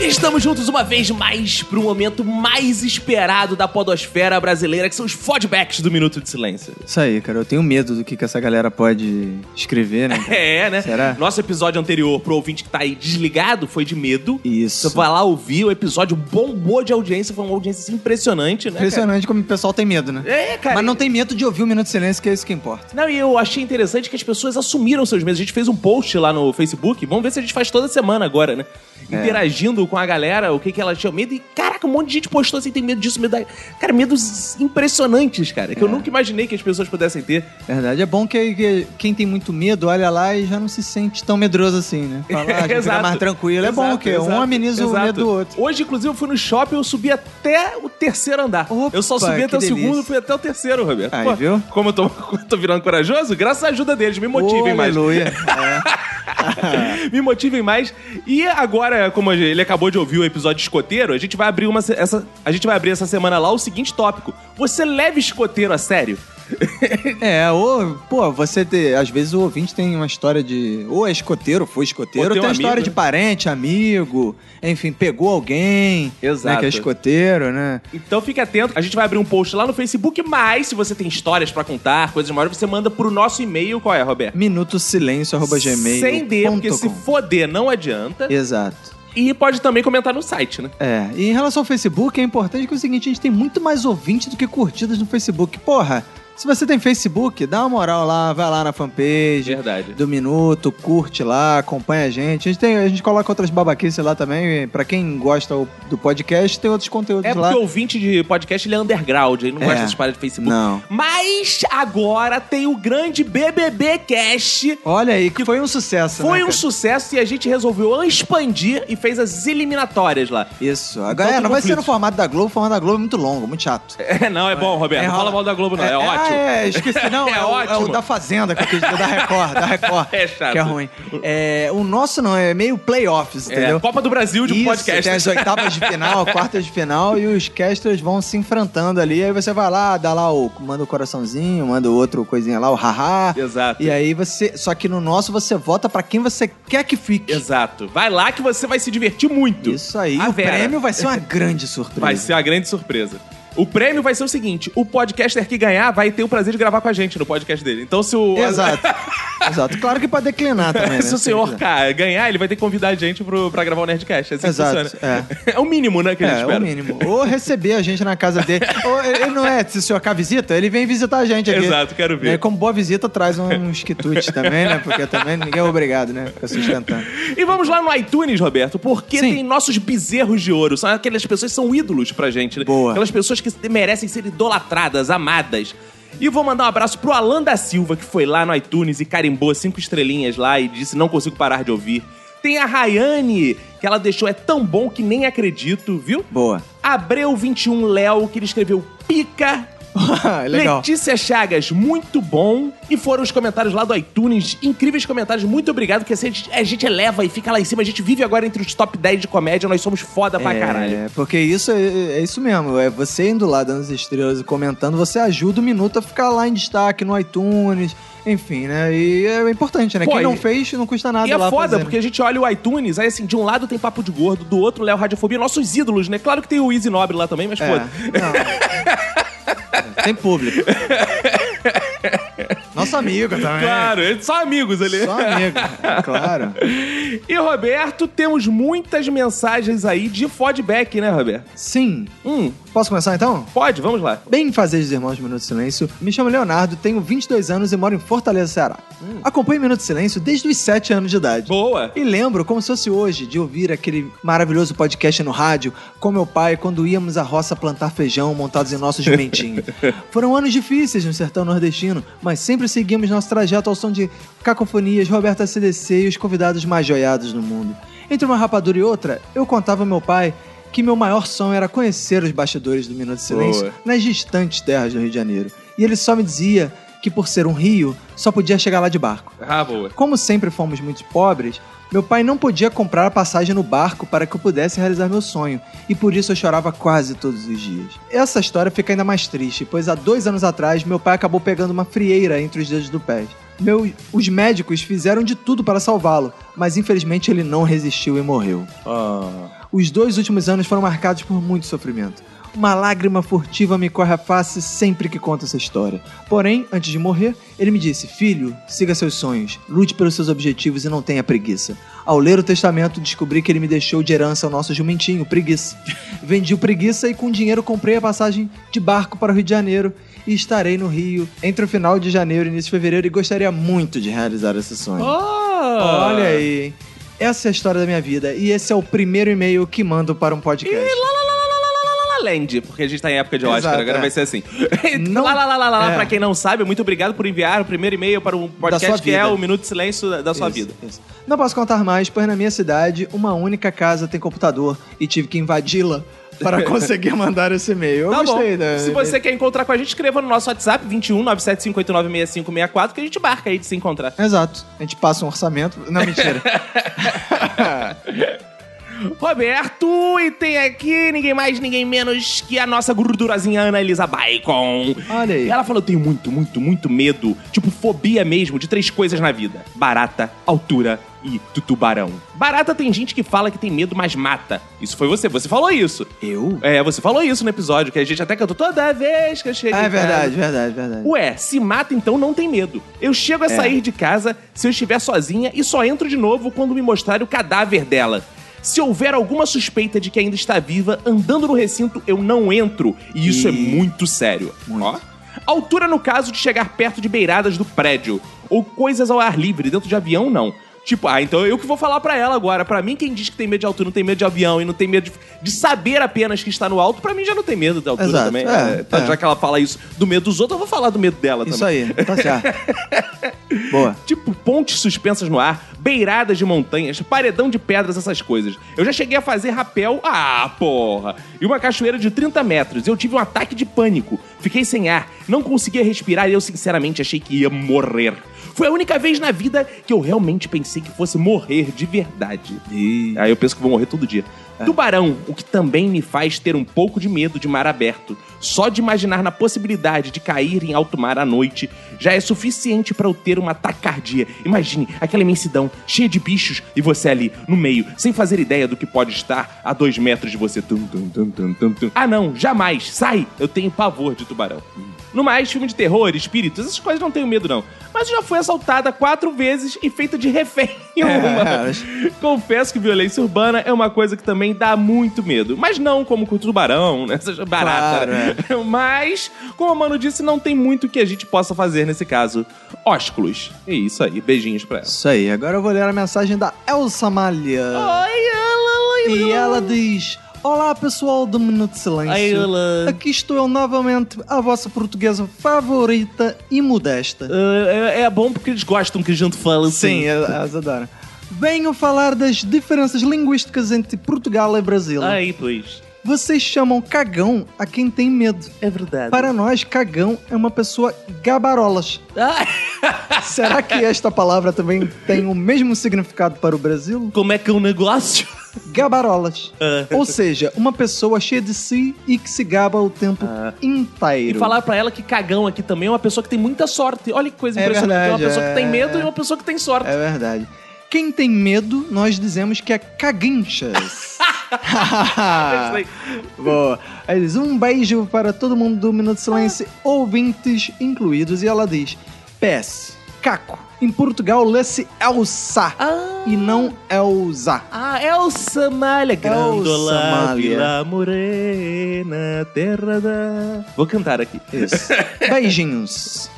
Estamos juntos uma vez mais para o momento mais esperado da podosfera brasileira, que são os fodbacks do Minuto de Silêncio. Isso aí, cara. Eu tenho medo do que, que essa galera pode escrever, né? cara? É, né? Será? Nosso episódio anterior, pro ouvinte que tá aí desligado, foi de medo. Isso. Você vai lá ouvir, o episódio bombou de audiência, foi uma audiência assim, impressionante, né? cara? Impressionante como o pessoal tem medo, né? É, cara. Mas não tem medo de ouvir o Minuto de Silêncio, que é isso que importa. Não, e eu achei interessante que as pessoas assumiram seus medos. A gente fez um post lá no Facebook, vamos ver se a gente faz toda semana agora, né? É. Interagindo com a galera, o que, que ela tinha medo. E caraca, um monte de gente postou assim, tem medo disso, medo da... Cara, medos impressionantes, cara, que É. eu nunca imaginei que as pessoas pudessem ter. Verdade. É bom que, que quem tem muito medo olha lá e já não se sente tão medroso assim, né? Fala, ah, já fica Exato. mais tranquilo. É bom Exato, que um exato, ameniza o exato. medo do outro. Hoje, inclusive, eu fui no shopping, eu subi até o terceiro andar. Opa, eu só subi que até o delícia. segundo, fui até o terceiro, Roberto. Aí, viu? Como eu tô, eu tô virando corajoso, graças à ajuda deles, me motivem mais. Aleluia. É. Me motivem mais. E agora, como ele acabou de ouvir o episódio de escoteiro, a gente vai abrir uma se- essa a gente vai abrir essa semana lá o seguinte tópico: você leva escoteiro a sério? É, ou, pô, você ter. Às vezes o ouvinte tem uma história de. Ou é escoteiro, foi escoteiro, Ou ou tem tem um história amigo, de né? parente, amigo, enfim, pegou alguém. Né, Exato. que é escoteiro, né? Então fique atento, a gente vai abrir um post lá no Facebook, mas se você tem histórias pra contar, coisas maiores, você manda pro nosso e-mail, qual é, Roberto? Minutosilêncio.gmail. Sem D, porque se foder não adianta. Exato. E pode também comentar no site, né? É, e em relação ao Facebook, é importante que é o seguinte, a gente tem muito mais ouvinte do que curtidas no Facebook. Porra, se você tem Facebook, dá uma moral lá, vai lá na fanpage, Verdade. do Minuto, curte lá, acompanha a gente. A gente, tem, a gente coloca outras babaquices lá também. Pra quem gosta o- do podcast, tem outros conteúdos É lá. porque o ouvinte de podcast ele é underground, ele não É. gosta dessas paradas de Facebook. Não. Mas agora tem o grande BBB Cash. Olha aí, que foi um sucesso, Foi né, um cara? sucesso e a gente resolveu expandir e fez as eliminatórias lá. Isso. Agora, Tanto é, não vai ser conflito. no formato da Globo, o formato da Globo é muito longo, muito chato. É, não, é bom, Roberto. Não rola- fala mal da Globo, não. É, ah, ótimo. é, esqueci, não. É é, o, é o ótimo. da Fazenda, que eu quis dizer, da Record, da Record. É chato. Que é ruim. É, o nosso não, é meio playoffs, É, entendeu? Copa do Brasil de um Isso, podcast. Tem as oitavas de final, quartas de final, e os casters vão se enfrentando ali. Aí você vai lá, dá lá o. manda o coraçãozinho, manda o outro coisinha lá, o haha. Exato. E aí você. Só que no nosso você vota pra quem você quer que fique. Exato. Vai lá que você vai se divertir muito. Isso aí. A o Vera. prêmio vai ser uma grande surpresa. Vai ser a grande surpresa. O prêmio vai ser o seguinte: o podcaster que ganhar vai ter o prazer de gravar com a gente no podcast dele. Então, se o. Exato. Exato. Claro que pode declinar também. né? Se o senhor cara, ganhar, ele vai ter que convidar a gente pro, pra gravar o Nerdcast. É assim Exato, que funciona. É. o mínimo, né, que a gente É, espera. o mínimo. Ou receber a gente na casa dele. Ou ele não é, se o senhor quer visita, ele vem visitar a gente aqui. Exato, quero ver. É, como boa visita, traz uns quitutes também, né? Porque também ninguém é obrigado, né? Fica sustentando. E vamos lá no iTunes, Roberto, porque Sim. tem nossos bezerros de ouro. São aquelas pessoas que são ídolos pra gente, né? Boa. Aquelas pessoas que merecem ser idolatradas, amadas. E vou mandar um abraço pro Alan da Silva, que foi lá no iTunes e carimbou cinco estrelinhas lá e disse: não consigo parar de ouvir. Tem a Rayane, que ela deixou é tão bom que nem acredito, viu? Boa. Abreu 21 Léo, que ele escreveu pica. É Legal. Letícia Chagas, muito bom. E foram os comentários lá do iTunes, incríveis comentários, muito obrigado, porque assim, a gente, a gente eleva e fica lá em cima. A gente vive agora entre os top 10 de comédia, nós somos foda pra caralho. É, porque isso é, é isso mesmo. É você indo lá dando as estrelas e comentando, você ajuda o minuto a ficar lá em destaque no iTunes, enfim, né? E é importante, né? Pô, Quem não e- fez, não custa nada E é lá foda, fazer, né? porque a gente olha o iTunes, aí assim, de um lado tem Papo de Gordo, do outro Léo Radiofobia, nossos ídolos, né? Claro que tem o Easy Nobre lá também, mas É, foda. não. Tem público. Nosso amigo também. Claro, é só amigos ali. Só amigo, claro. E, Roberto, temos muitas mensagens aí de feedback, né, Roberto? Sim. Hum, Posso começar então? pode, vamos lá. Bem fazer dos Irmãos do Minuto de Silêncio. Me chamo Leonardo, tenho 22 anos e moro em Fortaleza, Ceará. Acompanho o Minuto de Silêncio desde os 7 anos de idade. Boa. E lembro como se fosse hoje de ouvir aquele maravilhoso podcast no rádio com meu pai quando íamos à roça plantar feijão montados em nosso jumentinho. Foram anos difíceis no sertão nordestino, mas sempre seguimos nosso trajeto ao som de cacofonias, Roberta CDC e os convidados mais joiados do mundo. Entre uma rapadura e outra, eu contava ao meu pai que meu maior sonho era conhecer os bastidores do Minuto de Silêncio Boa. nas distantes terras do Rio de Janeiro. E ele só me dizia que por ser um rio, só podia chegar lá de barco. Ah, boa. Como sempre fomos muito pobres, meu pai não podia comprar a passagem no barco para que eu pudesse realizar meu sonho, e por isso eu chorava quase todos os dias. Essa história fica ainda mais triste, pois há dois anos atrás meu pai acabou pegando uma frieira entre os dedos do pé. Meu, os médicos fizeram de tudo para salvá-lo, mas infelizmente ele não resistiu e morreu. Os dois últimos anos foram marcados por muito sofrimento. Uma lágrima furtiva me corre a face sempre que conto essa história. Porém, antes de morrer, ele me disse: Filho, siga seus sonhos, lute pelos seus objetivos e não tenha preguiça. Ao ler o testamento, descobri que ele me deixou de herança o nosso jumentinho, Preguiça. Vendi o Preguiça e com o dinheiro comprei a passagem de barco para o Rio de Janeiro e estarei no Rio entre o final de janeiro e início de fevereiro e gostaria muito de realizar esse sonho. Oh! Ah. Olha aí, hein? Essa é a história da minha vida e esse é o primeiro e-mail que mando para um podcast. La La Land, porque a gente tá em época de Oscar, Exato, agora é. vai ser assim. Não- Lá, lá, lá, lá, lá, É. pra quem não sabe, muito obrigado por enviar o primeiro e-mail para um sua podcast que vida. é o Minuto de Silêncio da, da sua Isso, vida. isso. Não posso contar mais, pois na minha cidade, uma única casa tem computador e tive que invadi-la para conseguir mandar esse e-mail. Eu Tá bom. gostei né? da. Se você quer encontrar com a gente, escreva no nosso WhatsApp 21 975896564 que a gente marca aí de se encontrar. Exato. A gente passa um orçamento. Não, mentira. Roberto, e tem aqui ninguém mais, ninguém menos que a nossa gordurosinha Ana Elisa Bacon. Olha aí. Ela falou: eu tenho muito, muito, muito medo, tipo fobia mesmo, de três coisas na vida: barata, altura e do tubarão. Barata tem gente que fala que tem medo, mas mata. Isso foi você, você falou isso. Eu? É, você falou isso no episódio, que a gente até cantou toda vez que eu cheguei. Ah, em é casa." verdade, verdade, verdade. Ué, se mata então não tem medo. Eu chego a sair de casa se eu estiver sozinha e só entro de novo quando me mostrarem o cadáver dela. Se houver alguma suspeita de que ainda está viva, andando no recinto, eu não entro. E isso é muito sério. Ó. Altura no caso de chegar perto de beiradas do prédio. Ou coisas ao ar livre, dentro de avião, não. Tipo, ah, então eu que vou falar pra ela agora. Pra mim, quem diz que tem medo de altura, não tem medo de avião e não tem medo de, de saber apenas que está no alto, pra mim já não tem medo da altura Exato, também. é, É, tá, é. Já que ela fala isso do medo dos outros, eu vou falar do medo dela Isso também. aí, tá certo. Boa. Tipo pontes suspensas no ar, beiradas de montanhas, paredão de pedras, essas coisas. Eu já cheguei a fazer rapel, ah, porra! E uma cachoeira de 30 metros. Eu tive um ataque de pânico. Fiquei sem ar, não conseguia respirar e eu sinceramente achei que ia morrer. Foi a única vez na vida que eu realmente pensei que fosse morrer de verdade. Aí eu penso que vou morrer todo dia. Ah. Tubarão, o que também me faz ter um pouco de medo de mar aberto. Só de imaginar na possibilidade de cair em alto mar à noite já é suficiente pra eu ter uma taquicardia. Imagine aquela imensidão cheia de bichos e você ali no meio, sem fazer ideia do que pode estar a dois metros de você. Tum, tum, tum, tum, tum, tum. Ah, não, jamais! Sai! Eu tenho pavor de tubarão. No mais, filme de terror, espíritos, essas coisas não tenho medo, não. Mas eu já fui assaltada quatro vezes e feita de refém em uma. Confesso que violência urbana é uma coisa que também dá muito medo. Mas não como com o tubarão, né? Seja barata. Claro, é. né? Mas, como a Mano disse, não tem muito que a gente possa fazer nesse caso. Ósculos. É isso aí. Beijinhos pra ela. Isso aí. Agora eu vou ler a mensagem da Elsa Malia. Ai, ela, E ela diz: Olá pessoal do Minuto de Ai, Silêncio. ela. Aqui estou eu novamente, a vossa portuguesa favorita e modesta. É, é bom porque eles gostam que a gente fala assim. Sim, é. elas adoram. Venho falar das diferenças linguísticas entre Portugal e Brasil. Aí, pois. Vocês chamam cagão a quem tem medo. É verdade. Para nós, cagão é uma pessoa gabarolas. Ah, Será que esta palavra também tem o mesmo significado para o Brasil? como é que é o negócio? Gabarolas. Ou seja, uma pessoa cheia de si e que se gaba o tempo E inteiro. falar pra ela que cagão aqui também é uma pessoa que tem muita sorte. Olha que coisa É impressionante. é uma verdade, pessoa que tem é. medo e uma pessoa que tem sorte. É verdade. Quem tem medo, nós dizemos que é caguinchas. Isso aí. Boa. Aí diz, um beijo para todo mundo do Minuto de Silêncio, ouvintes incluídos. E ela diz: PS. Caco. Em Portugal, lance é o sa e não é o za. Ah, Elsa Malha, É Elsa grandola, Malha. vila morena, terra da... Vou cantar aqui. Isso. Beijinhos.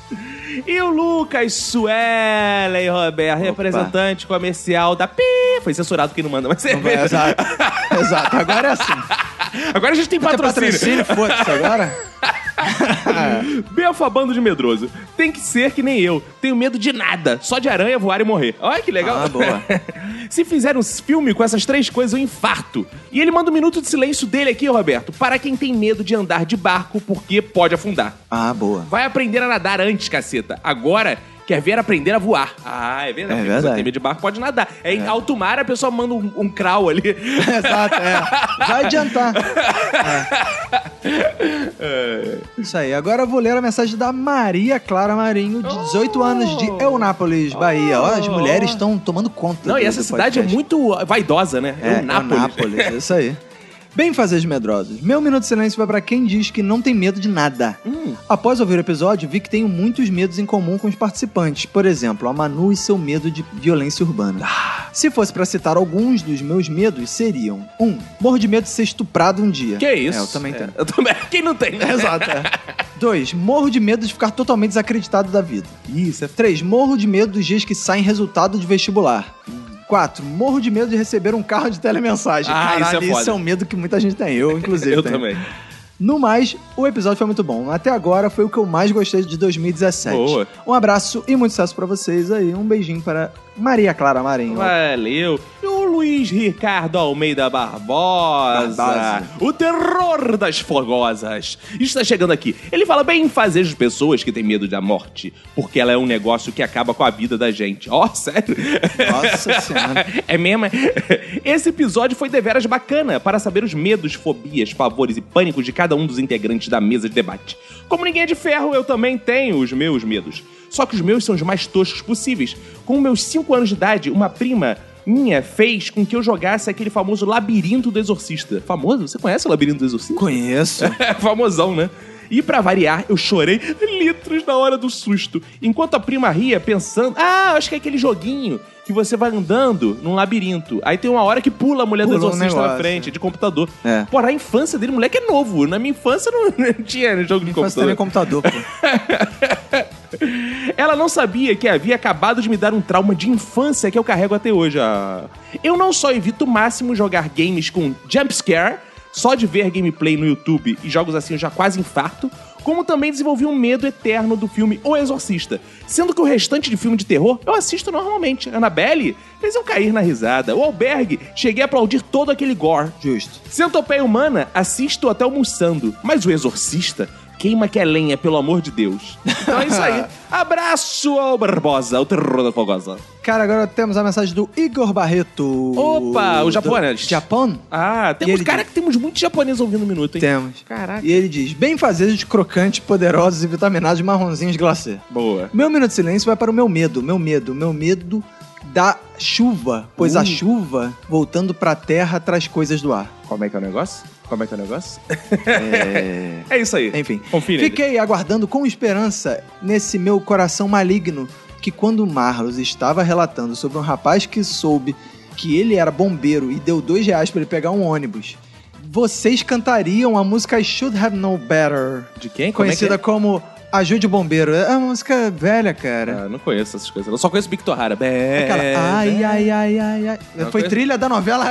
E o Lucas Suelen, Roberto, representante comercial da Pi. Foi censurado quem não manda, mas é Não vai- Exato. Exato. Agora é assim. Agora a gente tem Até patrocínio. é patrocínio, foda-se agora. Belfa Bando de Medroso. Tem que ser que nem eu. Tenho medo de nada. Só de aranha voar e morrer. Olha que legal. Ah, boa. Se fizer um filme com essas três coisas, eu infarto. E ele manda um minuto de silêncio dele aqui, Roberto. Para quem tem medo de andar de barco porque pode afundar. Ah, boa. Vai aprender a nadar antes, caceta. Agora quer ver aprender a voar. Ah, é verdade. Porque É a pessoa verdade. Tem medo de barco, pode nadar. É, em alto mar, a pessoa manda um, um crawl ali. Exato, é. Vai adiantar. É. Isso aí. Agora eu vou ler a mensagem da Maria Clara Marinho, de 18 anos, de Eunápolis, Bahia. Ó, as mulheres estão tomando conta. Não, do- e essa do cidade é podcast. muito vaidosa, né? É, Nápoles. Nápoles. É isso aí. Bem fazer medrosos. Meu minuto de silêncio vai pra quem diz que não tem medo de nada. Hum. Após ouvir o episódio, vi que tenho muitos medos em comum com os participantes. Por exemplo, a Manu e seu medo de violência urbana. Ah. Se fosse pra citar alguns dos meus medos, seriam: 1. Um, morro de medo de ser estuprado um dia. Que isso? É, eu também tenho. É, eu também- Quem não tem, né? Exato. 2. Morro de medo de ficar totalmente desacreditado da vida. Isso. é. 3. Morro de medo dos dias que saem resultado de vestibular. 4. Morro de medo de receber um carro de telemensagem. Ah, isso é Caralho, foda. é um medo que muita gente tem. Eu, inclusive. Eu tenho. também. No mais, o episódio foi muito bom. Até agora foi o que eu mais gostei de 2017. Boa. Um abraço e muito sucesso pra vocês aí. Um beijinho para Maria Clara Marinho. Valeu. E o Luiz Ricardo Almeida Barbosa, Barbosa. o terror das fogosas, está chegando aqui. Ele fala bem fazer as pessoas que têm medo da morte, porque ela é um negócio que acaba com a vida da gente. Ó, sério? Nossa Senhora. É mesmo? é? Esse episódio foi deveras bacana para saber os medos, fobias, favores e pânicos de cada um dos integrantes da mesa de debate. Como ninguém é de ferro, eu também tenho os meus medos. Só que os meus são os mais toscos possíveis. Com meus 5 anos de idade, uma prima minha fez com que eu jogasse aquele famoso labirinto do exorcista. Famoso? Você conhece o labirinto do exorcista? Conheço. É, famosão, né? E pra variar, eu chorei litros na hora do susto. Enquanto a prima ria, pensando... Ah, acho que é aquele joguinho que você vai andando num labirinto. Aí tem uma hora que pula a mulher do Pula um exorcista na negócio, frente, de computador. É. Pô, na infância dele, o moleque é novo. Na minha infância não, não tinha jogo de Faço computador. também computador, pô. Ela não sabia que havia acabado de me dar um trauma de infância que eu carrego até hoje. Ah. Eu não só evito o máximo jogar games com jumpscare, só de ver gameplay no YouTube e jogos assim eu já quase infarto, como também desenvolvi um medo eterno do filme O Exorcista. Sendo que o restante de filme de terror eu assisto normalmente. Annabelle fez eu cair na risada. O Albergue, cheguei a aplaudir todo aquele gore. Justo. Centopeia Humana, assisto até almoçando. Mas o Exorcista queima que é lenha, pelo amor de Deus. Então é isso aí. Abraço ao Barbosa, o terror da fogosa. Cara, agora temos a mensagem do Igor Barreto. Opa, o Do- japonês. Japão? Ah, temos, ele cara, que temos muitos japoneses ouvindo um minuto, hein? Temos. Caraca. E ele diz: bem fazejos crocantes, poderosos e vitaminados marronzinhos glacê. Boa. Meu minuto de silêncio vai para o meu medo, meu medo, meu medo da chuva, pois Uh. a chuva voltando para a terra traz coisas do ar. Como é que é o negócio? Como é que é o negócio? É. É isso aí. Enfim, Confira. fiquei aguardando com esperança nesse meu coração maligno que quando o Marlos estava relatando sobre um rapaz que soube que ele era bombeiro e deu dois reais para ele pegar um ônibus, vocês cantariam a música I Should Have Known Better, De quem? Como é que conhecida é? como Ajude o Bombeiro. É uma música velha, cara. Ah, não conheço essas coisas. Eu só conheço Victor Hara. né? É Bé, Aquela, ai, ai, ai, ai, ai. Não, Foi conheço- trilha da novela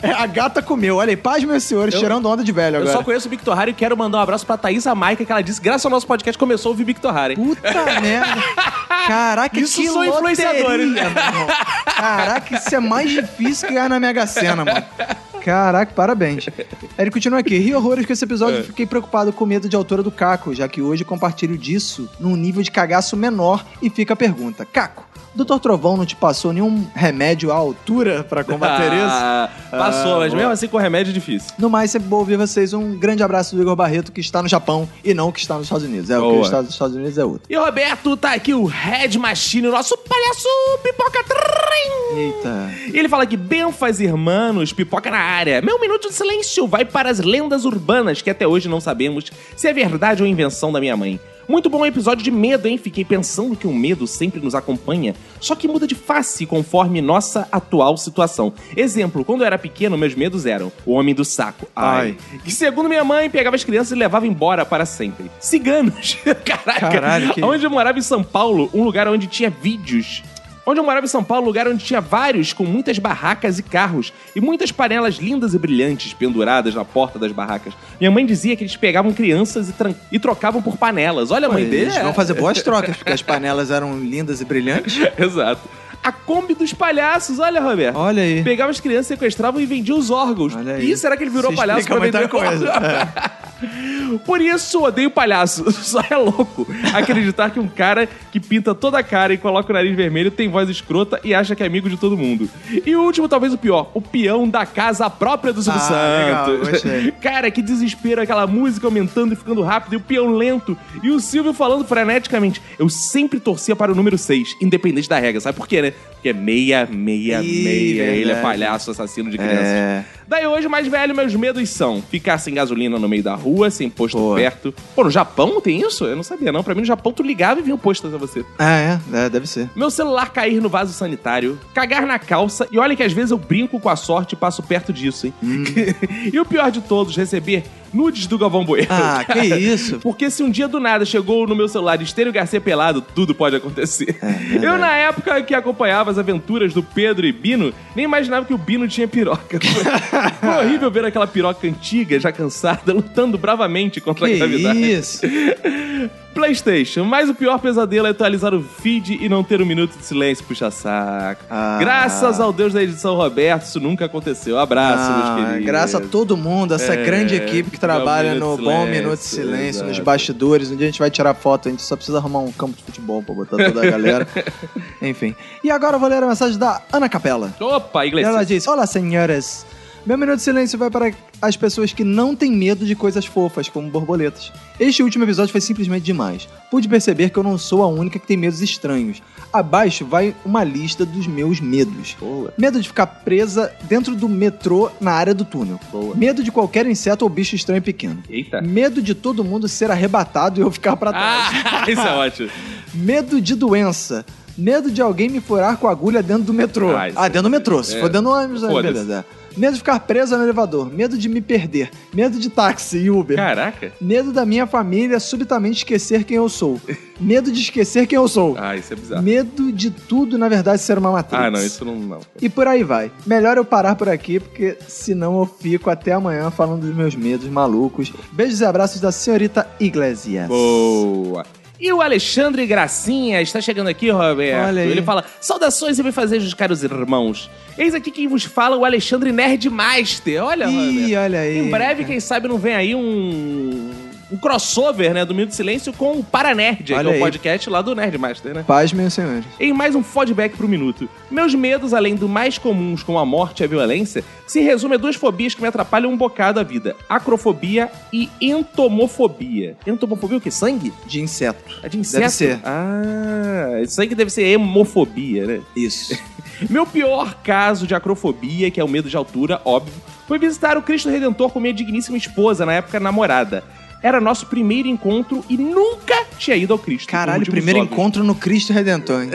É Ah. A Gata Comeu. Olha aí, paz, meus senhores, Eu- tirando onda de velho Eu agora. só conheço o Victor Hara e quero mandar um abraço pra Thaís Amaica, que ela disse, graças ao nosso podcast, começou a ouvir Victor Hara, hein? Puta merda. Caraca, Isso que são loteria, influenciadores. meu irmão. Caraca, isso é mais difícil que ganhar na Mega Sena, mano. Caraca, parabéns. Ele continua aqui. Ri horrores com esse episódio. É. Fiquei preocupado com o medo de autora do Caco, já que hoje compartilho disso num nível de cagaço menor. E fica a pergunta. Caco, Doutor Trovão não te passou nenhum remédio à altura pra combater isso? Ah, Passou, Ah, mas boa. mesmo assim com remédio é difícil. No mais, sempre bom ouvir vocês. Um grande abraço do Igor Barreto, que está no Japão e não que está nos Estados Unidos. É, o Boa. que está nos Estados Unidos é outro. E Roberto, tá aqui o Red Machine, o nosso palhaço pipoca. Trim. Eita. E ele fala que Benfas Irmãos, pipoca na área. Meu minuto de silêncio vai para as lendas urbanas que até hoje não sabemos se é verdade ou invenção da minha mãe. Muito bom episódio de medo, hein? Fiquei pensando que o medo sempre nos acompanha, só que muda de face conforme nossa atual situação. Exemplo, quando eu era pequeno, meus medos eram o homem do saco, ai, que segundo minha mãe, pegava as crianças e levava embora para sempre. Ciganos, caraca. Caralho, que- Onde eu morava em São Paulo, um lugar onde tinha vídeos. Onde eu morava em São Paulo, um lugar onde tinha vários, com muitas barracas e carros, e muitas panelas lindas e brilhantes penduradas na porta das barracas. Minha mãe dizia que eles pegavam crianças e, tran- e trocavam por panelas. Olha a mãe é. Eles deles. vão fazer boas trocas, porque as panelas eram lindas e brilhantes. Exato. A Kombi dos Palhaços, olha, Roberto. Olha aí. Pegava as crianças, sequestravam e vendiam os órgãos. Olha aí. E será que ele virou Isso palhaço pra explica vender muita coisa. é. órgão? Por isso, odeio palhaço. Só é louco acreditar que um cara que pinta toda a cara e coloca o nariz vermelho tem voz escrota e acha que é amigo de todo mundo. E o último, talvez o pior, o peão da casa própria do Silvio Ah, legal, Santos. gostei. cara, que desespero aquela música aumentando e ficando rápido e o peão lento. E o Silvio falando freneticamente. Eu sempre torcia para o número 6, independente da regra. Sabe por quê, né? Porque é meia, meia, Ih, meia. Ele é verdade. palhaço, assassino de crianças. É. Daí hoje, mais velho, meus medos são ficar sem gasolina no meio da rua, sem posto Pô. perto. Pô, no Japão tem isso? Eu não sabia, não. Pra mim, no Japão, tu ligava e vinha o posto até você. Ah, é? É, deve ser. Meu celular cair no vaso sanitário, cagar na calça, e olha que às vezes eu brinco com a sorte e passo perto disso, hein? Hum. e o pior de todos, receber nudes do Galvão Bueno. Ah, que cara. isso? Porque se um dia do nada chegou no meu celular Estênio Garcia pelado, tudo pode acontecer. É eu, na época que acompanhava as aventuras do Pedro e Bino, nem imaginava que o Bino tinha piroca. Foi horrível ver aquela piroca antiga, já cansada, lutando bravamente contra a Que gravidade. isso? PlayStation, mas o pior pesadelo é atualizar o feed e não ter um minuto de silêncio, puxa saco. Ah. Graças ao Deus da edição Roberto, isso nunca aconteceu. Abraço, Ah, meus queridos. graças a todo mundo, essa É, grande equipe que que dá um trabalha minuto no de Bom silêncio, Minuto de Silêncio, nos exato. bastidores. Um dia a gente vai tirar foto, a gente só precisa arrumar um campo de futebol pra botar toda a galera. Enfim. E agora eu vou ler a mensagem da Ana Capela. Opa, E ela Iglesias. diz: Olá, senhoras. Meu minuto de silêncio vai para as pessoas que não têm medo de coisas fofas, como borboletas. Este último episódio foi simplesmente demais. Pude perceber que eu não sou a única que tem medos estranhos. Abaixo vai uma lista dos meus medos. Medo de ficar presa dentro do metrô na área do túnel. Medo de qualquer inseto ou bicho estranho pequeno. Eita. Medo de todo mundo ser arrebatado e eu ficar pra trás. Ah, isso é ótimo. Medo de doença. Medo de alguém me furar com a agulha dentro do metrô. Ah, Ah, isso é- dentro do metrô. Se é. for dentro do ônibus, aí Foda-se. beleza. é. Medo de ficar preso no elevador. Medo de me perder. Medo de táxi e Uber. Caraca. Medo da minha família subitamente esquecer quem eu sou. Medo de esquecer quem eu sou. Ah, isso é bizarro. Medo de tudo, na verdade, ser uma matriz. Ah, não, isso não. não. E por aí vai. Melhor eu parar por aqui, porque senão eu fico até amanhã falando dos meus medos malucos. Beijos e abraços da senhorita Iglesias. Boa. E o Alexandre Gracinha está chegando aqui, Roberto. Olha aí. Ele fala: Saudações e bem fazeres, caros irmãos. Eis aqui quem vos fala, o Alexandre Nerdmaster. Olha, Roberto. Ih, olha aí. Em breve, quem sabe, não vem aí um, um crossover, né, do Minuto de Silêncio com o Paranerd, que é Olha o aí. podcast lá do Nerdmaster, né? Paz, meus senhores. Em mais um feedback pro minuto. Meus medos, além do mais comuns como a morte e a violência, se resume a duas fobias que me atrapalham um bocado a vida: acrofobia e entomofobia. Entomofobia é o quê? Sangue? De inseto. É de inseto? ser. Ah, isso aí que deve ser hemofobia, né? Isso. Meu pior caso de acrofobia, que é o medo de altura, óbvio, foi visitar o Cristo Redentor com minha digníssima esposa, na época namorada. Era nosso primeiro encontro e nunca tinha ido ao Cristo. por Caralho, motivos primeiro óbvios. encontro no Cristo Redentor, hein?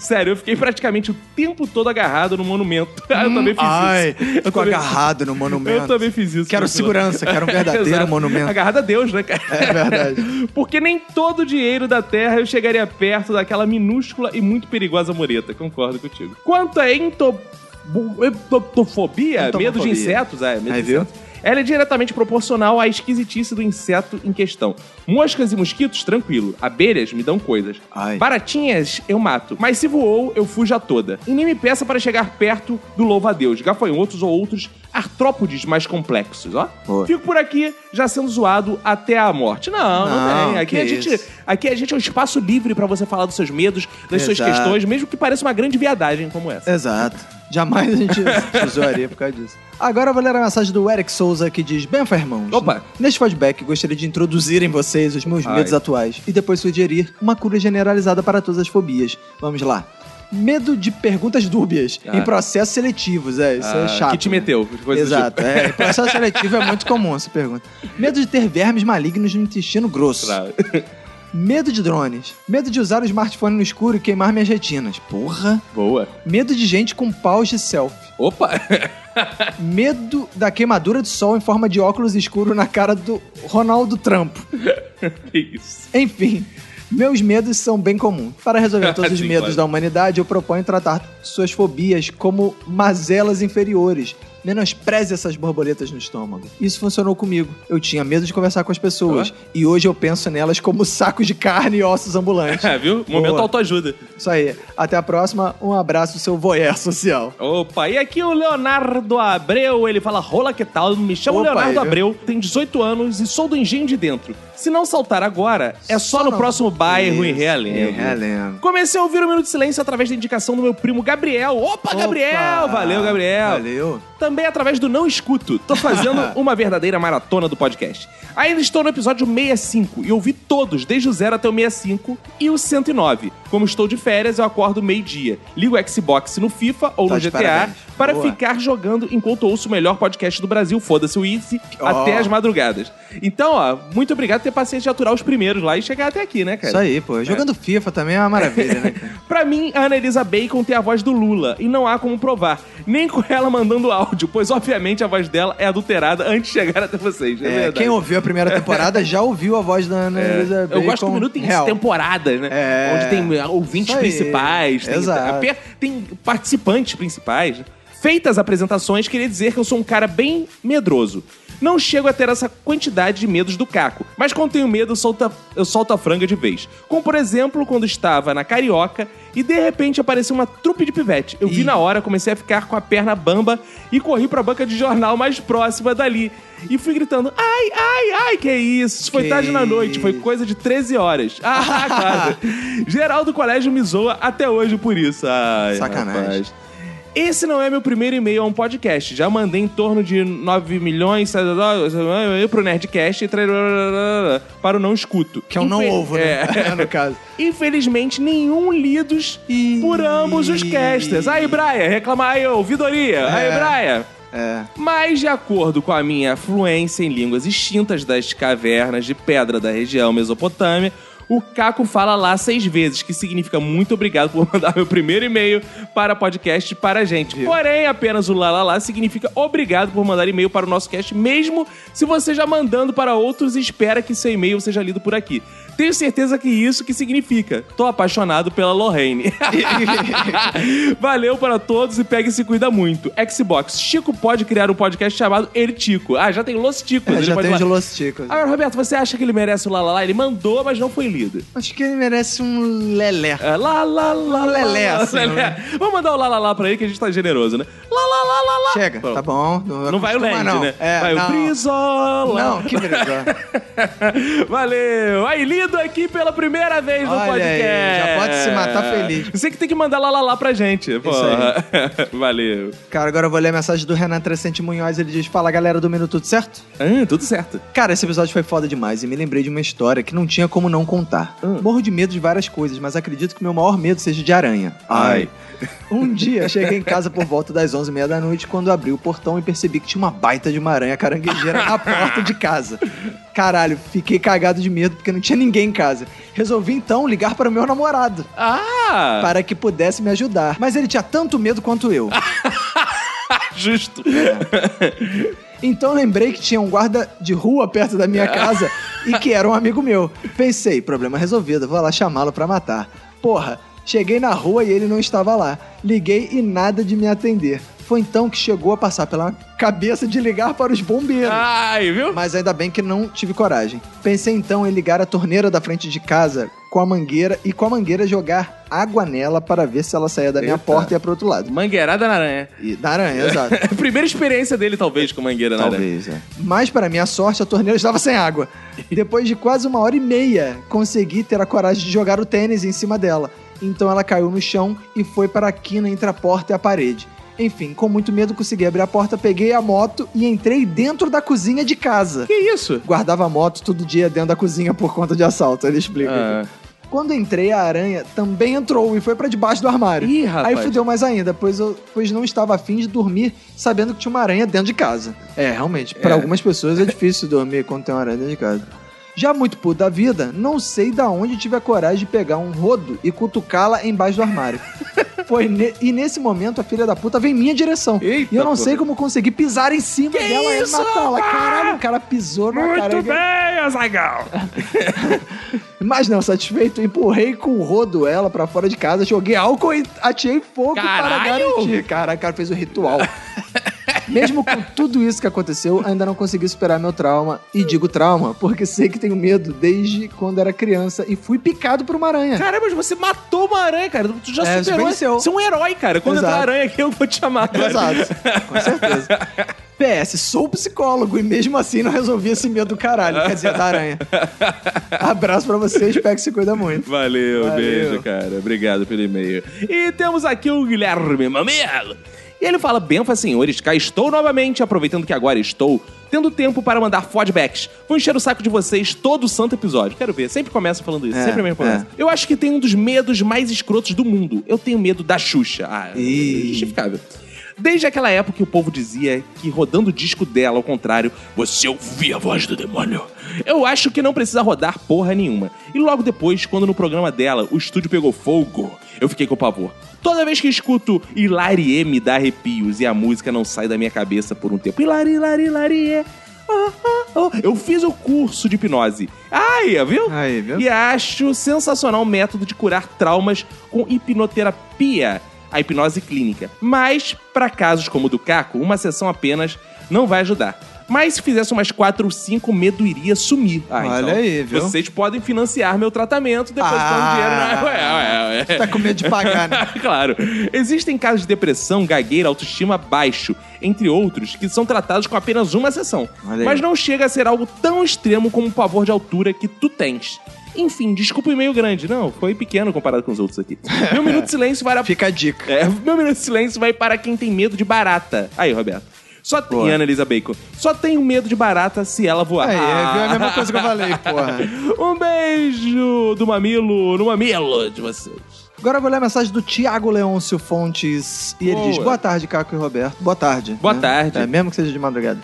Sério, eu fiquei praticamente o tempo todo agarrado no monumento. Ah, eu também fiz Ai, isso. Eu ficou também- agarrado no Eu monumento. também fiz isso. Quero Priscila. segurança, quero um verdadeiro Exato. monumento. Agarrado a Deus, né, cara? É verdade. Porque nem todo o dinheiro da Terra eu chegaria perto daquela minúscula e muito perigosa mureta. Concordo contigo. Quanto à ento... bu- entotofobia, Entomofobia. medo de insetos, é, medo Aí, de viu? insetos. Ela é diretamente proporcional à esquisitice do inseto em questão. Moscas e mosquitos, tranquilo. Abelhas me dão coisas. Ai. Baratinhas, eu mato. Mas se voou, eu fujo a toda. E nem me peça para chegar perto do louva-a-Deus, gafanhotos ou outros artrópodes mais complexos, ó. Boa. Fico por aqui, já sendo zoado até a morte. Não, não, Não, tem. Aqui que a, gente, isso. aqui a gente é um espaço livre pra você falar dos seus medos, das suas Exato. É, questões, mesmo que pareça uma grande viadagem como essa. Exato. Jamais a gente se zoaria por causa disso. Agora eu vou ler a mensagem do Eric Souza que diz: Bem, irmãos. Opa. Neste feedback, gostaria de introduzir em vocês os meus Ai. medos atuais e depois sugerir uma cura generalizada para todas as fobias. Vamos lá. medo de perguntas dúbias Ah. em processos seletivos. É, isso Ah, é chato. Que te meteu. coisa do tipo. Exato. É, em processo seletivo é muito comum essa pergunta. Medo de ter vermes malignos no intestino grosso. tipo. Medo de drones. Medo de usar o smartphone no escuro e queimar minhas retinas. Porra. Boa. Medo de gente com paus de selfie. Opa! Medo da queimadura de sol em forma de óculos escuro na cara do Ronaldo Trampo. que isso. Enfim, meus medos são bem comuns. Para resolver todos os Sim, medos claro. da humanidade, eu proponho tratar suas fobias como mazelas inferiores. Menospreze essas borboletas no estômago. Isso funcionou comigo. Eu tinha medo de conversar com as pessoas. E hoje eu penso nelas como sacos de carne e ossos ambulantes. É, viu? Momento autoajuda. Isso aí. Até a próxima. Um abraço, seu voyeur social. Opa, e aqui o Leonardo Abreu, ele fala: Rola, que tal? Me chamo Opa, Leonardo aí, viu? Abreu, tenho 18 anos e sou do Engenho de Dentro. Se não saltar agora, é só, Só no não. próximo bairro em Isso, Realengo. em Realengo. Comecei a ouvir o Minuto de Silêncio através da indicação do meu primo Gabriel. Opa, Gabriel! Valeu, Gabriel! Valeu. Também através do Não Escuto. Tô fazendo uma verdadeira maratona do podcast. Ainda estou no episódio 65 e ouvi todos, desde o 0 até o 65 e o 109. Como estou de férias, eu acordo meio-dia. Ligo o Xbox no FIFA ou Tá no de GTA parabéns. para Boa. ficar jogando enquanto ouço o melhor podcast do Brasil, foda-se o Easy, Ó. até as madrugadas. Então, ó, muito obrigado por ter paciência de aturar os primeiros lá e chegar até aqui, né, cara? Isso aí, pô. Jogando FIFA também é uma maravilha, né? cara? Pra mim, a Annalisa Bacon tem a voz do Lula e não há como provar, nem com ela mandando áudio, pois obviamente a voz dela é adulterada antes de chegar até vocês. É, É, verdade. quem ouviu a primeira temporada já ouviu a voz da Ana Elisa Eu gosto que o minuto tem real. temporadas, né? É. Onde tem ouvintes Isso aí. principais, tem, Exato. ape- tem participantes principais. né? Feitas as apresentações, queria dizer que eu sou um cara bem medroso. Não chego a ter essa quantidade de medos do caco, mas quando tenho medo, eu solto, a- eu solto a franga de vez. Como, por exemplo, quando estava na Carioca e de repente apareceu uma trupe de pivete. Eu vi na hora, comecei a ficar com a perna bamba e corri pra banca de jornal mais próxima dali. E fui gritando: ai, ai, ai, que isso? Foi Que tarde na noite, foi coisa de 13 horas. Ah, claro. Geral do colégio me zoa até hoje por isso. Ai, Sacanagem. rapaz. Esse não é meu primeiro e-mail a um podcast. Já mandei em torno de 9 milhões pro Nerdcast e trarararara, para o Não Escuto. Que eu não Infe- ouvo, né? É. no caso. Infelizmente, nenhum lidos Ih. por ambos os casters. Aí, Brian, reclamar aí, ouvidoria. Aí, É. Brian. É. Mas, de acordo com a minha fluência em línguas extintas das cavernas de pedra da região Mesopotâmia, o Caco fala lá seis vezes, que significa muito obrigado por mandar meu primeiro e-mail para podcast para a gente. Porém, apenas o lá lá lá significa obrigado por mandar e-mail para o nosso cast, mesmo se você já mandando para outros e espera que seu e-mail seja lido por aqui. Tenho certeza que isso que significa. Tô apaixonado pela Lorraine. Valeu para todos e pegue e se cuida muito. Xbox, Chico pode criar um podcast chamado Ele Tico. Ah, já tem Los Ticos. É, ele já pode tem falar. os Los Ticos. Agora, Roberto, você acha que ele merece o lá, lá, lá? Ele mandou, mas não foi lido. Acho que ele merece um lelé. É, lá, lá, lá, Lelé, lá, lá, assim, lelé. Vamos mandar o lá, lá, lá pra ele, que a gente tá generoso, né? Lá, lá, lá, lá, lá. Chega, tá bom. Não, Não vai o acostuma, Land, não. né? É, vai não. o Brizola. Não, que brisola. Valeu! Aí, lido aqui pela primeira vez no Olha podcast. aí, já pode se matar feliz. Você que tem que mandar lá, lá, lá pra gente. Porra. Valeu. Cara, agora eu vou ler a mensagem do Renan Trescente Munhoz. Ele diz: Fala galera do Minuto, tudo certo? Ah, tudo certo. Cara, esse episódio foi foda demais e me lembrei de uma história que não tinha como não contar. Hum. Morro de medo de várias coisas, mas acredito que meu maior medo seja de aranha. Ai. Um dia cheguei em casa por volta das 11h30 da noite quando abri o portão e percebi que tinha uma baita de uma aranha caranguejeira na porta de casa. Caralho, fiquei cagado de medo porque não tinha ninguém em casa. Resolvi então ligar para o meu namorado Ah! para que pudesse me ajudar, mas ele tinha tanto medo quanto eu. Justo. Então lembrei que tinha um guarda de rua perto da minha casa e que era um amigo meu. Pensei, problema resolvido, vou lá chamá-lo pra matar. Porra, cheguei na rua e ele não estava lá. Liguei e nada de me atender. Foi então que chegou a passar pela cabeça de ligar para os bombeiros. Ai, viu? Mas ainda bem que não tive coragem. Pensei então em ligar a torneira da frente de casa com a mangueira e com a mangueira jogar água nela para ver se ela saía da minha Eita. porta e ia pro outro lado. Mangueirada na aranha. E da aranha, exato. É Primeira experiência dele, talvez, com mangueira na aranha. Talvez, é. Mas, para minha sorte, a torneira estava sem água. Depois de quase uma hora e meia, consegui ter a coragem de jogar o tênis em cima dela. Então ela caiu no chão e foi para a quina entre a porta e a parede. Enfim, com muito medo, consegui abrir a porta, peguei a moto e entrei dentro da cozinha de casa. Que isso? Guardava a moto todo dia dentro da cozinha por conta de assalto, ele explica. Ah. Quando entrei, a aranha também entrou e foi pra debaixo do armário. Ih, rapaz. Aí fudeu mais ainda, pois eu pois não estava afim de dormir sabendo que tinha uma aranha dentro de casa. É, realmente, pra algumas pessoas é difícil dormir quando tem uma aranha dentro de casa. Já muito puto da vida, não sei da onde tive a coragem de pegar um rodo e cutucá-la embaixo do armário. Foi ne- e nesse momento a filha da puta veio em minha direção. Eita, e eu não sei porra. como consegui pisar em cima dela e matá-la. Caralho, o cara pisou na cara. é Muito bem, Azagal! Mas não, satisfeito, empurrei com o rodo ela pra fora de casa, joguei álcool e atirei fogo para Caralho! garantir. Cara, o cara fez o ritual. Mesmo com tudo isso que aconteceu, ainda não consegui superar meu trauma. E digo trauma, porque sei que tenho medo desde quando era criança e fui picado por uma aranha. Caramba, mas você matou uma aranha, cara. Tu já É, superou. venceu. Você é um herói, cara. Quando Exato. entrar aranha aqui, eu vou te chamar. cara. Exato, com certeza. PS, sou psicólogo e mesmo assim não resolvi esse medo do caralho, quer dizer, da aranha. Abraço pra vocês, espero que se cuida muito. Valeu, Valeu. beijo, cara. Obrigado pelo e-mail. E temos aqui o Guilherme Mamelo. E ele fala, benfa senhores, cá estou novamente, aproveitando que agora estou, tendo tempo para mandar fodbacks. Vou encher o saco de vocês todo o santo episódio. Quero ver, sempre começa falando isso, É, sempre a mesma coisa. Eu acho que tem um dos medos mais escrotos do mundo. Eu tenho medo da Xuxa. Ah, Ih. justificável. Desde aquela época que o povo dizia que rodando o disco dela, ao contrário, você ouvia a voz do demônio. Eu acho que não precisa rodar porra nenhuma. E logo depois, quando no programa dela o estúdio pegou fogo, eu fiquei com pavor. Toda vez que escuto Hilarie me dá arrepios e a música não sai da minha cabeça por um tempo. Hilari, Hilari, Hilarie. ah, ah, oh. Eu fiz o curso de hipnose. Ai, viu? Aí, viu? E acho sensacional o método de curar traumas com hipnoterapia, a hipnose clínica. Mas, pra casos como o do Caco, uma sessão apenas não vai ajudar. Mas se fizesse umas quatro ou cinco, o medo iria sumir. Ah, Olha então, aí, viu? Vocês podem financiar meu tratamento depois Ah. ah. um dinheiro. na- Ué, ué, ué. Tá com medo de pagar, né? claro. Existem casos de depressão, gagueira, autoestima baixo, entre outros, que são tratados com apenas uma sessão. Olha aí. Mas não chega a ser algo tão extremo como o pavor de altura que tu tens. Enfim, desculpa o e-mail grande. Não, foi pequeno comparado com os outros aqui. Meu minuto de silêncio vai Fica a dica. é, meu minuto de silêncio vai para quem tem medo de barata. Aí, Roberto. Só tem, Boa. Ana Elisa Bacon. Só tenho medo de barata se ela voar. Aí, viu? É a Ah. mesma coisa que eu falei, porra. Um beijo do mamilo no mamilo de vocês. Agora eu vou ler a mensagem do Tiago Leôncio Fontes. E ele Boa. diz: Boa tarde, Caco e Roberto. Boa tarde. Boa tarde. É mesmo que seja de madrugada.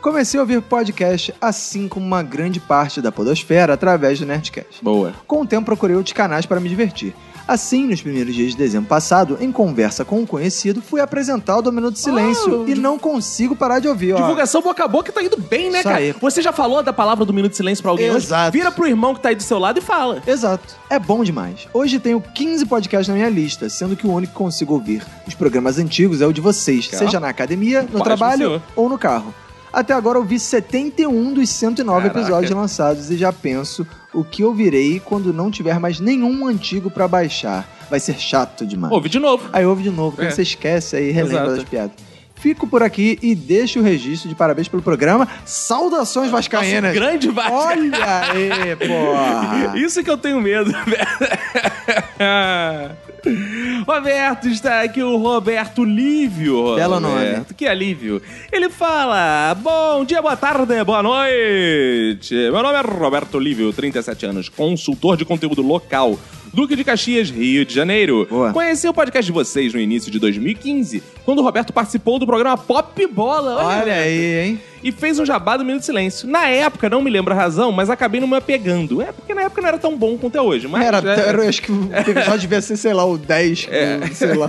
Comecei a ouvir podcast, assim como uma grande parte da Podosfera, através do Nerdcast. Boa. Com o tempo, procurei outros canais para me divertir. Assim, nos primeiros dias de dezembro passado, em conversa com um conhecido, fui apresentar o Domino do Silêncio e não consigo parar de ouvir. ó. Divulgação boca a boca tá indo bem, né, Isso cara? aí. Você já falou da palavra do minuto de silêncio pra alguém? hoje? Exato. Vira pro irmão que tá aí do seu lado e fala. Exato. É bom demais. Hoje tenho 15 podcasts na minha lista, sendo que o único que consigo ouvir os programas antigos é o de vocês, Caramba. seja na academia, no Paz do trabalho Senhor. ou no carro. Até agora ouvi 71 dos 109 Caraca. episódios lançados e já penso o que ouvirei quando não tiver mais nenhum antigo pra baixar. Vai ser chato demais. Ouve de novo. Aí ouve de novo, porque É. você esquece aí, relembra Exato. das piadas. Fico por aqui e deixo o registro de parabéns pelo programa. Saudações vascaínas. Grande Vasco. Olha aí, porra. Isso que eu tenho medo, Roberto, está aqui o Roberto Lívio. Belo Roberto, nome. Que alívio. Ele fala: Bom dia, boa tarde, boa noite. Meu nome é Roberto Lívio, 37 anos, consultor de conteúdo local. Duque de Caxias, Rio de Janeiro. Boa. Conheci o podcast de vocês no início de 2015, quando o Roberto participou do programa Pop Bola. Olha aí, hein? e fez um jabá do Minuto de Silêncio. Na época, não me lembro a razão, mas acabei não me apegando. É porque na época não era tão bom quanto é hoje, mas. Era, é, era, eu acho que o episódio devia ser, sei lá, o 10, o- sei lá.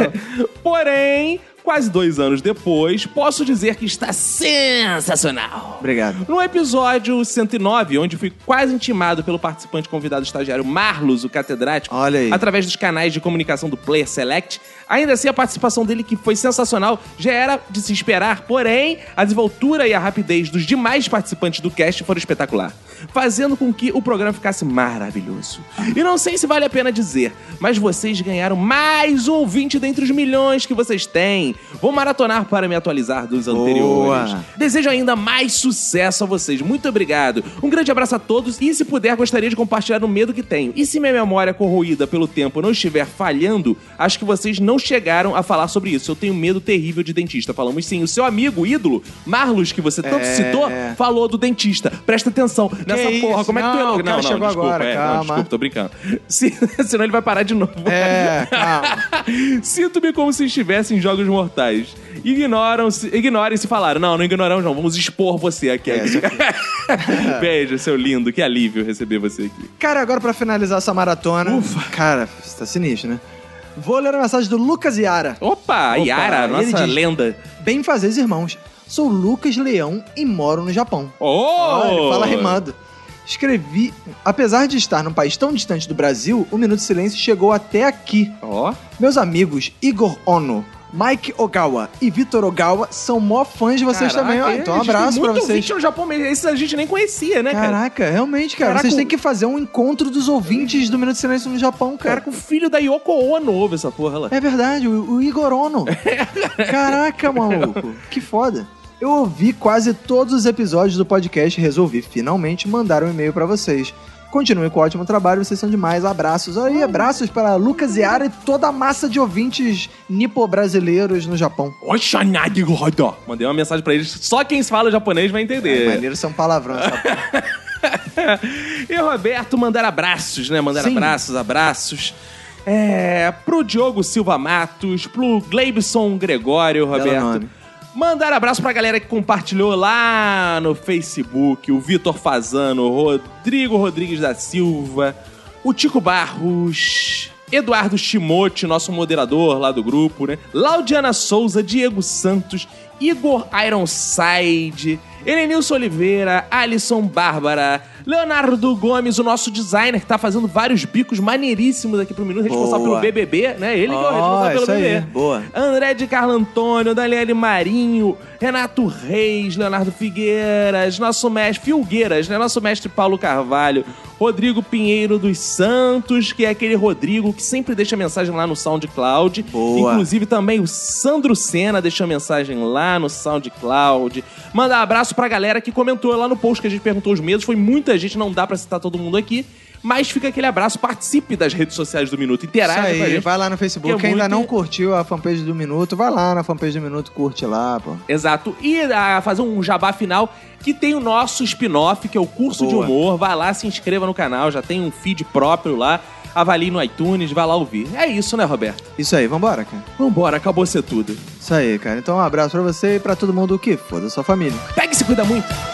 Porém, quase dois anos depois, posso dizer que está sensacional. Obrigado. No episódio 109, onde fui quase intimado pelo participante convidado estagiário Marlos, o catedrático, Olha aí. através dos canais de comunicação do Player Select, ainda assim a participação dele, que foi sensacional, já era de se esperar, porém, a desenvoltura e a rapidez dos demais participantes do cast foram espetacular, fazendo com que o programa ficasse maravilhoso. E não sei se vale a pena dizer, mas vocês ganharam mais um ouvinte dentre os milhões que vocês têm. Enem. Vou maratonar para me atualizar dos anteriores. Desejo ainda mais sucesso a vocês. Muito obrigado. Um grande abraço a todos e, se puder, gostaria de compartilhar o medo que tenho. E se minha memória corroída pelo tempo não estiver falhando, acho que vocês não chegaram a falar sobre isso. Eu tenho medo terrível de dentista. Falamos sim. O seu amigo, ídolo, Marlos, que você tanto É. citou, falou do dentista. Presta atenção nessa Que porra. isso? Como é que tu Não, é o louco? cara chegou desculpa. agora, é, não, calma. desculpa, tô brincando. Se- senão ele vai parar de novo. É, calma. Sinto-me como se estivesse em jogos mortais. Ignoram-se, ignorem se falaram. Não, não ignoramos, não. Vamos expor você aqui. É, Beijo, seu lindo. Que alívio receber você aqui. Cara, agora pra finalizar essa maratona. Ufa. Cara, isso tá sinistro, né? Vou ler a mensagem do Lucas Iara. Opa, Opa, Yara, ele nossa diz- lenda. Bem fazeres irmãos. Sou Lucas Leão e moro no Japão. Oh! Olha, ele fala rimando. Escrevi. Apesar de estar num país tão distante do Brasil, o Minuto de Silêncio chegou até aqui. Ó. Meus amigos Igor Ono, Mike Ogawa e Vitor Ogawa são mó fãs de vocês Caraca, também. Ó, é, então, a um gente abraço tem pra muito vocês. ouvinte no Japão mesmo. Esse a gente nem conhecia, né, cara? Caraca, realmente, cara. Caraca, vocês o- têm que fazer um encontro dos ouvintes do Minuto de Silêncio no Japão, cara. Cara, com o filho da Yoko Ono ouve essa porra lá. É verdade, o, o Igor Ono. É Caraca, maluco. Que foda. Eu ouvi quase todos os episódios do podcast e resolvi finalmente mandar um e-mail pra vocês. Continue com o ótimo trabalho, vocês são demais. Abraços. Olha aí, abraços para Lucas Yara e toda a massa de ouvintes nipo-brasileiros no Japão. Oshanagi Rodo. Mandei uma mensagem pra eles. Só quem fala japonês vai entender. É. Maneiro são palavrões. sabe? E Roberto mandar abraços, né? Mandar Sim. abraços, abraços. É, pro Diogo Silva Matos, pro Gleibson Gregório, Roberto. nome. Mandar abraço pra galera que compartilhou lá no Facebook, o Vitor Fazano, o Rodrigo Rodrigues da Silva, o Tico Barros, Eduardo Timote, nosso moderador lá do grupo, né? Laudiana Souza, Diego Santos, Igor Ironside, Elenilson Oliveira, Alisson Bárbara, Leonardo Gomes, o nosso designer, que tá fazendo vários bicos maneiríssimos aqui pro Minuto, responsável Boa. pelo BBB, né? Ele que é o Ó, responsável pelo isso aí, BBB. boa. André de Carlo Antônio, Daniele Marinho, Renato Reis, Leonardo Figueiras, nosso mestre Filgueiras, né? Nosso mestre Paulo Carvalho, Rodrigo Pinheiro dos Santos, que é aquele Rodrigo que sempre deixa mensagem lá no SoundCloud. Boa. Inclusive também o Sandro Senna deixou mensagem lá no SoundCloud. Manda um abraço pra galera que comentou lá no post que a gente perguntou os medos, foi muita gente, não dá pra citar todo mundo aqui. Mas fica aquele abraço, participe das redes sociais do Minuto, Isso interaja com a aí, gente. vai lá no Facebook. Que é Quem ainda muito- não curtiu a fanpage do Minuto, vai lá na fanpage do Minuto, curte lá, pô. Exato. E a, fazer um jabá final que tem o nosso spin-off, que é o curso Boa. de humor. Vai lá, se inscreva no canal, já tem um feed próprio lá. Avalie no iTunes, vai lá ouvir. É isso, né, Roberto? Isso aí, vambora, cara. Vambora, acabou ser tudo. Isso aí, cara. Então um abraço pra você e pra todo mundo que foda sua família. Pega e se cuida muito.